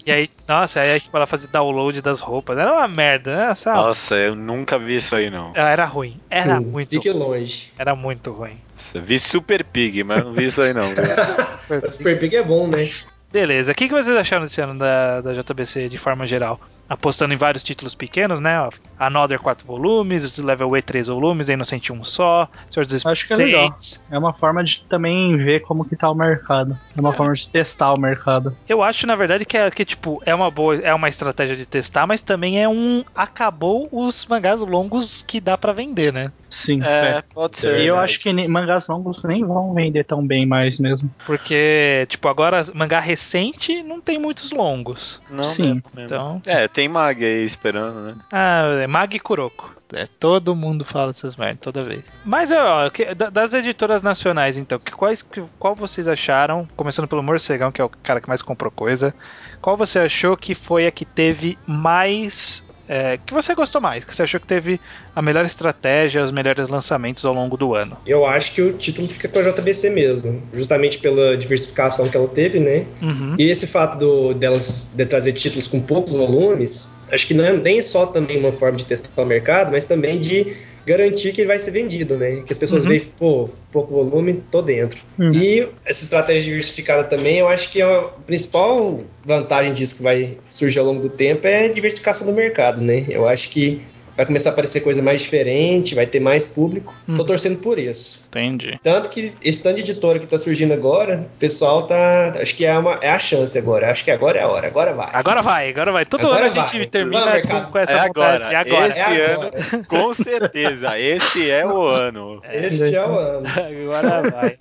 Speaker 4: E aí, nossa, aí tipo, ela fazia download das roupas. Era uma merda, né? Essa-
Speaker 3: Nossa, eu nunca vi isso aí, não.
Speaker 4: Ah, Era ruim. Era
Speaker 6: Hum,
Speaker 4: muito
Speaker 6: Fique
Speaker 4: ruim.
Speaker 6: longe.
Speaker 4: Era muito ruim.
Speaker 3: Nossa, vi Super Pig, mas não vi isso aí, não. viu?
Speaker 6: Super Pig é bom, né?
Speaker 4: Beleza, o que, que vocês acharam desse ano da, da JBC de forma geral? apostando em vários títulos pequenos, né? Another 4 volumes, Level E 3 volumes, Innocent 1 só, Senhor dos
Speaker 2: Acho que é legal.
Speaker 4: Seis.
Speaker 2: É uma forma de também ver como que tá o mercado. É uma forma de testar o mercado.
Speaker 4: Eu acho, na verdade, que é que, tipo, é uma boa, é uma estratégia de testar, mas também é um acabou os mangás longos que dá pra vender, né?
Speaker 2: Sim.
Speaker 8: É,
Speaker 2: É,
Speaker 8: pode ser.
Speaker 2: E eu
Speaker 8: verdade.
Speaker 2: acho que nem- mangás longos nem vão vender tão bem mais mesmo.
Speaker 4: Porque, tipo, agora mangá recente não tem muitos longos.
Speaker 8: Não,
Speaker 2: Sim.
Speaker 8: mesmo, mesmo.
Speaker 4: Então,
Speaker 3: É, tem Mag aí esperando, né?
Speaker 4: Ah, é Mag Kuroko. É, todo mundo fala dessas merdas, toda vez. Mas, ó, que- da- das editoras nacionais, então, que, quais, que, qual vocês acharam, começando pelo Morcegão, que é o cara que mais comprou coisa, qual você achou que foi a que teve mais... é, que você gostou mais, que você achou que teve a melhor estratégia, os melhores lançamentos ao longo do ano?
Speaker 6: Eu acho que o título fica com a JBC mesmo, justamente pela diversificação que ela teve, né?
Speaker 4: Uhum.
Speaker 6: E esse fato do, delas de trazer títulos com poucos volumes, acho que não é nem só também uma forma de testar o mercado, mas também de garantir que ele vai ser vendido, né? Que as pessoas
Speaker 4: Uhum.
Speaker 6: veem, pô, pouco volume, tô dentro.
Speaker 2: Uhum.
Speaker 6: E essa estratégia diversificada também, eu acho que é a principal vantagem disso que vai surgir ao longo do tempo é a diversificação do mercado, né? Eu acho que vai começar a aparecer coisa mais diferente, vai ter mais público. Tô
Speaker 4: Uhum.
Speaker 6: torcendo por isso.
Speaker 4: Entendi.
Speaker 6: Tanto que esse tanto de editora que tá surgindo agora, o pessoal tá. Acho que é, uma, é a chance agora. Acho que agora é a hora, agora vai.
Speaker 4: Agora vai, agora vai. Todo ano
Speaker 6: Agora
Speaker 4: a gente
Speaker 6: vai.
Speaker 4: termina
Speaker 6: Agora,
Speaker 4: com,
Speaker 6: mercado.
Speaker 4: com essa
Speaker 3: É
Speaker 4: vontade.
Speaker 3: agora.
Speaker 4: É agora.
Speaker 3: Esse ano, com certeza, esse é o ano.
Speaker 6: Este é o ano.
Speaker 4: Agora vai.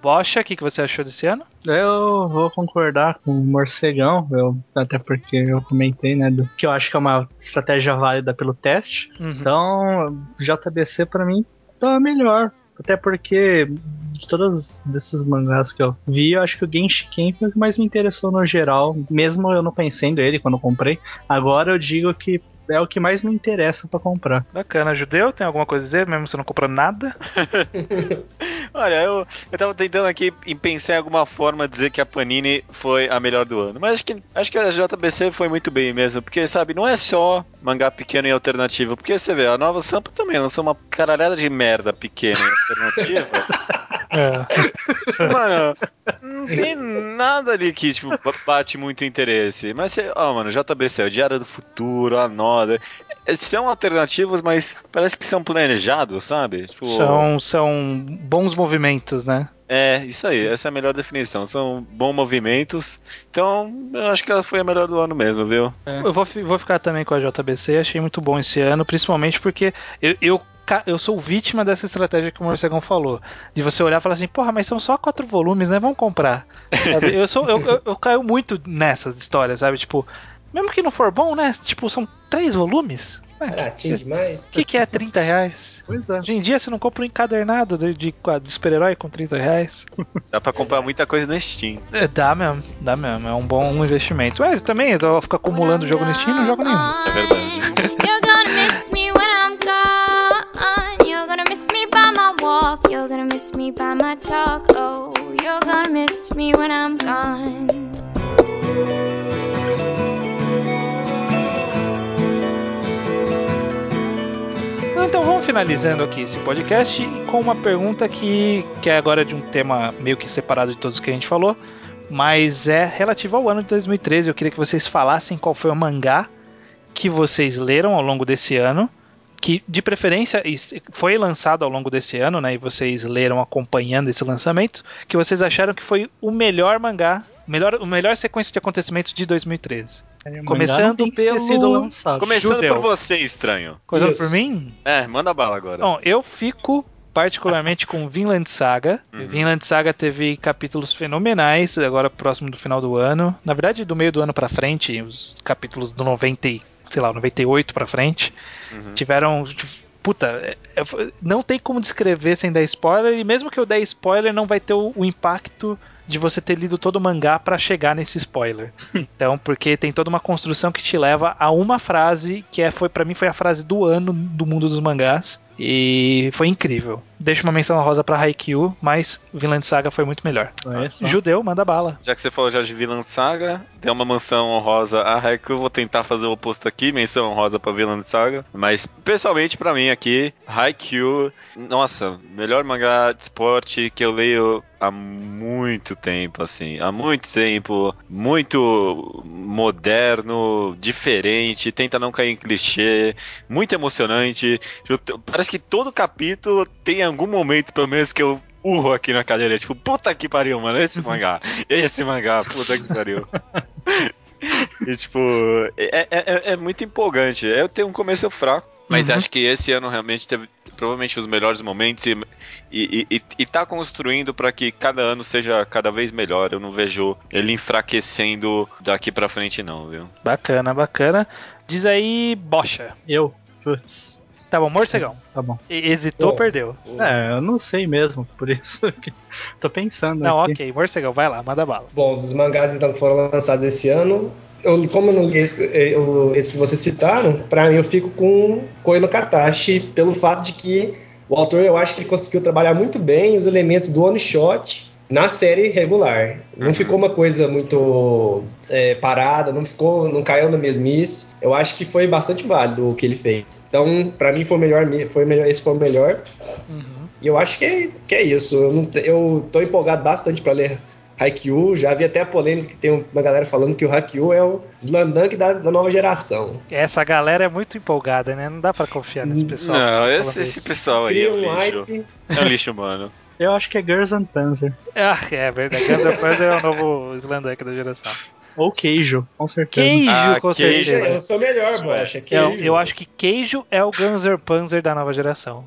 Speaker 4: Bocha, o que, que você achou desse ano?
Speaker 2: Eu vou concordar com o morcegão, eu- até porque eu comentei, né? do- que eu acho que é uma estratégia válida pelo teste.
Speaker 4: Uhum.
Speaker 2: Então, JBC pra mim tá melhor. Até porque de todos desses mangás que eu vi, eu acho que o Genshiken foi o que mais me interessou no geral, mesmo eu não conhecendo ele quando eu comprei. Agora eu digo que é o que mais me interessa pra comprar.
Speaker 4: Bacana, judeu, tem alguma coisa a dizer, mesmo você não comprou nada?
Speaker 3: Olha, eu, eu tava tentando aqui em pensar em alguma forma de dizer que a Panini foi a melhor do ano. Mas acho que, acho que a JBC foi muito bem mesmo. Porque, sabe, não é só mangá pequeno e alternativo. Porque você vê, a Nova Sampa também lançou uma caralhada de merda pequena e alternativa. Mano, não tem nada ali que, tipo, ba- bate muito interesse. Mas, você- ó, mano, JBC, o Diário do Futuro, a Noda. eh, São alternativos, mas parece que são planejados, sabe? Tipo,
Speaker 4: São, são bons movimentos, né?
Speaker 3: É, isso aí, essa é a melhor definição. São bons movimentos. Então, eu acho que ela foi a melhor do ano mesmo, viu?
Speaker 4: Eu vou, fi- vou ficar também com a JBC, achei muito bom esse ano, principalmente porque eu, eu, ca- eu sou vítima dessa estratégia que o Morcegão falou. De você olhar e falar assim, porra, mas são só quatro volumes, né? Vamos comprar. Sabe? Eu, sou, eu, eu, eu caio muito nessas histórias, sabe? Tipo, mesmo que não for bom, né? Tipo, são três volumes? Né?
Speaker 6: Baratinho demais.
Speaker 4: O que, que é 30 reais?
Speaker 2: Pois é.
Speaker 4: Hoje em dia você não compra um encadernado de, de, de super-herói com 30 reais.
Speaker 3: Dá pra comprar muita coisa na Steam.
Speaker 4: É, dá mesmo, dá mesmo. É um bom investimento. Mas também, eu fico acumulando jogo no Steam e não jogo nenhum.
Speaker 3: É verdade.
Speaker 9: You're gonna miss me when I'm gone. You're gonna miss me by my walk. You're gonna miss me by my talk. Oh, you're gonna miss me when I'm gone.
Speaker 4: Então vamos finalizando aqui esse podcast com uma pergunta que, que é agora de um tema meio que separado de todos que a gente falou, mas é relativo ao ano de 2013. Eu queria que vocês falassem qual foi o mangá que vocês leram ao longo desse ano, que de preferência is- foi lançado ao longo desse ano, né? E vocês leram acompanhando esse lançamento, que vocês acharam que foi o melhor mangá, melhor, o melhor sequência de acontecimentos de 2013. Começando
Speaker 2: O mangá não tem que ter
Speaker 4: pelo-
Speaker 2: sido lançado.
Speaker 3: Começando
Speaker 4: Judeu.
Speaker 3: por você, estranho.
Speaker 4: Coisa
Speaker 6: Isso.
Speaker 4: por mim?
Speaker 3: É, manda bala agora.
Speaker 4: Bom, eu fico particularmente com Vinland Saga.
Speaker 3: Uhum.
Speaker 4: Vinland Saga teve capítulos fenomenais agora próximo do final do ano. Na verdade, do meio do ano pra frente, os capítulos do 90, e, sei lá, 98 pra frente,
Speaker 3: Uhum.
Speaker 4: tiveram Puta, é- é- não tem como descrever sem dar spoiler, e mesmo que eu der spoiler, não vai ter o, o impacto de você ter lido todo o mangá pra chegar nesse spoiler. Então, porque tem toda uma construção que te leva a uma frase que é, foi para mim foi a frase do ano do mundo dos mangás E foi incrível. Deixo uma menção rosa pra Haikyuu, mas Vinland Saga foi muito melhor.
Speaker 2: Olha é só.
Speaker 4: Judeu, manda bala.
Speaker 3: Já que você falou já de Vilã Saga, tem uma mansão honrosa a Haikyuu, vou tentar fazer o oposto aqui, menção honrosa pra Vilã Saga, mas pessoalmente pra mim aqui, Haikyuu, nossa, melhor mangá de esporte que eu leio há muito tempo, assim, há muito tempo, muito moderno, diferente, tenta não cair em clichê, muito emocionante, Eu t- parece que todo capítulo tem algum momento, pelo menos, que eu urro aqui na cadeira, tipo, puta que pariu, mano, esse mangá, esse mangá, puta que pariu. E, tipo, é, é- é- é muito empolgante. Eu tenho um começo fraco, mas acho que esse ano realmente teve provavelmente os melhores momentos e, e, e, e tá construindo pra que cada ano seja cada vez melhor. Eu não vejo ele enfraquecendo daqui pra frente, não, viu?
Speaker 4: Bacana, bacana. Diz aí, bocha.
Speaker 2: Eu. Putz,
Speaker 4: Tá bom, morcegão.
Speaker 2: tá bom.
Speaker 4: E- Hesitou,
Speaker 6: Pô.
Speaker 4: perdeu.
Speaker 2: É, eu não sei mesmo, por isso que tô pensando.
Speaker 4: Não,
Speaker 2: aqui.
Speaker 4: ok, morcegão, vai lá, manda bala.
Speaker 6: Bom, dos mangás então que foram lançados esse ano, eu, como eu não li esse- eu- esses que vocês citaram, pra mim eu fico com Koi no Katashi, pelo fato de que o autor eu acho que ele conseguiu trabalhar muito bem os elementos do one shot na série regular. Não
Speaker 3: Uhum.
Speaker 6: ficou uma coisa muito é, parada, não ficou, não caiu na mesmice. Eu acho que foi bastante válido o que ele fez. Então, pra mim foi o melhor, me- foi o melhor, esse foi o melhor. E eu acho que é, que é isso. Eu, não, te- eu tô empolgado bastante pra ler Haikyuu. Já vi até a polêmica que tem uma galera falando que o Haikyuu é o Slandunk da, da nova geração.
Speaker 4: Essa galera é muito empolgada, né? Não dá pra confiar nesse pessoal. que
Speaker 3: não,
Speaker 4: tá
Speaker 3: esse,
Speaker 4: falando
Speaker 3: esse
Speaker 4: isso.
Speaker 3: pessoal aí é
Speaker 6: Cria
Speaker 3: um
Speaker 6: um
Speaker 3: lixo.
Speaker 6: hype.
Speaker 3: É um lixo, mano.
Speaker 2: Eu acho que é Girls and Panzer.
Speaker 4: Ah, é verdade. Gandalf Panzer é o novo Slandank da geração.
Speaker 2: Ou Queijo, com certeza.
Speaker 4: Queijo,
Speaker 3: Ah,
Speaker 4: com
Speaker 3: queijo,
Speaker 6: Gente, Eu
Speaker 4: certeza.
Speaker 6: não sou o melhor,
Speaker 3: Isso
Speaker 6: bocha. Que
Speaker 4: É, Eu,
Speaker 6: isso.
Speaker 4: eu acho que queijo é o Ganser Panzer da nova geração.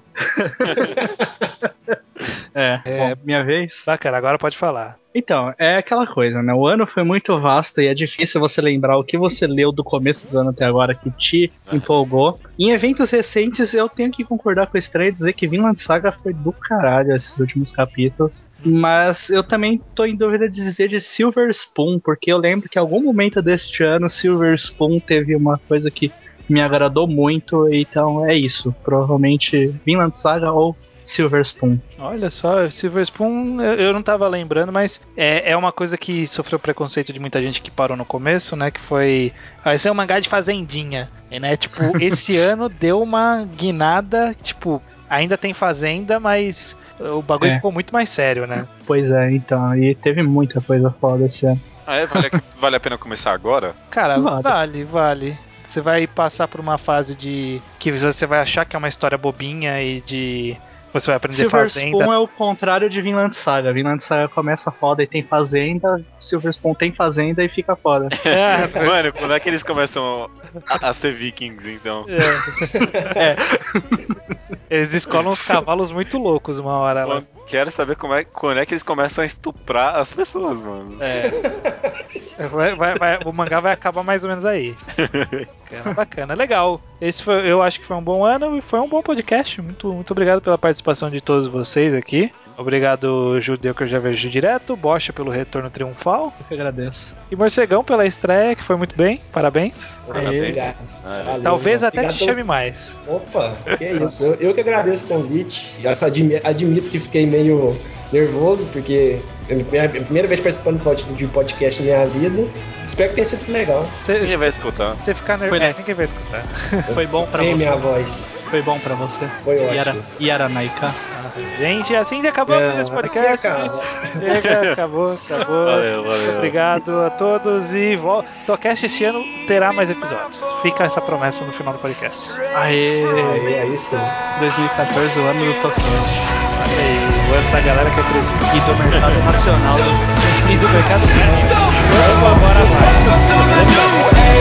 Speaker 2: É, bom, minha vez.
Speaker 4: Bacana, agora pode falar.
Speaker 2: Então, é aquela coisa, né? O ano foi muito vasto e é difícil você lembrar o que você leu do começo do ano até agora que te empolgou. Em eventos recentes, eu tenho que concordar com o Stray e dizer que Vinland Saga foi do caralho esses últimos capítulos. Mas eu também tô em dúvida de dizer de Silver Spoon, porque eu lembro que em algum momento deste ano Silver Spoon teve uma coisa que me agradou muito, então é isso. Provavelmente Vinland Saga ou Silver Spoon.
Speaker 4: Olha só, Silver Spoon, eu eu não tava lembrando, mas é, é uma coisa que sofreu preconceito de muita gente que parou no começo, né? Que foi. Ah, esse é um mangá de fazendinha. E, né? Tipo, esse ano deu uma guinada, tipo, ainda tem fazenda, mas o bagulho
Speaker 2: É.
Speaker 4: ficou muito mais sério, né?
Speaker 2: Pois é, então, e teve muita coisa foda esse ano.
Speaker 3: Ah, é? Vale, a- vale a pena começar agora?
Speaker 4: Cara,
Speaker 2: Vale.
Speaker 4: vale, vale. Você vai passar por uma fase de. que você vai achar que é uma história bobinha e de. Você vai aprender
Speaker 2: Silver
Speaker 4: fazenda.
Speaker 2: Spoon é o contrário de Vinland Saga. Vinland Saga começa foda e tem fazenda, Silver Spoon tem fazenda e fica foda.
Speaker 4: É,
Speaker 3: Mano, quando é que eles começam a, a ser vikings, então?
Speaker 4: É. Eles escolam os cavalos muito loucos uma hora lá.
Speaker 3: Mano, quero saber como é, quando é que eles começam a estuprar as pessoas, mano.
Speaker 4: Vai- vai- vai- o mangá vai acabar mais ou menos aí. Bacana, bacana, legal. Esse foi, eu acho que foi um bom ano e foi um bom podcast. Muito, muito obrigado pela participação de todos vocês aqui. Obrigado, Judeu, que eu já vejo direto. Bocha pelo retorno triunfal.
Speaker 2: Eu que agradeço.
Speaker 4: E Morcegão pela estreia, que foi muito bem. Parabéns. É,
Speaker 2: Parabéns.
Speaker 3: Ah,
Speaker 6: Valeu,
Speaker 4: Talvez
Speaker 6: irmão.
Speaker 4: até te
Speaker 6: Obrigado
Speaker 4: chame mais.
Speaker 6: pelo- Opa, que isso. Eu, eu que agradeço o convite. Já se admi- admito que fiquei meio nervoso, porque é a minha primeira vez participando de pod- de podcast na minha vida. Espero que tenha sido legal.
Speaker 4: Cê,
Speaker 3: Ninguém vai escutar.
Speaker 4: Você ficar
Speaker 2: Foi,
Speaker 4: nervoso,
Speaker 2: né?
Speaker 4: ninguém vai escutar.
Speaker 2: Foi bom pra
Speaker 6: Tem
Speaker 2: você.
Speaker 6: minha voz.
Speaker 2: Foi bom pra você.
Speaker 6: Foi ótimo.
Speaker 2: Yara, Yara Naika.
Speaker 4: Gente, assim acabamos
Speaker 6: É,
Speaker 4: esse
Speaker 6: assim
Speaker 4: podcast.
Speaker 6: acaba.
Speaker 4: Chega, acabou, acabou.
Speaker 3: Valeu, valeu.
Speaker 4: Muito obrigado a todos e volta. Tocast esse ano terá mais episódios. Fica essa promessa no final do podcast.
Speaker 2: Aê,
Speaker 6: É, é isso.
Speaker 2: 2014, o ano do Tocast.
Speaker 4: Olha aí, o ano da galera que acredita.
Speaker 2: E do mercado nacional.
Speaker 4: E do mercado. Vamos agora, vai.
Speaker 8: Don't do it.